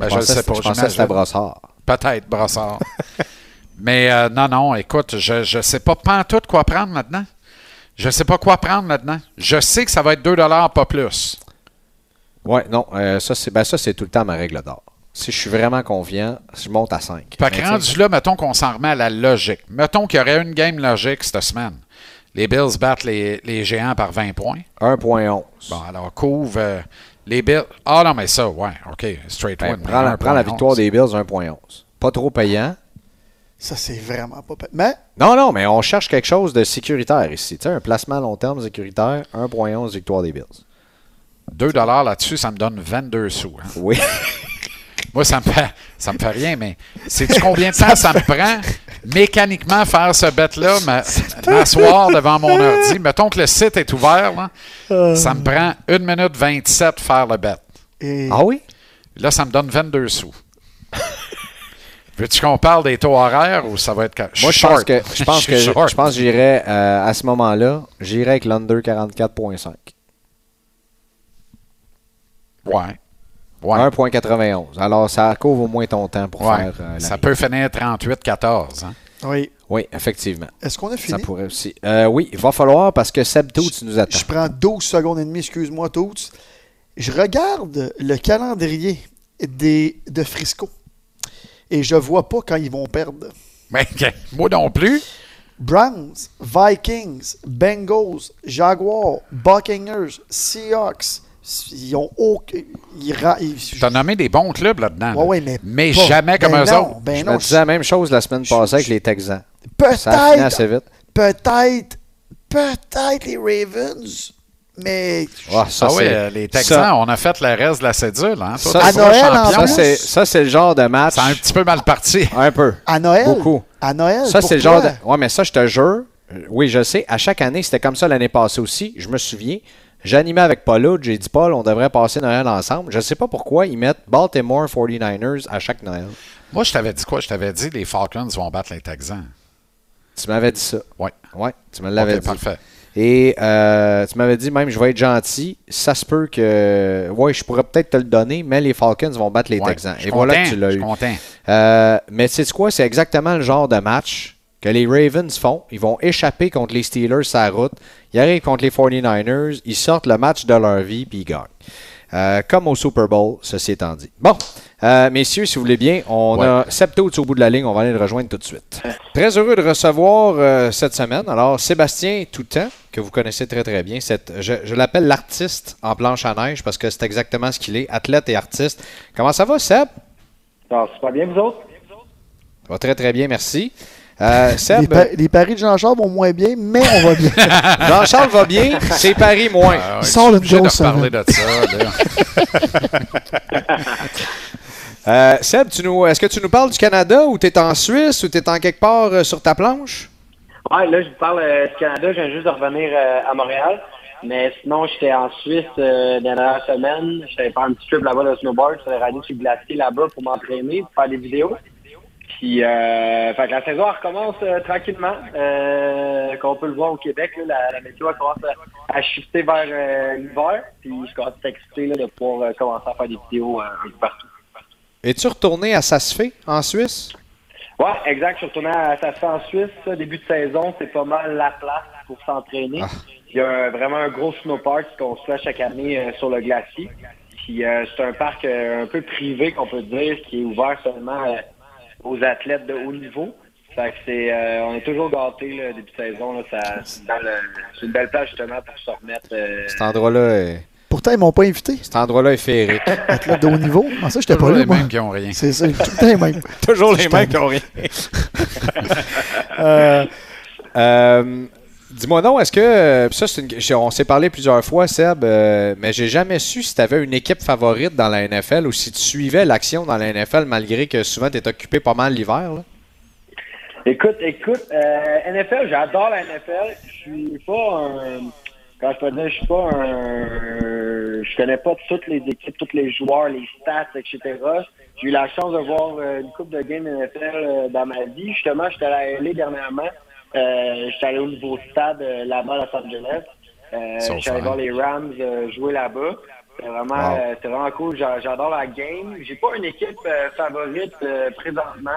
[SPEAKER 5] Ben, je
[SPEAKER 3] pensais
[SPEAKER 5] sais
[SPEAKER 3] que-
[SPEAKER 5] pas,
[SPEAKER 3] Je pensais que c'était
[SPEAKER 5] j'imagine.
[SPEAKER 3] Brossard.
[SPEAKER 5] Peut-être Brassard. Mais euh, non, non, écoute, je ne sais pas pantoute quoi prendre maintenant. Je sais pas quoi prendre maintenant. Je sais que ça va être 2 pas plus.
[SPEAKER 3] Ouais, non, euh, ça, c'est, ben, ça, c'est tout le temps ma règle d'or. Si je suis vraiment confiant, je monte à 5.
[SPEAKER 5] Fait que rendu là, mettons qu'on s'en remet à la logique. Mettons qu'il y aurait une game logique cette semaine. Les Bills battent les, les Géants par 20 points.
[SPEAKER 3] 1.11.
[SPEAKER 5] Bon, alors couvre euh, les Bills. Ah non, mais ça, ouais, OK, straight
[SPEAKER 3] Ben,
[SPEAKER 5] win.
[SPEAKER 3] prends, la, prends la
[SPEAKER 5] 1.11.
[SPEAKER 3] victoire des Bills 1.11. Pas trop payant.
[SPEAKER 4] Ça, c'est vraiment pas. pa- Mais
[SPEAKER 3] Non, non, mais on cherche quelque chose de sécuritaire ici. Tu sais, un placement à long terme sécuritaire, 1.11 victoire des Bills.
[SPEAKER 5] 2 là-dessus, ça me donne 22 sous. hein.
[SPEAKER 3] Oui.
[SPEAKER 5] Moi, ça me fait, ça me fait rien, mais sais-tu combien de temps ça me prend mécaniquement faire ce bet-là, ma- m'asseoir devant mon ordi? Mettons que le site est ouvert, là,
[SPEAKER 4] Euh.
[SPEAKER 5] ça me prend 1 minute 27 faire le bet.
[SPEAKER 4] et
[SPEAKER 3] ah oui?
[SPEAKER 5] Là, ça me donne 22 sous. Veux-tu qu'on parle des taux horaires ou ça va être... ca-
[SPEAKER 3] Moi, je pense
[SPEAKER 5] short.
[SPEAKER 3] que je pense que
[SPEAKER 5] suis short.
[SPEAKER 3] je pense que j'irais euh, à ce moment-là, j'irais avec l'under 44.5.
[SPEAKER 5] Ouais. Ouais.
[SPEAKER 3] 1.91. Alors, ça couvre au moins ton temps pour
[SPEAKER 5] Ouais.
[SPEAKER 3] faire euh, la
[SPEAKER 5] ça
[SPEAKER 3] ligne.
[SPEAKER 5] peut finir 38-14. hein.
[SPEAKER 4] oui.
[SPEAKER 3] Oui, effectivement.
[SPEAKER 4] Est-ce qu'on a fini?
[SPEAKER 3] Ça pourrait aussi. Euh, oui, il va falloir parce que Seb Tout, tu nous attends.
[SPEAKER 4] Je prends 12 secondes et demie, excuse-moi, tous. Je regarde le calendrier des, de Frisco et je vois pas quand ils vont perdre.
[SPEAKER 5] Mais moi non plus.
[SPEAKER 4] Browns, Vikings, Bengals, Jaguars, Buccaneers, Seahawks, ils ont aucun. Ils, ra- ils-
[SPEAKER 5] T'as nommé des bons clubs là-dedans.
[SPEAKER 4] Ouais,
[SPEAKER 5] là.
[SPEAKER 4] ouais, mais pas-
[SPEAKER 5] jamais
[SPEAKER 4] ben
[SPEAKER 5] comme eux
[SPEAKER 4] non,
[SPEAKER 5] autres.
[SPEAKER 4] ben
[SPEAKER 3] je
[SPEAKER 4] non,
[SPEAKER 3] me disais la même chose la semaine
[SPEAKER 4] je-
[SPEAKER 3] passée avec
[SPEAKER 4] je-
[SPEAKER 3] les Texans. Ça a fini assez
[SPEAKER 4] Peut-être,
[SPEAKER 3] vite.
[SPEAKER 4] peut-être, peut-être les Ravens, mais
[SPEAKER 3] Ah, ça,
[SPEAKER 5] ah oui,
[SPEAKER 3] c'est-
[SPEAKER 5] euh, les Texans,
[SPEAKER 3] ça-
[SPEAKER 5] on a fait le reste de la cédule. Hein? Toi,
[SPEAKER 3] Ça,
[SPEAKER 5] t'es
[SPEAKER 4] à
[SPEAKER 5] pas
[SPEAKER 4] Noël, en
[SPEAKER 5] champion. Ah.
[SPEAKER 3] Ça,
[SPEAKER 4] plus.
[SPEAKER 3] c'est, ça, c'est le genre de match.
[SPEAKER 5] C'est un petit peu mal parti.
[SPEAKER 3] Un peu.
[SPEAKER 4] à Noël,
[SPEAKER 3] Beaucoup.
[SPEAKER 4] à Noël,
[SPEAKER 3] Ça,
[SPEAKER 4] pour
[SPEAKER 3] c'est le
[SPEAKER 4] toi,
[SPEAKER 3] genre de. Ouais, mais ça, je te jure. euh, Oui, je sais. À chaque année, c'était comme ça l'année passée aussi. Je me souviens. J'animais avec Paul Hood. J'ai dit, Paul, on devrait passer Noël ensemble. Je sais pas pourquoi ils mettent Baltimore 49ers à chaque Noël.
[SPEAKER 5] Moi, je t'avais dit quoi? Je t'avais dit les Falcons vont battre les Texans.
[SPEAKER 3] Tu m'avais dit ça.
[SPEAKER 5] Oui.
[SPEAKER 3] Ouais, tu me l'avais
[SPEAKER 5] Ok,
[SPEAKER 3] dit.
[SPEAKER 5] parfait.
[SPEAKER 3] Et euh, tu m'avais dit même, je vais être gentil. Ça se peut que. Ouais, je pourrais peut-être te le donner, mais les Falcons vont battre les Texans. Et voilà que tu l'as
[SPEAKER 5] Je suis
[SPEAKER 3] eu.
[SPEAKER 5] content.
[SPEAKER 3] Euh, mais c'est quoi? C'est exactement le genre de match que les Ravens font. Ils vont échapper contre les Steelers sur la route. Ils arrivent contre les 49ers. Ils sortent le match de leur vie puis ils gagnent. Euh, comme au Super Bowl, ceci étant dit. Bon, euh, messieurs, si vous voulez bien, on
[SPEAKER 5] Ouais.
[SPEAKER 3] a Septo au bout de la ligne, on va aller le rejoindre tout de suite. Très heureux de recevoir euh, cette semaine, alors Sébastien Toutan, que vous connaissez très très bien, cette, je, je l'appelle l'artiste en planche à neige parce que c'est exactement ce qu'il est, athlète et artiste. Comment ça va, Seb?
[SPEAKER 7] Ça va super bien, vous autres?
[SPEAKER 3] Ça va très très bien, merci. Euh,
[SPEAKER 4] Les,
[SPEAKER 3] Seb,
[SPEAKER 4] pa- les paris de Jean-Charles vont moins bien, mais on va bien.
[SPEAKER 3] euh, Jean-Charles va bien, ses paris moins.
[SPEAKER 5] Ah,
[SPEAKER 4] Il sort
[SPEAKER 5] je suis
[SPEAKER 4] une
[SPEAKER 5] obligé
[SPEAKER 4] grosse
[SPEAKER 5] de reparler de ça. là.
[SPEAKER 3] Euh, Seb, tu nous, est-ce que tu nous parles du Canada ou tu es en Suisse ou tu es en quelque part euh, sur ta planche?
[SPEAKER 7] Ouais, là, je vous parle euh, du Canada. Je viens juste de revenir euh, à Montréal. Mais sinon, j'étais en Suisse euh, la dernière semaine. J'étais faire un petit trip là-bas de snowboard. J'étais allé sur le glacier là-bas pour m'entraîner, pour faire des vidéos. Puis, euh, fait que la saison elle recommence euh, tranquillement. Euh, Qu'on peut le voir au Québec, là, la, la météo elle commence à, à shifter vers euh, l'hiver. Puis, je commence à être excité là, de pouvoir euh, commencer à faire des vidéos euh, un peu partout.
[SPEAKER 3] Es-tu retourné à Sassefé, en Suisse?
[SPEAKER 7] Ouais, exact. Je suis retourné à ça se fait en Suisse. ça, début de saison, c'est pas mal la place pour s'entraîner. Il y a un- vraiment un gros snowpark qu'on se fait chaque année euh, sur le glacier. Puis euh, c'est un parc euh, un peu privé, qu'on peut dire, qui est ouvert seulement euh, aux athlètes de haut niveau. Fait que c'est, euh, on est toujours gâtés, là, début de saison. Là, ça, c'est, dans le- c'est une belle place, justement, pour se remettre. euh,
[SPEAKER 3] Cet endroit-là est,
[SPEAKER 4] Pourtant, ils m'ont pas invité.
[SPEAKER 3] cet endroit-là est féerique.
[SPEAKER 4] Athlète de haut niveau. Ah, ça, j'étais pas
[SPEAKER 5] Toujours
[SPEAKER 4] là,
[SPEAKER 5] les
[SPEAKER 4] moi.
[SPEAKER 5] mêmes qui ont rien.
[SPEAKER 4] C'est ça, tout le temps les mêmes.
[SPEAKER 3] Toujours les mêmes qui ont rien. Euh, euh, Dis-moi non, est-ce que. euh, Ça, c'est une- j'ai- on s'est parlé plusieurs fois, Seb, euh, mais j'ai jamais su si tu avais une équipe favorite dans la NFL ou si tu suivais l'action dans la NFL malgré que souvent tu es occupé pas mal l'hiver. là.
[SPEAKER 7] Écoute, écoute, euh, NFL, j'adore la NFL. Je suis pas un. Quand je peux dire, je suis pas un. Je connais pas toutes les équipes, tous les joueurs, les stats, etc. J'ai eu la chance de voir euh, une coupe de game NFL euh, dans ma vie. Justement, j'étais allé à LA dernièrement. Euh, j'étais allé au nouveau stade euh, là-bas à Los Angeles. Euh,
[SPEAKER 5] Sauf
[SPEAKER 7] j'étais allé
[SPEAKER 5] ça,
[SPEAKER 7] voir
[SPEAKER 5] hein.
[SPEAKER 7] les Rams euh, jouer là-bas. C'est vraiment,
[SPEAKER 5] Wow.
[SPEAKER 7] euh, c'est vraiment cool. J'a- J'adore la game. J'ai pas une équipe euh, favorite euh, présentement,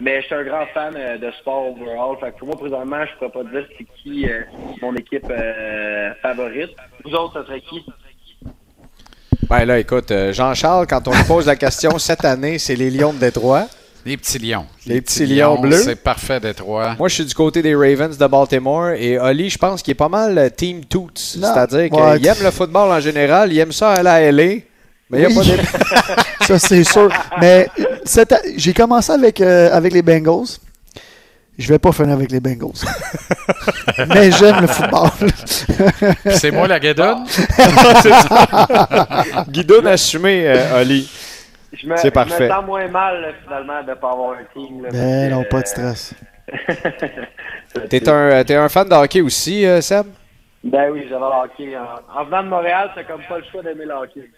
[SPEAKER 7] mais je suis un grand fan euh, de sport overall. Fait que pour moi, présentement, je pourrais pas dire c'est qui euh, mon équipe euh, favorite. Vous autres, ça serait qui?
[SPEAKER 3] Ben là, écoute, euh, Jean-Charles, quand on lui pose la question cette année, c'est les Lions de Détroit.
[SPEAKER 5] Les petits lions.
[SPEAKER 3] Les petits lions bleus.
[SPEAKER 5] C'est parfait, Détroit.
[SPEAKER 3] Moi, je suis du côté des Ravens de Baltimore et Oli, je pense qu'il est pas mal euh, Team Toots.
[SPEAKER 4] Non.
[SPEAKER 3] C'est-à-dire
[SPEAKER 4] Ouais.
[SPEAKER 3] qu'il aime le football en général, il aime ça aller à LA, mais il n'y a
[SPEAKER 4] Oui.
[SPEAKER 3] pas de...
[SPEAKER 4] Ça, c'est sûr. Mais cette a- j'ai commencé avec, euh, avec les Bengals. Je vais pas finir avec les Bengals. Mais j'aime le football.
[SPEAKER 5] Puis C'est moi la guédonne?
[SPEAKER 3] Guidoune assumé, euh, Oli.
[SPEAKER 7] Je me,
[SPEAKER 3] C'est
[SPEAKER 7] je me
[SPEAKER 3] parfait.
[SPEAKER 7] sens moins mal là, finalement de pas avoir un team. là,
[SPEAKER 4] Mais
[SPEAKER 7] parce que,
[SPEAKER 4] Ben non, pas
[SPEAKER 7] euh,
[SPEAKER 4] de stress.
[SPEAKER 3] T'es un, euh, t'es un fan de hockey aussi, euh, Seb?
[SPEAKER 7] Ben oui, j'avais le hockey. En, en venant de Montréal, c'est comme pas le choix d'aimer le hockey.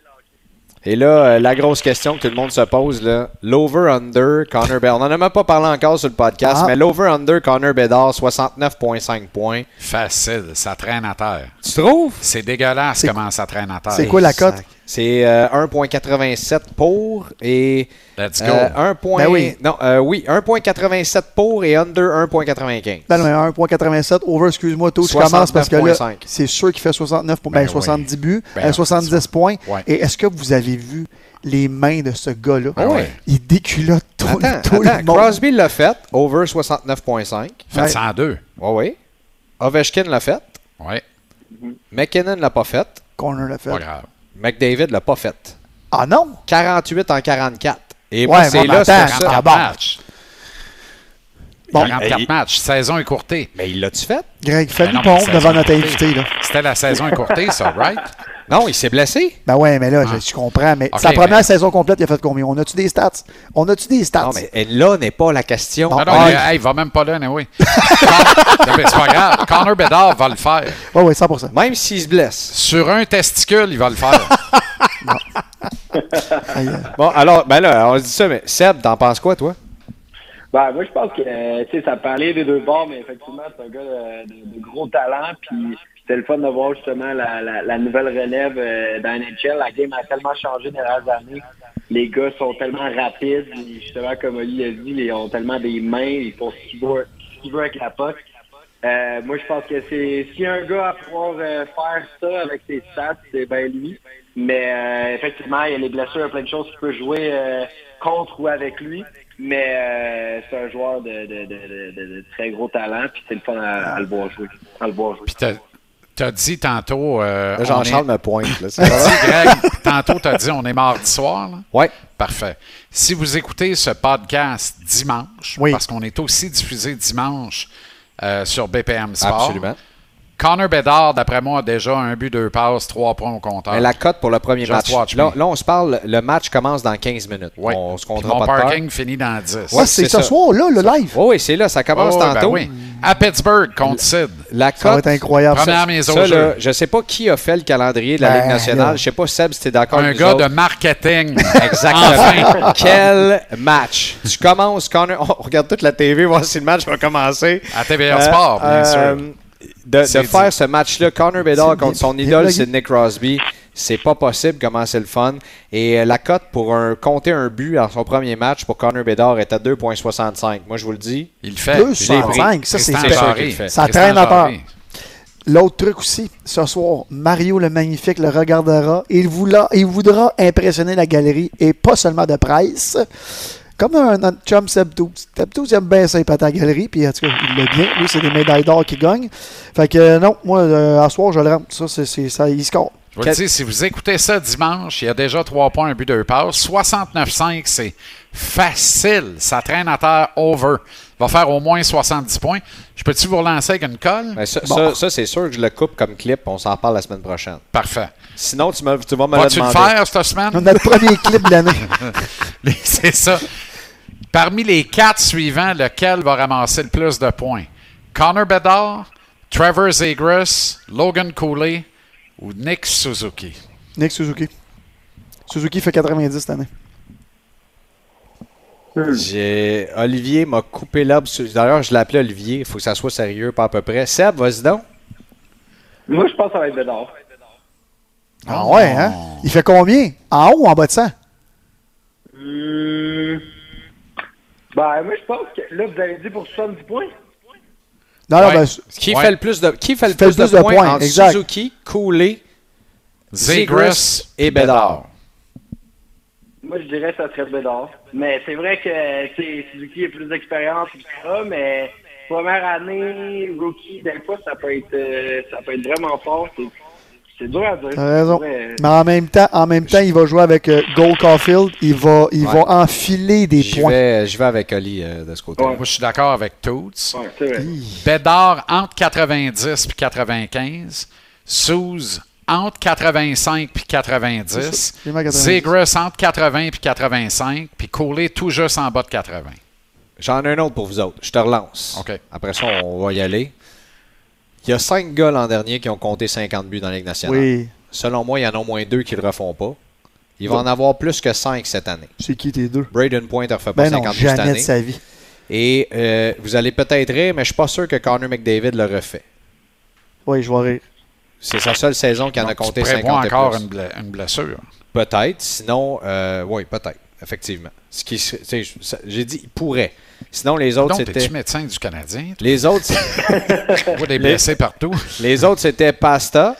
[SPEAKER 3] Et là, euh, la grosse question que tout le monde se pose, là, l'over-under Connor Bedard. On n'en a même pas parlé encore sur le podcast,
[SPEAKER 4] Ah.
[SPEAKER 3] mais l'over-under Connor Bedard, 69,5 points.
[SPEAKER 5] Facile, ça traîne à terre.
[SPEAKER 3] Tu trouves?
[SPEAKER 5] C'est dégueulasse
[SPEAKER 4] C'est-
[SPEAKER 5] comment ça traîne à terre.
[SPEAKER 4] C'est quoi la cote?
[SPEAKER 3] C'est euh, 1,87 pour et...
[SPEAKER 5] Let's go.
[SPEAKER 3] Euh, un point,
[SPEAKER 4] Ben oui.
[SPEAKER 3] Non, euh, oui, 1.87 pour et under 1.95.
[SPEAKER 4] Ben Non, non, mais 1.87 over, excuse-moi, tôt, je commence parce que là,
[SPEAKER 3] 69.5,
[SPEAKER 4] c'est sûr qu'il fait 69 points,
[SPEAKER 5] Ben
[SPEAKER 4] ben, 70 buts,
[SPEAKER 5] Ben,
[SPEAKER 4] euh, 70 points.
[SPEAKER 5] Ouais.
[SPEAKER 4] Et est-ce que vous avez vu les mains de ce gars-là?
[SPEAKER 5] Ah ouais.
[SPEAKER 4] Il déculotte tout,
[SPEAKER 3] Attends,
[SPEAKER 4] tout
[SPEAKER 3] attends,
[SPEAKER 4] le monde.
[SPEAKER 3] Crosby l'a fait, over 69.5.
[SPEAKER 5] Faites 102.
[SPEAKER 3] Oui, oui. Ovechkin l'a fait.
[SPEAKER 5] Ouais,
[SPEAKER 3] McKinnon l'a pas fait.
[SPEAKER 4] Corner l'a fait.
[SPEAKER 5] pas grave.
[SPEAKER 3] McDavid l'a pas fait.
[SPEAKER 4] Ah non?
[SPEAKER 3] 48 en 44. Et moi,
[SPEAKER 4] Ouais,
[SPEAKER 3] c'est
[SPEAKER 4] mais
[SPEAKER 3] là, c'est
[SPEAKER 4] attends,
[SPEAKER 3] ça.
[SPEAKER 4] attends.
[SPEAKER 5] 44
[SPEAKER 4] bon.
[SPEAKER 5] matchs.
[SPEAKER 4] Bon.
[SPEAKER 5] 44
[SPEAKER 3] Hey.
[SPEAKER 5] matchs, saison écourtée.
[SPEAKER 3] Mais il l'a-tu fait?
[SPEAKER 5] Ben
[SPEAKER 4] Greg,
[SPEAKER 5] non,
[SPEAKER 4] fais-nous
[SPEAKER 5] mais
[SPEAKER 4] pompe
[SPEAKER 5] saison
[SPEAKER 4] devant notre
[SPEAKER 5] écourtée.
[SPEAKER 4] invité, là.
[SPEAKER 5] C'était la saison écourtée, ça, right?
[SPEAKER 3] Non, il s'est blessé.
[SPEAKER 4] Ben ouais, mais là, je, je comprends, mais
[SPEAKER 5] Ok,
[SPEAKER 4] sa première
[SPEAKER 5] mais-
[SPEAKER 4] saison complète, il a fait combien? On a-tu des stats? On a-tu des stats?
[SPEAKER 3] Non, mais elle, là n'est pas la question.
[SPEAKER 4] Ah,
[SPEAKER 3] Ah,
[SPEAKER 5] Non, Ah, non, il, hey, il va même pas là, anyway. Non, mais c'est pas grave. Connor Bedard va le faire.
[SPEAKER 4] Ouais, ouais, 100%.
[SPEAKER 3] Même s'il se blesse.
[SPEAKER 5] Sur un testicule, il va le faire.
[SPEAKER 4] Aïe, euh,
[SPEAKER 3] Bon, alors, ben là, on se dit ça, mais Seb, t'en penses quoi, toi?
[SPEAKER 7] Ben, moi, je pense que, euh, tu sais, ça parlait des deux bords, mais effectivement, c'est un gars de, de- de gros talent. Puis, c'était le fun de voir justement la, la, la nouvelle relève euh, dans NHL. La game a tellement changé dans les dernières années. Les gars sont tellement rapides. et justement, comme Oli a dit, ils ont tellement des mains. Ils font ce qu'ils veulent, ce qu'ils veulent avec la pote. euh, moi, je pense que c'est si un gars à pouvoir euh, faire ça avec ses stats, c'est ben lui. Mais euh, effectivement, il y a les blessures, il y a plein de choses qui peuvent jouer euh, contre ou avec lui. Mais euh, c'est un joueur de, de- de- de- de- de très gros talent, puis c'est le fun à, à le voir jouer. À le voir jouer.
[SPEAKER 5] Puis t'as- t'as dit tantôt. euh,
[SPEAKER 3] Là,
[SPEAKER 5] on est-
[SPEAKER 3] Jean-Charles me pointe. Là, c'est pas vrai.
[SPEAKER 5] Dis, Greg, tantôt, t'as dit on est mardi soir. là?
[SPEAKER 3] ouais.
[SPEAKER 5] Parfait. Si vous écoutez ce podcast dimanche,
[SPEAKER 4] Oui.
[SPEAKER 5] parce qu'on est aussi diffusé dimanche euh, sur BPM Sport.
[SPEAKER 3] Absolument.
[SPEAKER 5] Connor Bedard, d'après moi, a déjà un but, deux passes, trois points au compteur.
[SPEAKER 3] Mais la cote pour le premier
[SPEAKER 5] Ah. Just watch
[SPEAKER 3] match.
[SPEAKER 5] me.
[SPEAKER 3] Là, là, on se parle, le match commence dans 15 minutes.
[SPEAKER 5] Ouais.
[SPEAKER 3] On se
[SPEAKER 5] Puis
[SPEAKER 3] comptera
[SPEAKER 5] Mon
[SPEAKER 3] pas de peur.
[SPEAKER 5] parking finit dans 10.
[SPEAKER 3] Ouais,
[SPEAKER 4] Ah,
[SPEAKER 3] c'est
[SPEAKER 4] c'est ce
[SPEAKER 3] ça.
[SPEAKER 4] soir, là, le live.
[SPEAKER 3] Oui, oui, c'est là, ça commence
[SPEAKER 5] Oh, ben
[SPEAKER 3] tantôt.
[SPEAKER 5] oui. À Pittsburgh contre Sid.
[SPEAKER 3] La
[SPEAKER 4] Ça va
[SPEAKER 3] cote,
[SPEAKER 4] être incroyable. ça.
[SPEAKER 5] Première maison
[SPEAKER 3] ça,
[SPEAKER 5] au jeu.
[SPEAKER 3] là, je sais pas qui a fait le calendrier de la
[SPEAKER 4] Ben,
[SPEAKER 3] Ligue
[SPEAKER 4] là.
[SPEAKER 3] nationale. Je sais pas, Seb, si t'es d'accord
[SPEAKER 5] Un
[SPEAKER 3] avec nous
[SPEAKER 5] gars
[SPEAKER 3] autres.
[SPEAKER 5] de marketing.
[SPEAKER 3] Exactement. Quel match. Tu commences, Connor. On regarde toute la TV, voir si le match va commencer.
[SPEAKER 5] À TVA Sport, bien
[SPEAKER 3] euh,
[SPEAKER 5] sûr.
[SPEAKER 3] De, de
[SPEAKER 5] C'est
[SPEAKER 3] faire
[SPEAKER 5] dit.
[SPEAKER 3] ce match-là, Connor Bedard contre son
[SPEAKER 4] bien
[SPEAKER 3] idole,
[SPEAKER 4] blogué.
[SPEAKER 3] c'est Nick Crosby. C'est pas possible comment c'est le fun. Et euh, la cote pour un, compter un but dans son premier match pour Connor Bedard est à 2,65. Moi, je vous le dis.
[SPEAKER 5] Il le fait.
[SPEAKER 4] 205, ça, c'est
[SPEAKER 5] Tristan Jarry.
[SPEAKER 3] fait. C'est sûr qu'il le fait.
[SPEAKER 4] Ça
[SPEAKER 5] Tristan
[SPEAKER 4] traîne à peur.
[SPEAKER 5] Jarry.
[SPEAKER 4] L'autre truc aussi, ce soir, Mario le Magnifique le regardera. Il, voula- il voudra impressionner la galerie et pas seulement de presse. Comme un, un chum Seb Toots. Seb Toots, il aime bien ça, il pète à la galerie. Puis en tout cas, il l'a bien. Lui, c'est des médailles d'or qui gagnent. Fait que euh, non, moi, euh, à soir, je le rentre. Ça, c'est, c'est- ça, il score.
[SPEAKER 5] Je vous le dis, si vous écoutez ça dimanche, il y a déjà 3 points, un but, deux passes. 69,5, c'est facile. Ça traîne à terre over. Va faire au moins 70 points. Je peux-tu vous relancer avec une colle?
[SPEAKER 3] Mais ça,
[SPEAKER 4] Bon.
[SPEAKER 3] ça- ça, c'est sûr que je le coupe comme clip. On s'en parle la semaine prochaine.
[SPEAKER 5] Parfait.
[SPEAKER 3] Sinon, tu, me- tu vas me le
[SPEAKER 5] Vas-tu le
[SPEAKER 3] demander.
[SPEAKER 5] faire cette semaine?
[SPEAKER 4] Notre premier clip de l'année.
[SPEAKER 5] c'est ça. Parmi les quatre suivants, lequel va ramasser le plus de points? Connor Bedard, Trevor Zegras, Logan Cooley ou Nick Suzuki?
[SPEAKER 4] Nick Suzuki. Suzuki fait 90 cette année.
[SPEAKER 3] J'ai- Olivier m'a coupé l'arbre. sur- D'ailleurs, je l'appelais Olivier. Il faut que ça soit sérieux, pas à peu près. Seb, vas-y donc.
[SPEAKER 7] Moi, je pense que ça va être Bédard.
[SPEAKER 4] Ah ouais, hein? Il fait combien? En haut ou en bas de 100?
[SPEAKER 7] Hum. Ben, moi, je pense que là, vous avez dit pour 70 points.
[SPEAKER 4] Non, non,
[SPEAKER 5] Ouais.
[SPEAKER 4] ben, Su-
[SPEAKER 3] Qui
[SPEAKER 5] Ouais.
[SPEAKER 3] fait le plus de, qui fait le
[SPEAKER 4] Fait
[SPEAKER 3] plus de, points, entre
[SPEAKER 4] exact.
[SPEAKER 3] Suzuki, Cooley,
[SPEAKER 5] Zegras
[SPEAKER 3] et Bédard?
[SPEAKER 7] Moi, je dirais que ça serait Bédard. Mais c'est vrai que tu sais, Suzuki a plus d'expérience, etc. Mais première année, rookie, des fois, ça peut être, euh, ça peut être vraiment fort. C'est, c'est dur à dire.
[SPEAKER 4] T'as raison.
[SPEAKER 3] euh,
[SPEAKER 7] Ouais.
[SPEAKER 4] Mais en même temps, en même temps, il va jouer avec euh, Gold Caulfield. Il va, il va enfiler des
[SPEAKER 3] Je
[SPEAKER 4] points.
[SPEAKER 3] vais, j'y vais avec Oli euh, de ce côté.
[SPEAKER 5] Moi, je suis d'accord avec Toots.
[SPEAKER 7] Ouais, c'est vrai.
[SPEAKER 5] Bédard entre 90 puis 95. Souze entre 85 puis 90.
[SPEAKER 4] Il est à 90.
[SPEAKER 5] Zegras entre 80 puis 85. Puis Cooley tout juste en bas de 80.
[SPEAKER 3] J'en ai un autre pour vous autres. Je te relance.
[SPEAKER 5] OK.
[SPEAKER 3] Après ça, on va y aller. Il y a cinq gars l'an dernier qui ont compté 50 buts dans la Ligue nationale.
[SPEAKER 4] Oui.
[SPEAKER 3] Selon moi, il y en a au moins deux qui ne le refont pas. Il va en avoir plus que cinq cette année.
[SPEAKER 4] C'est qui tes deux?
[SPEAKER 3] Braden Point ne refait pas
[SPEAKER 4] Ben non,
[SPEAKER 3] 50 buts cette
[SPEAKER 4] jamais de
[SPEAKER 3] année.
[SPEAKER 4] sa vie.
[SPEAKER 3] Et euh, vous allez peut-être rire, mais je suis pas sûr que Connor McDavid le refait.
[SPEAKER 4] Oui, je vais rire.
[SPEAKER 3] C'est sa seule saison qui en a
[SPEAKER 5] Donc, tu
[SPEAKER 3] compté
[SPEAKER 5] prévois
[SPEAKER 3] 50 et
[SPEAKER 5] encore
[SPEAKER 3] plus.
[SPEAKER 5] une, ble- une blessure.
[SPEAKER 3] Peut-être, sinon, euh, oui, peut-être, effectivement. Ce qui, se- tu sais, je- ça- j'ai dit, il pourrait. Sinon, les
[SPEAKER 5] Donc,
[SPEAKER 3] autres, c'était.
[SPEAKER 5] es-tu médecin du Canadien?
[SPEAKER 3] Les autres, c'est-
[SPEAKER 5] Tu vois des blessés partout.
[SPEAKER 3] les autres, c'était Pasta,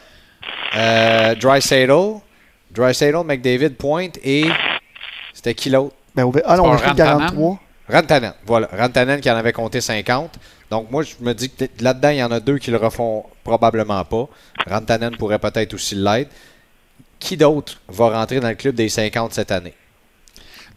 [SPEAKER 3] euh, Dry Saddle, Dry Saddle, McDavid, Pointe et. C'était qui l'autre?
[SPEAKER 4] Ben, on va- ah non,
[SPEAKER 5] C'est
[SPEAKER 4] on
[SPEAKER 5] pas
[SPEAKER 4] a fait
[SPEAKER 5] Rantanen?
[SPEAKER 4] 43.
[SPEAKER 3] Rantanen, voilà. Rantanen qui en avait compté 50. Donc, moi, je me dis que peut-être là-dedans, il y en a deux qui le refont probablement pas. Rantanen pourrait peut-être aussi l'être. Qui d'autre va rentrer dans le club des 50 cette année?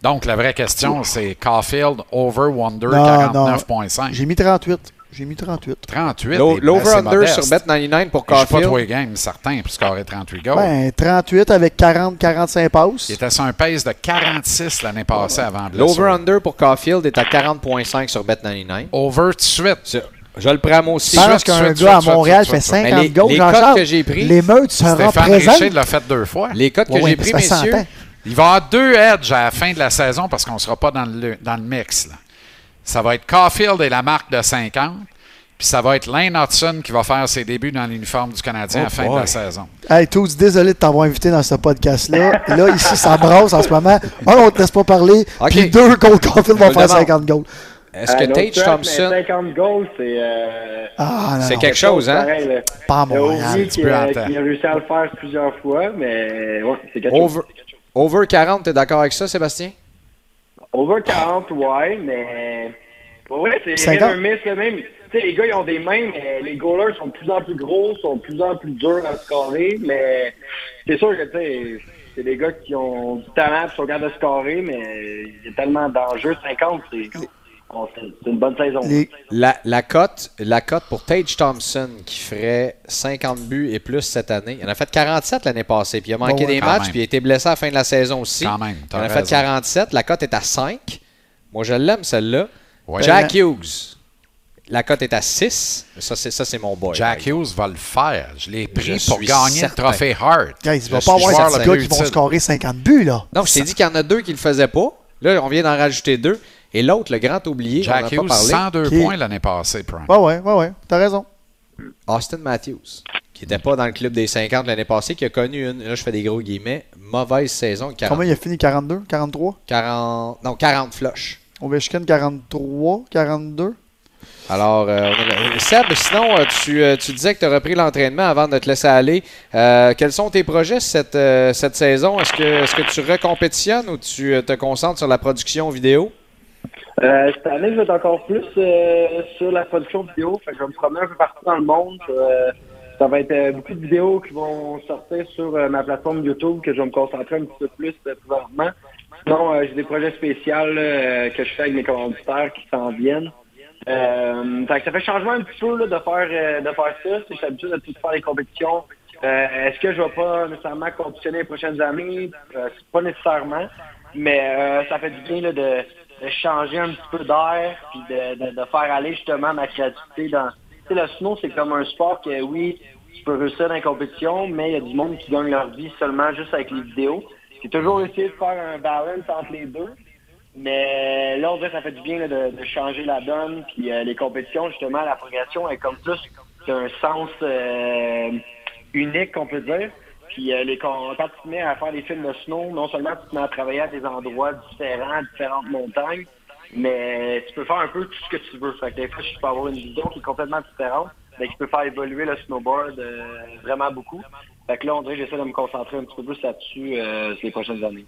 [SPEAKER 5] Donc, la vraie question, c'est Caulfield over Wonder
[SPEAKER 4] Non, non.
[SPEAKER 5] 49.5.
[SPEAKER 4] J'ai mis 38. J'ai mis 38.
[SPEAKER 5] 38. eh
[SPEAKER 3] L'o-
[SPEAKER 5] ben, c'est
[SPEAKER 3] L'over-under
[SPEAKER 5] modeste.
[SPEAKER 3] sur Bet99 pour
[SPEAKER 5] Je suis pas
[SPEAKER 3] Caulfield.
[SPEAKER 5] toi game, certain, pour scorer 38 goals.
[SPEAKER 3] Oh.
[SPEAKER 4] Ben, 38 avec 40, 45 passes.
[SPEAKER 5] Il était sur un pace de 46 l'année passée avant de
[SPEAKER 3] L'over-under pour Caulfield est à 40.5 sur Bet99.
[SPEAKER 5] Over tout de suite.
[SPEAKER 3] C'est- Je le prends moi aussi.
[SPEAKER 4] Je pense
[SPEAKER 5] suite,
[SPEAKER 4] qu'un
[SPEAKER 5] suite,
[SPEAKER 4] gars à
[SPEAKER 5] suite,
[SPEAKER 4] Montréal
[SPEAKER 5] suite,
[SPEAKER 4] fait
[SPEAKER 5] suite, suite.
[SPEAKER 4] 50
[SPEAKER 3] Mais les-
[SPEAKER 4] goals.
[SPEAKER 3] les
[SPEAKER 4] Jean-Charles,
[SPEAKER 3] cotes que j'ai prises,
[SPEAKER 4] L'émeute sera
[SPEAKER 5] Stéphane Richer
[SPEAKER 4] présente.
[SPEAKER 5] l'a fait deux fois.
[SPEAKER 3] Les cotes que
[SPEAKER 4] Ouais,
[SPEAKER 3] j'ai
[SPEAKER 4] mais ça
[SPEAKER 3] pris,
[SPEAKER 4] fait cent
[SPEAKER 3] messieurs,
[SPEAKER 4] ans.
[SPEAKER 5] Il va y avoir deux edges à la fin de la saison parce qu'on ne sera pas dans le, dans le mix. là. Ça va être Caulfield et la marque de 50. Puis ça va être Lane Hudson qui va faire ses débuts dans l'uniforme du Canadien
[SPEAKER 3] Oh
[SPEAKER 5] à la fin de la saison.
[SPEAKER 4] Hey, tous désolé de t'avoir invité dans ce podcast-là. Là, ici, ça brasse en ce moment. Un, on te laisse pas parler.
[SPEAKER 3] Ok.
[SPEAKER 4] Puis deux, Gold Caulfield
[SPEAKER 3] Je
[SPEAKER 4] va
[SPEAKER 3] me
[SPEAKER 4] faire
[SPEAKER 3] demande.
[SPEAKER 4] 50 goals.
[SPEAKER 3] Est-ce que
[SPEAKER 7] Euh, l'autre
[SPEAKER 3] Tage
[SPEAKER 7] track,
[SPEAKER 3] Thompson,
[SPEAKER 7] mais 50 goals, c'est. euh,
[SPEAKER 4] Ah, non,
[SPEAKER 3] c'est
[SPEAKER 4] non.
[SPEAKER 3] quelque chose, hein?
[SPEAKER 7] pareil, là.
[SPEAKER 4] Pas à
[SPEAKER 7] Il y a
[SPEAKER 4] Montréal,
[SPEAKER 7] Ovi
[SPEAKER 5] tu
[SPEAKER 7] qui,
[SPEAKER 5] peux
[SPEAKER 7] euh,
[SPEAKER 5] entendre.
[SPEAKER 7] qui a réussi à le faire plusieurs fois, mais ouais, c'est quelque chose.
[SPEAKER 3] Over, over 40, t'es d'accord avec ça, Sébastien?
[SPEAKER 7] Over 40, ouais, mais. Pour vrai, c'est
[SPEAKER 4] 50.
[SPEAKER 7] un miss, là, même. Tu sais, les gars, ils ont des mains, mais les goalers sont de plus en plus gros, sont de plus en plus durs à scorer, mais c'est sûr que, tu sais, c'est des gars qui ont du talent, qui sont capables de scorer, mais il y a tellement d'enjeux. 50, c'est. on- c'est- C'est une bonne saison.
[SPEAKER 4] Les-
[SPEAKER 3] La, la cote la cote pour Tage Thompson qui ferait 50 buts et plus cette année. Il en a fait 47 l'année passée, puis il a
[SPEAKER 5] ouais.
[SPEAKER 3] manqué des
[SPEAKER 5] Oh Quand
[SPEAKER 3] matchs,
[SPEAKER 5] même.
[SPEAKER 3] puis il a été blessé à la fin de la saison aussi.
[SPEAKER 5] Quand même,
[SPEAKER 3] il
[SPEAKER 5] t'as
[SPEAKER 3] en a fait
[SPEAKER 5] raison.
[SPEAKER 3] 47, la cote est à 5. Moi, je l'aime celle-là.
[SPEAKER 5] Ouais.
[SPEAKER 3] Jack Hughes, la cote est à 6. Ça, c'est ça, c'est mon boy.
[SPEAKER 5] Jack Hughes va le faire. Je l'ai pris
[SPEAKER 3] Je
[SPEAKER 5] pour
[SPEAKER 3] suis
[SPEAKER 5] gagner
[SPEAKER 3] certain.
[SPEAKER 5] le trophée Hart.
[SPEAKER 4] Guys, il
[SPEAKER 5] Je
[SPEAKER 4] va pas
[SPEAKER 5] suis
[SPEAKER 4] avoir
[SPEAKER 5] joueur
[SPEAKER 4] ces
[SPEAKER 5] le
[SPEAKER 4] gars
[SPEAKER 5] plus
[SPEAKER 4] qui vont
[SPEAKER 5] utile.
[SPEAKER 4] scorer 50 buts, là.
[SPEAKER 3] Non, je t'ai dit qu'il y en a deux qui le faisaient pas. Là, on vient d'en rajouter deux. Et l'autre, le grand oublié, on
[SPEAKER 5] Jack
[SPEAKER 3] n'a
[SPEAKER 5] Hughes,
[SPEAKER 3] pas parlé,
[SPEAKER 5] 102
[SPEAKER 4] Qui-
[SPEAKER 5] points l'année passée, Prime.
[SPEAKER 4] Ouais, ouais, ouais, ouais. T'as raison.
[SPEAKER 3] Austin Matthews, qui n'était pas dans le club des 50 l'année passée, qui a connu une, là je fais des gros guillemets, mauvaise saison, 40,
[SPEAKER 4] Combien il a fini 42, 43
[SPEAKER 3] 40 non, 40 flush.
[SPEAKER 4] Ovechkin, 43, 42.
[SPEAKER 3] Alors, euh, on a- Seb, sinon, euh, tu, euh, tu disais que tu as repris l'entraînement avant de te laisser aller. Euh, quels sont tes projets cette, euh, cette saison? Est-ce que, est-ce que tu recompétitionnes ou tu euh, te concentres sur la production vidéo?
[SPEAKER 7] Euh, cette année, je vais être encore plus euh, sur la production vidéo. Fait que je vais me promener un peu partout dans le monde. Euh, ça va être euh, beaucoup de vidéos qui vont sortir sur euh, ma plateforme YouTube que je vais me concentrer un petit peu plus euh, présentement. Sinon, euh, j'ai des projets spéciaux là, euh, que je fais avec mes commanditaires qui s'en viennent. Euh, fait que ça fait changement un petit peu là, de faire euh, de faire ça. C'est- Je suis habitué de tout faire les compétitions. Euh, Est-ce que je vais pas nécessairement compétitionner les prochaines années? Euh, c'est pas nécessairement. Mais euh, ça fait du bien là, de, de changer un petit peu d'air puis de, de, de faire aller justement ma créativité dans. Tu sais, le snow, c'est comme un sport que oui, tu peux réussir dans les compétitions, mais il y a du monde qui gagne leur vie seulement juste avec les vidéos. J'ai toujours essayé de faire un balance entre les deux. Mais là, on dirait que ça fait du bien là, de, de changer la donne. Puis euh, les compétitions, justement, la progression est comme plus d'un sens euh, unique, on peut dire. Puis euh, les, com- quand tu te mets à faire des films de snow, non seulement tu te mets à travailler à des endroits différents, différentes montagnes, mais tu peux faire un peu tout ce que tu veux. Fait que des fois, tu peux avoir une vision qui est complètement différente, mais qui peut faire évoluer le snowboard euh, vraiment beaucoup. Fait que là, on dirait que j'essaie de me concentrer un petit peu plus là-dessus euh, sur les prochaines années.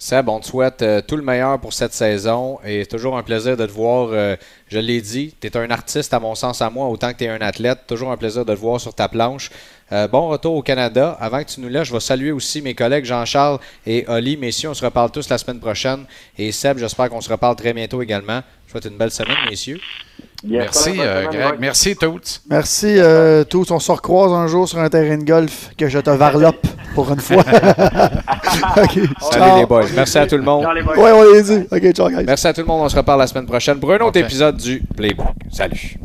[SPEAKER 3] Seb, on te souhaite euh, tout le meilleur pour cette saison et toujours un plaisir de te voir. euh, je l'ai dit, tu es un artiste à mon sens à moi autant que tu es un athlète. Toujours un plaisir de te voir sur ta planche. Euh, bon retour au Canada. Avant que tu nous lâches, je vais saluer aussi mes collègues Jean-Charles et Oli. Messieurs, on se reparle tous la semaine prochaine. Et Seb, j'espère qu'on se reparle très bientôt également. Je vous souhaite une belle semaine, messieurs.
[SPEAKER 7] Yes,
[SPEAKER 5] Merci,
[SPEAKER 7] bonne
[SPEAKER 5] euh,
[SPEAKER 7] semaine,
[SPEAKER 5] Greg.
[SPEAKER 7] ouais.
[SPEAKER 5] Merci, Toots.
[SPEAKER 4] Merci euh, tous. On se recroise un jour sur un terrain de golf que je te varlope pour une fois. OK.
[SPEAKER 3] Salut
[SPEAKER 4] ciao.
[SPEAKER 3] les boys. Merci à tout le monde.
[SPEAKER 7] Dans les boys.
[SPEAKER 4] Ouais, on l'a dit. OK, ciao, guys.
[SPEAKER 3] Merci à tout le monde. On se reparle la semaine prochaine pour un autre
[SPEAKER 5] Ok.
[SPEAKER 3] épisode du Playbook. Salut.